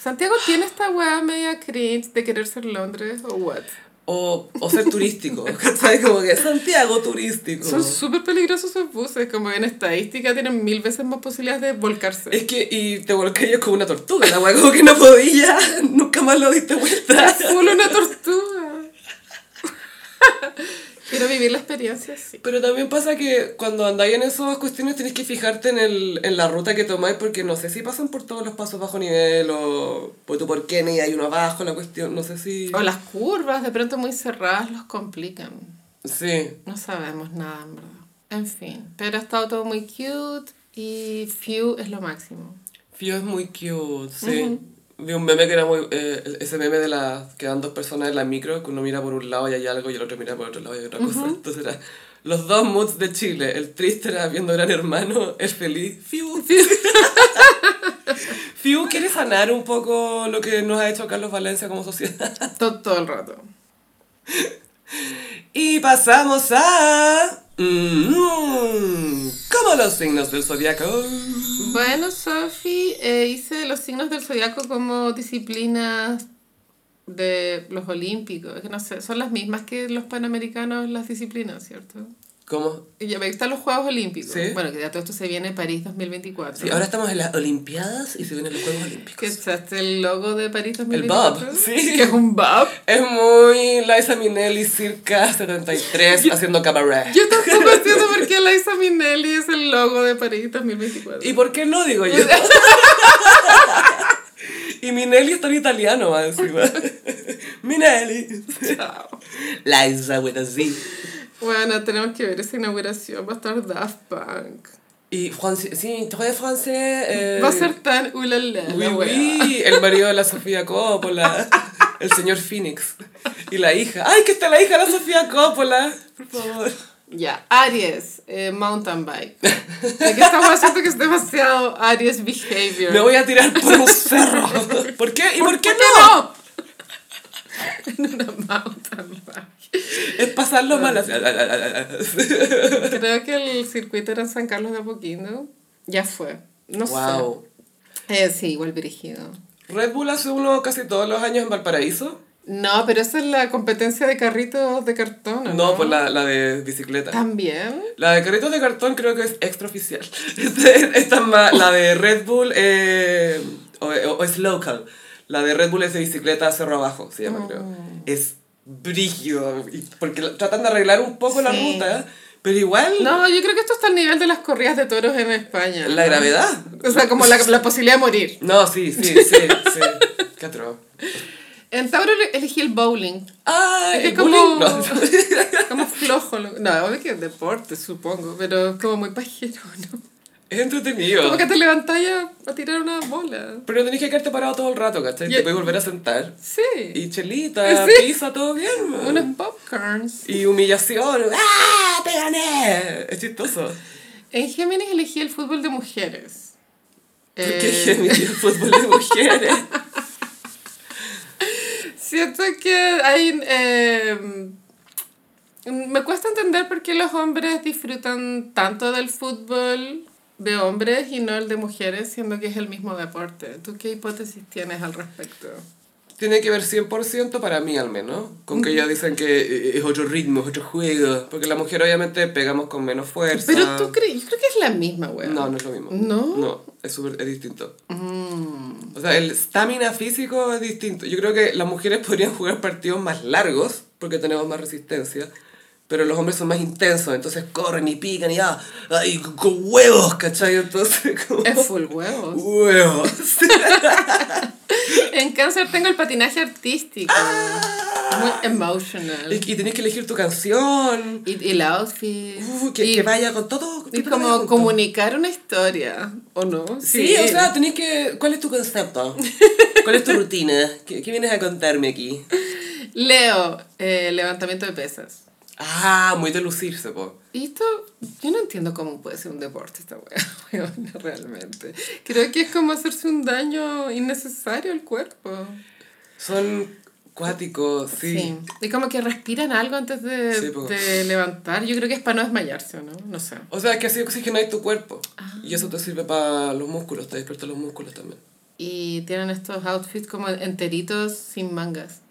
[SPEAKER 2] Santiago tiene esta weá media cringe de querer ser Londres o what.
[SPEAKER 1] O, o ser turístico, ¿sabes? Como que Santiago turístico.
[SPEAKER 2] Son súper peligrosos esos buses, como en estadística tienen mil veces más posibilidades de volcarse.
[SPEAKER 1] Es que, y te volqué yo como una tortuga, la weá, como que no podía, nunca más lo diste vuelta.
[SPEAKER 2] Solo una tortuga. Quiero vivir la experiencia así.
[SPEAKER 1] Pero también pasa que cuando andáis en esas cuestiones tenés que fijarte en, el, en la ruta que tomáis porque no sé si pasan por todos los pasos bajo nivel o por tú por Kennedy hay uno abajo, la cuestión, no sé si...
[SPEAKER 2] O las curvas, de pronto muy cerradas, los complican.
[SPEAKER 1] Sí.
[SPEAKER 2] No sabemos nada, en verdad. En fin, pero ha estado todo muy cute y Few es lo máximo.
[SPEAKER 1] Fio es muy cute, sí. Vi un meme que era muy... eh, ese meme de las... que dan dos personas en la micro, que uno mira por un lado y hay algo y el otro mira por otro lado y hay otra cosa. Entonces era... Los dos moods de Chile. El triste era viendo Gran Hermano, el feliz. Fiu. Fiu quiere sanar un poco lo que nos ha hecho Carlos Valencia como sociedad.
[SPEAKER 2] Todo, todo el rato.
[SPEAKER 1] Y pasamos a... Mm, como los signos del zodiaco.
[SPEAKER 2] Bueno, Sophie, eh, hice los signos del zodiaco como disciplinas de los olímpicos. Es que no sé, son las mismas que los panamericanos las disciplinas, ¿cierto?
[SPEAKER 1] ¿Cómo?
[SPEAKER 2] Y ya me gustan los Juegos Olímpicos.
[SPEAKER 1] Sí.
[SPEAKER 2] Bueno, que ya todo esto se viene París 2024.
[SPEAKER 1] Sí, ahora estamos en las Olimpiadas y se vienen los Juegos Olímpicos.
[SPEAKER 2] que echaste el logo de París
[SPEAKER 1] El
[SPEAKER 2] 2024.
[SPEAKER 1] bob, sí.
[SPEAKER 2] Que es un bob.
[SPEAKER 1] Es muy Liza Minnelli circa 73 haciendo cabaret.
[SPEAKER 2] Yo tampoco entiendo por qué Liza Minnelli es el logo de París 2024.
[SPEAKER 1] ¿Y por qué no, digo yo? y Minelli está en italiano, más encima. Minelli.
[SPEAKER 2] Chao.
[SPEAKER 1] Liza with a Z.
[SPEAKER 2] Bueno, tenemos que ver esa inauguración. Va a estar Daft Punk.
[SPEAKER 1] Y francés, sí, tres francés. eh,
[SPEAKER 2] Va a ser tan ulala
[SPEAKER 1] Oui,
[SPEAKER 2] la wea.
[SPEAKER 1] oui, el marido de la Sofía Coppola, el señor Phoenix y la hija. ¡Ay, que está la hija de la Sofía Coppola! Por favor.
[SPEAKER 2] Ya, Aries, eh, mountain bike. De que estamos haciendo que es demasiado Aries behavior.
[SPEAKER 1] Me voy a tirar por un cerro. ¿Por qué? ¿Y por, qué no?
[SPEAKER 2] no? En una mountain bike.
[SPEAKER 1] Es pasarlo
[SPEAKER 2] Ah.
[SPEAKER 1] mal. así.
[SPEAKER 2] Creo que el circuito era en San Carlos de Apoquindo. Ya fue. No
[SPEAKER 1] wow.
[SPEAKER 2] sé. Eh, sí, igual dirigido.
[SPEAKER 1] Red Bull hace uno casi todos los años en Valparaíso.
[SPEAKER 2] No, pero esa es la competencia de carritos de cartón. ¿o
[SPEAKER 1] No, pues la, la de bicicleta.
[SPEAKER 2] También.
[SPEAKER 1] La de carritos de cartón creo que es extraoficial. Esta esta es más, la de Red Bull eh, o, o- o es local. La de Red Bull es de bicicleta cerro abajo, se llama creo.
[SPEAKER 2] Oh.
[SPEAKER 1] Es brígido, y- porque la- tratan de arreglar un poco la
[SPEAKER 2] Sí.
[SPEAKER 1] ruta, pero igual
[SPEAKER 2] No, yo creo que esto está al nivel de las corridas de toros en España.
[SPEAKER 1] la
[SPEAKER 2] ¿no?
[SPEAKER 1] gravedad.
[SPEAKER 2] O sea, como la, la posibilidad de morir.
[SPEAKER 1] No, sí, sí, sí, sí. Qué atroz.
[SPEAKER 2] En Tauro le- elegí el bowling.
[SPEAKER 1] Ah,
[SPEAKER 2] Es que
[SPEAKER 1] el
[SPEAKER 2] como,
[SPEAKER 1] bullying, no.
[SPEAKER 2] como flojo. lo- No, obvio que es deporte, supongo, pero como muy pajero, ¿no?
[SPEAKER 1] Es entretenido.
[SPEAKER 2] Como que te levantas ya a tirar una bola.
[SPEAKER 1] Pero tenés que quedarte parado todo el rato, ¿cachai?
[SPEAKER 2] Y-
[SPEAKER 1] Te puedes volver a sentar.
[SPEAKER 2] Sí.
[SPEAKER 1] Y chelita,
[SPEAKER 2] Sí.
[SPEAKER 1] pizza, todo bien. man.
[SPEAKER 2] Unos popcorns.
[SPEAKER 1] Y humillación. ¡Ah! ¡Te gané! Es chistoso.
[SPEAKER 2] En Géminis elegí el fútbol de mujeres.
[SPEAKER 1] Porque
[SPEAKER 2] Eh,
[SPEAKER 1] Géminis es fútbol de mujeres.
[SPEAKER 2] Siento que hay... eh, me cuesta entender por qué los hombres disfrutan tanto del fútbol de hombres y no el de mujeres, siendo que es el mismo deporte. ¿Tú qué hipótesis tienes al respecto?
[SPEAKER 1] Tiene que ver 100% para mí al menos. Con
[SPEAKER 2] Mm.
[SPEAKER 1] que ellos dicen que eh, es otro ritmo, es otro juego. Porque la mujer obviamente pegamos con menos fuerza.
[SPEAKER 2] Pero tú crees, yo creo que es la misma, weón.
[SPEAKER 1] No, no es lo mismo.
[SPEAKER 2] ¿No? Mm.
[SPEAKER 1] No, es, súper- es distinto. O sea, el estamina físico es distinto. Yo creo que las mujeres podrían jugar partidos más largos porque tenemos más resistencia. Pero los hombres son más intensos, entonces corren y pican y ah, ay, con- con huevos, ¿cachai? Entonces, como.
[SPEAKER 2] Es full huevos.
[SPEAKER 1] Huevos.
[SPEAKER 2] en cáncer tengo el patinaje artístico. Muy emotional.
[SPEAKER 1] y, y tenés que elegir tu canción.
[SPEAKER 2] Y, y la outfit.
[SPEAKER 1] Uh, que,
[SPEAKER 2] y,
[SPEAKER 1] que vaya con todo. que
[SPEAKER 2] y
[SPEAKER 1] todo
[SPEAKER 2] como
[SPEAKER 1] vaya junto.
[SPEAKER 2] comunicar una historia, ¿o no?
[SPEAKER 1] Sí, o sea, tenés que. ¿Cuál es tu concepto? ¿Cuál es tu rutina? ¿Qué, qué vienes a contarme aquí?
[SPEAKER 2] Leo, eh, levantamiento de pesas.
[SPEAKER 1] Ah, muy de lucirse, po.
[SPEAKER 2] Y esto, yo no entiendo cómo puede ser un deporte esta weá, realmente. Creo que es como hacerse un daño innecesario al cuerpo.
[SPEAKER 1] Son cuáticos, sí.
[SPEAKER 2] Y como que respiran algo antes de,
[SPEAKER 1] Sí, po.
[SPEAKER 2] de levantar. Yo creo que es para no desmayarse, ¿o ¿no? No sé.
[SPEAKER 1] O sea, que así oxigenáis tu cuerpo.
[SPEAKER 2] Ah.
[SPEAKER 1] Y eso te sirve para los músculos, te despierta los músculos también.
[SPEAKER 2] Y tienen estos outfits como enteritos sin mangas.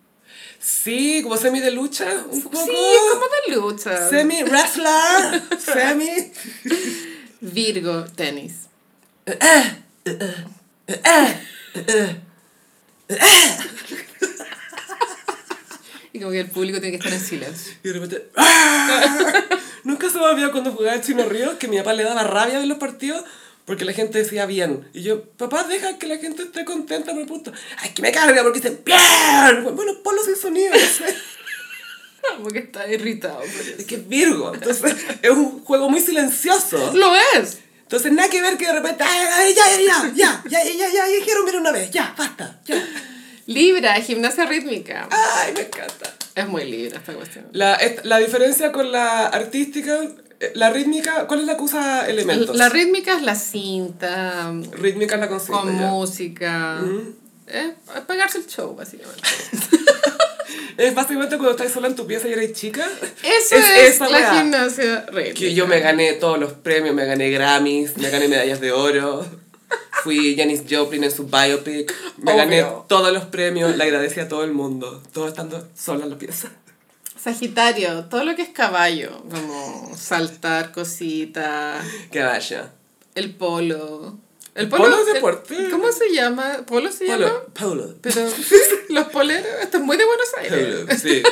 [SPEAKER 1] Sí, como semi de lucha, un poco.
[SPEAKER 2] Sí, es como de lucha.
[SPEAKER 1] Semi wrestler, semi.
[SPEAKER 2] Virgo, tenis. Y como que el público tiene que estar en silencio.
[SPEAKER 1] Y de repente. ¡ah! Nunca se me olvidó cuando jugaba en Chino Río que mi papá le daba rabia ver los partidos porque la gente decía bien. Y yo, papá, deja que la gente esté contenta por el punto. ¡Ay, que me carga porque dicen bien! Bueno, ponlo sin sonido. no sé.
[SPEAKER 2] Porque está irritado. por eso.
[SPEAKER 1] Es que es Virgo, entonces es un juego muy silencioso.
[SPEAKER 2] ¡Lo es!
[SPEAKER 1] Entonces nada que ver que de repente, ay, ay, ya, ya, ya, ya, ya, ya, ya, ya, ya, quiero ver una vez, ya, basta, ya.
[SPEAKER 2] Libra, gimnasia rítmica.
[SPEAKER 1] Ay, me encanta.
[SPEAKER 2] Es muy libra esta cuestión.
[SPEAKER 1] La, est- la diferencia con la artística, eh, la rítmica, ¿cuál es la que usa elementos?
[SPEAKER 2] La rítmica es la cinta,
[SPEAKER 1] rítmica es la consigna.
[SPEAKER 2] con
[SPEAKER 1] ya.
[SPEAKER 2] música. Es, es pagarse el show, básicamente.
[SPEAKER 1] Es básicamente cuando estás sola en tu pieza y eres chica.
[SPEAKER 2] Eso es,
[SPEAKER 1] esa
[SPEAKER 2] la
[SPEAKER 1] weá.
[SPEAKER 2] gimnasia rítmica.
[SPEAKER 1] Que yo me gané todos los premios, me gané Grammys, me gané medallas de oro. Fui Janis Joplin en su biopic. Me
[SPEAKER 2] Obvio.
[SPEAKER 1] gané todos los premios, le agradecí a todo el mundo. Todo estando sola en la pieza.
[SPEAKER 2] Sagitario, todo lo que es caballo, como saltar cositas,
[SPEAKER 1] Que vaya.
[SPEAKER 2] el polo. El
[SPEAKER 1] Polo es deporte.
[SPEAKER 2] el- ¿Cómo se llama? ¿Polo se llama?
[SPEAKER 1] Polo, Polo.
[SPEAKER 2] Pero los poleros, esto es muy de Buenos Aires.
[SPEAKER 1] Polo, sí.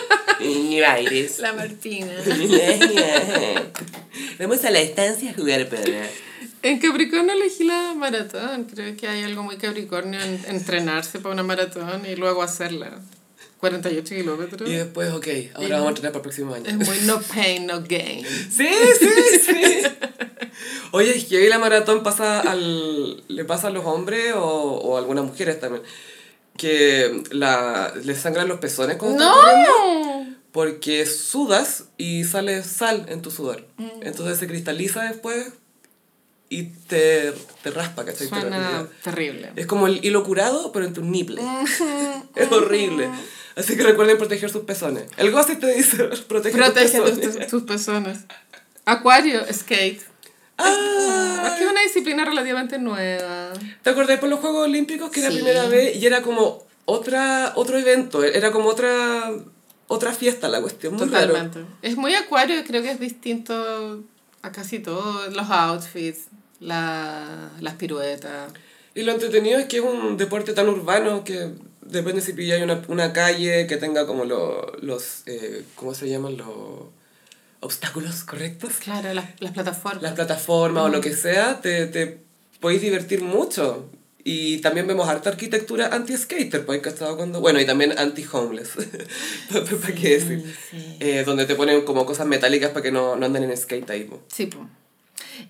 [SPEAKER 1] Y bailes.
[SPEAKER 2] La Martina.
[SPEAKER 1] Vamos a la estancia a jugar, Pedro.
[SPEAKER 2] En Capricornio elegí la maratón. Creo que hay algo muy Capricornio en entrenarse para una maratón y luego hacerla. 48 kilómetros.
[SPEAKER 1] Y después, ok, ahora vamos a entrenar para el próximo año.
[SPEAKER 2] ¿Mm? Es muy no pain, no gain.
[SPEAKER 1] Sí, sí, sí. Oye, es que hoy la maratón pasa al, le pasa a los hombres o, o a algunas mujeres también. Que la, les sangran los pezones cuando están corriendo
[SPEAKER 2] ¡No!
[SPEAKER 1] porque sudas y sale sal en tu sudor. Entonces se cristaliza después y te, te raspa, ¿cachai? Te
[SPEAKER 2] Suena
[SPEAKER 1] raspa.
[SPEAKER 2] terrible.
[SPEAKER 1] Es como el hilo curado, pero en tu nipple. es horrible. Así que recuerden proteger sus pezones. El gossip te dice protege,
[SPEAKER 2] Protege
[SPEAKER 1] tus
[SPEAKER 2] tus,
[SPEAKER 1] pezones.
[SPEAKER 2] tus- tus personas. Acuario, skate.
[SPEAKER 1] Ah,
[SPEAKER 2] Aquí es una disciplina relativamente nueva.
[SPEAKER 1] ¿Te acordás por los Juegos Olímpicos que era
[SPEAKER 2] Sí.
[SPEAKER 1] la primera vez y era como otra, otro evento? Era como otra, otra fiesta la cuestión. Muy raro.
[SPEAKER 2] Totalmente. Es muy acuario, creo que es distinto a casi todo. Los outfits, la- las piruetas.
[SPEAKER 1] Y lo entretenido es que es un deporte tan urbano que depende si pilláis una, una calle que tenga como lo- los, eh, ¿cómo se llaman? Los obstáculos correctos.
[SPEAKER 2] Claro, las, las plataformas.
[SPEAKER 1] Las plataformas o lo que sea, te, te podéis divertir mucho. Y también vemos harta arquitectura anti-skater, pues, ¿cachado? Cuando... Bueno, y también anti-homeless, ¿para qué decir? Eh, donde te ponen como cosas metálicas para que no, no anden en skate ahí. pues. po.
[SPEAKER 2] Sí, po.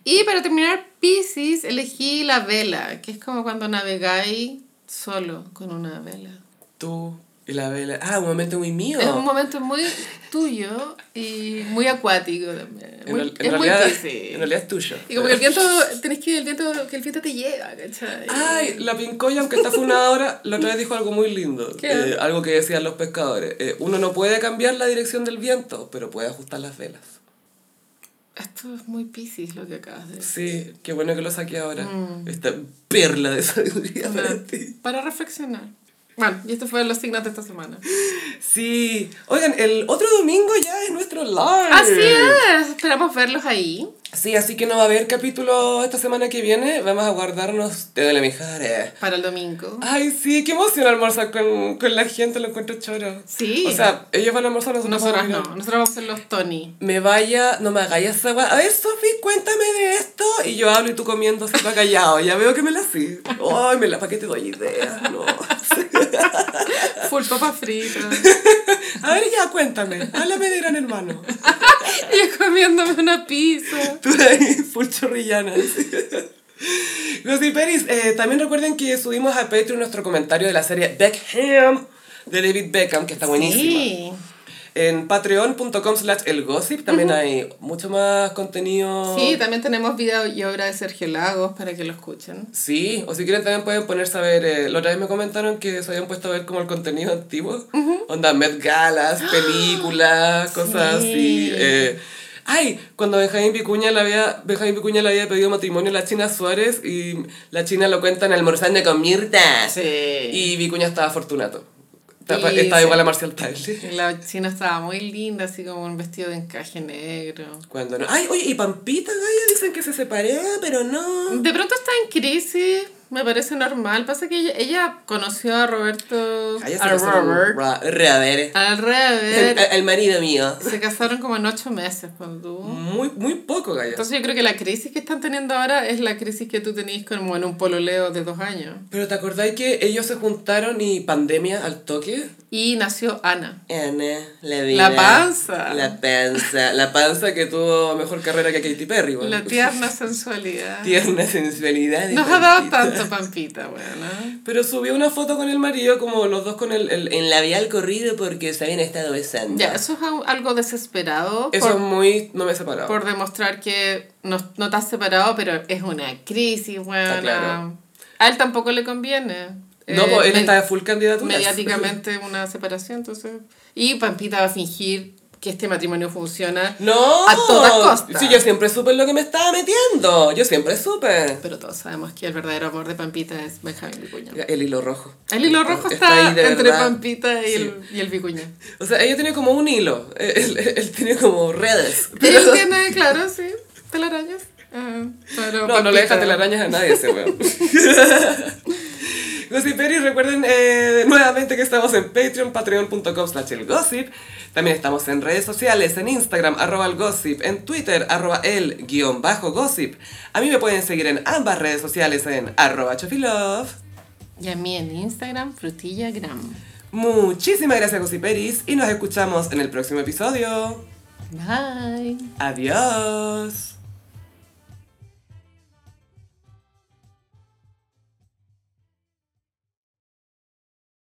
[SPEAKER 2] Y para terminar, Pisces, elegí la vela, que es como cuando navegáis solo con una vela.
[SPEAKER 1] Tú y la vela. Ah, un momento muy mío.
[SPEAKER 2] Es un momento muy tuyo y muy acuático también.
[SPEAKER 1] En,
[SPEAKER 2] Muy-
[SPEAKER 1] real- en
[SPEAKER 2] es muy
[SPEAKER 1] realidad,
[SPEAKER 2] Piscis.
[SPEAKER 1] en realidad es tuyo.
[SPEAKER 2] Y como que el viento, tenés que ir, el viento, que el viento te lleva, ¿cachai?
[SPEAKER 1] Ay, la pincoya, aunque está funada ahora, la otra vez dijo algo muy lindo.
[SPEAKER 2] ¿Qué?
[SPEAKER 1] Eh, algo que decían los pescadores. Eh, uno no puede cambiar la dirección del viento, pero puede ajustar las velas.
[SPEAKER 2] Esto es muy Pisces lo que acabas de decir.
[SPEAKER 1] Sí, qué bueno que lo saqué ahora.
[SPEAKER 2] Mm.
[SPEAKER 1] Esta perla de sabiduría para
[SPEAKER 2] Para,
[SPEAKER 1] ti.
[SPEAKER 2] para reflexionar. Bueno, y esto fue los signos de esta semana.
[SPEAKER 1] Sí. Oigan, el otro domingo ya es nuestro live.
[SPEAKER 2] Así es, esperamos verlos ahí.
[SPEAKER 1] Sí, así que no va a haber capítulo esta semana que viene. Vamos a guardarnos de la mijare.
[SPEAKER 2] Para el domingo.
[SPEAKER 1] Ay, sí, qué emoción almorzar con, con la gente, lo encuentro choro.
[SPEAKER 2] Sí.
[SPEAKER 1] O sea, ellos van a almorzar, nosotros
[SPEAKER 2] Nosotras no,
[SPEAKER 1] vamos a ir.
[SPEAKER 2] nosotros vamos a ser los Tony.
[SPEAKER 1] Me vaya, no me hagáis esa gua- A ver, Sofi, cuéntame de esto. Y yo hablo y tú comiendo, se callado. Ya veo que me la sí. Ay, me la, ¿para qué te doy ideas? No.
[SPEAKER 2] Full papa frita.
[SPEAKER 1] A ver, ya, cuéntame. Háblame de Gran Hermano.
[SPEAKER 2] Yo comiéndome una pizza.
[SPEAKER 1] Tú ahí, full chorrillana. Gossiperis, eh, también recuerden que subimos a Patreon nuestro comentario de la serie Beckham, de David Beckham, que está buenísima.
[SPEAKER 2] Sí.
[SPEAKER 1] En patreon.com slash elgossip también hay mucho más contenido.
[SPEAKER 2] Sí, también tenemos video y obra de Sergio Lagos para que lo escuchen.
[SPEAKER 1] Sí, o si quieren también pueden ponerse a ver. eh, la otra vez me comentaron que se habían puesto a ver como el contenido antiguo. Onda Met Galas, películas, cosas así.
[SPEAKER 2] ¡Ah! Sí.
[SPEAKER 1] eh. Ay, cuando Benjamín Vicuña, le había, Benjamín Vicuña le había pedido matrimonio a la China Suárez y la China lo cuentan almorzando con Mirta.
[SPEAKER 2] Sí.
[SPEAKER 1] Y Vicuña estaba fortunato. Estaba,
[SPEAKER 2] Sí,
[SPEAKER 1] estaba
[SPEAKER 2] sí.
[SPEAKER 1] igual a Marcial Tagle.
[SPEAKER 2] Y la china estaba muy linda, así como un vestido de encaje negro.
[SPEAKER 1] Cuando no. Ay, oye, y Pampita, Gaya, dicen que se separó, pero no.
[SPEAKER 2] De pronto está en crisis, me parece normal. Pasa que ella, ella conoció a Roberto.
[SPEAKER 1] Gaya Ah, se
[SPEAKER 2] a
[SPEAKER 1] casaron-
[SPEAKER 2] Robert.
[SPEAKER 1] Ra- Robert.
[SPEAKER 2] Al revés.
[SPEAKER 1] el marido mío.
[SPEAKER 2] se casaron como en ocho meses, cuando
[SPEAKER 1] Muy, muy poco, Gaya.
[SPEAKER 2] Entonces yo creo que la crisis que están teniendo ahora es la crisis que tú tenías como en un pololeo de dos años.
[SPEAKER 1] Pero ¿te acordáis que ellos se juntaron y pandemia al toque?
[SPEAKER 2] Y nació Ana.
[SPEAKER 1] N, eh, la
[SPEAKER 2] La panza.
[SPEAKER 1] La panza. La panza que tuvo mejor carrera que Katy Perry, bueno.
[SPEAKER 2] La tierna sensualidad.
[SPEAKER 1] pues, Tierna sensualidad. y
[SPEAKER 2] Nos ha dado
[SPEAKER 1] pampita.
[SPEAKER 2] tanto Pampita, bueno.
[SPEAKER 1] Pero subió una foto con el marido, como los dos con el, el, en labial corrido porque se habían estado besando.
[SPEAKER 2] Ya, eso es au- algo desesperado
[SPEAKER 1] Eso es
[SPEAKER 2] por,
[SPEAKER 1] muy. No me he separado.
[SPEAKER 2] por demostrar que no, no te has separado, pero es una crisis, bueno.
[SPEAKER 1] Está claro.
[SPEAKER 2] A él tampoco le conviene.
[SPEAKER 1] No,
[SPEAKER 2] Eh,
[SPEAKER 1] pues él
[SPEAKER 2] me-
[SPEAKER 1] está de full candidatura.
[SPEAKER 2] mediáticamente una separación, entonces. Y Pampita va a fingir que este matrimonio funciona,
[SPEAKER 1] No.
[SPEAKER 2] A toda costa.
[SPEAKER 1] Sí, yo siempre supe en lo que me estaba metiendo. Yo siempre supe.
[SPEAKER 2] pero todos sabemos que el verdadero amor de Pampita es Benjamín Vicuña.
[SPEAKER 1] El hilo rojo.
[SPEAKER 2] El hilo rojo
[SPEAKER 1] Está
[SPEAKER 2] está,
[SPEAKER 1] ahí de
[SPEAKER 2] entre
[SPEAKER 1] verdad.
[SPEAKER 2] Pampita y, el, y el Vicuña.
[SPEAKER 1] O sea, ella tiene como un hilo. Él, él- él tiene como redes.
[SPEAKER 2] Pero él tiene, claro, sí, telarañas. Ajá, pero
[SPEAKER 1] No, no le deja
[SPEAKER 2] Pampita-
[SPEAKER 1] telarañas a nadie ese weón. Gossip Berry, recuerden eh, nuevamente que estamos en Patreon, patreon.com slash el gossip. También estamos en redes sociales, en Instagram, arroba el gossip, en Twitter, arroba el guión bajo gossip. A mí me pueden seguir en ambas redes sociales en arroba chofilove.
[SPEAKER 2] Y a mí en Instagram, frutillagram.
[SPEAKER 1] Muchísimas gracias Gossiperis y nos escuchamos en el próximo episodio.
[SPEAKER 2] Bye.
[SPEAKER 1] Adiós.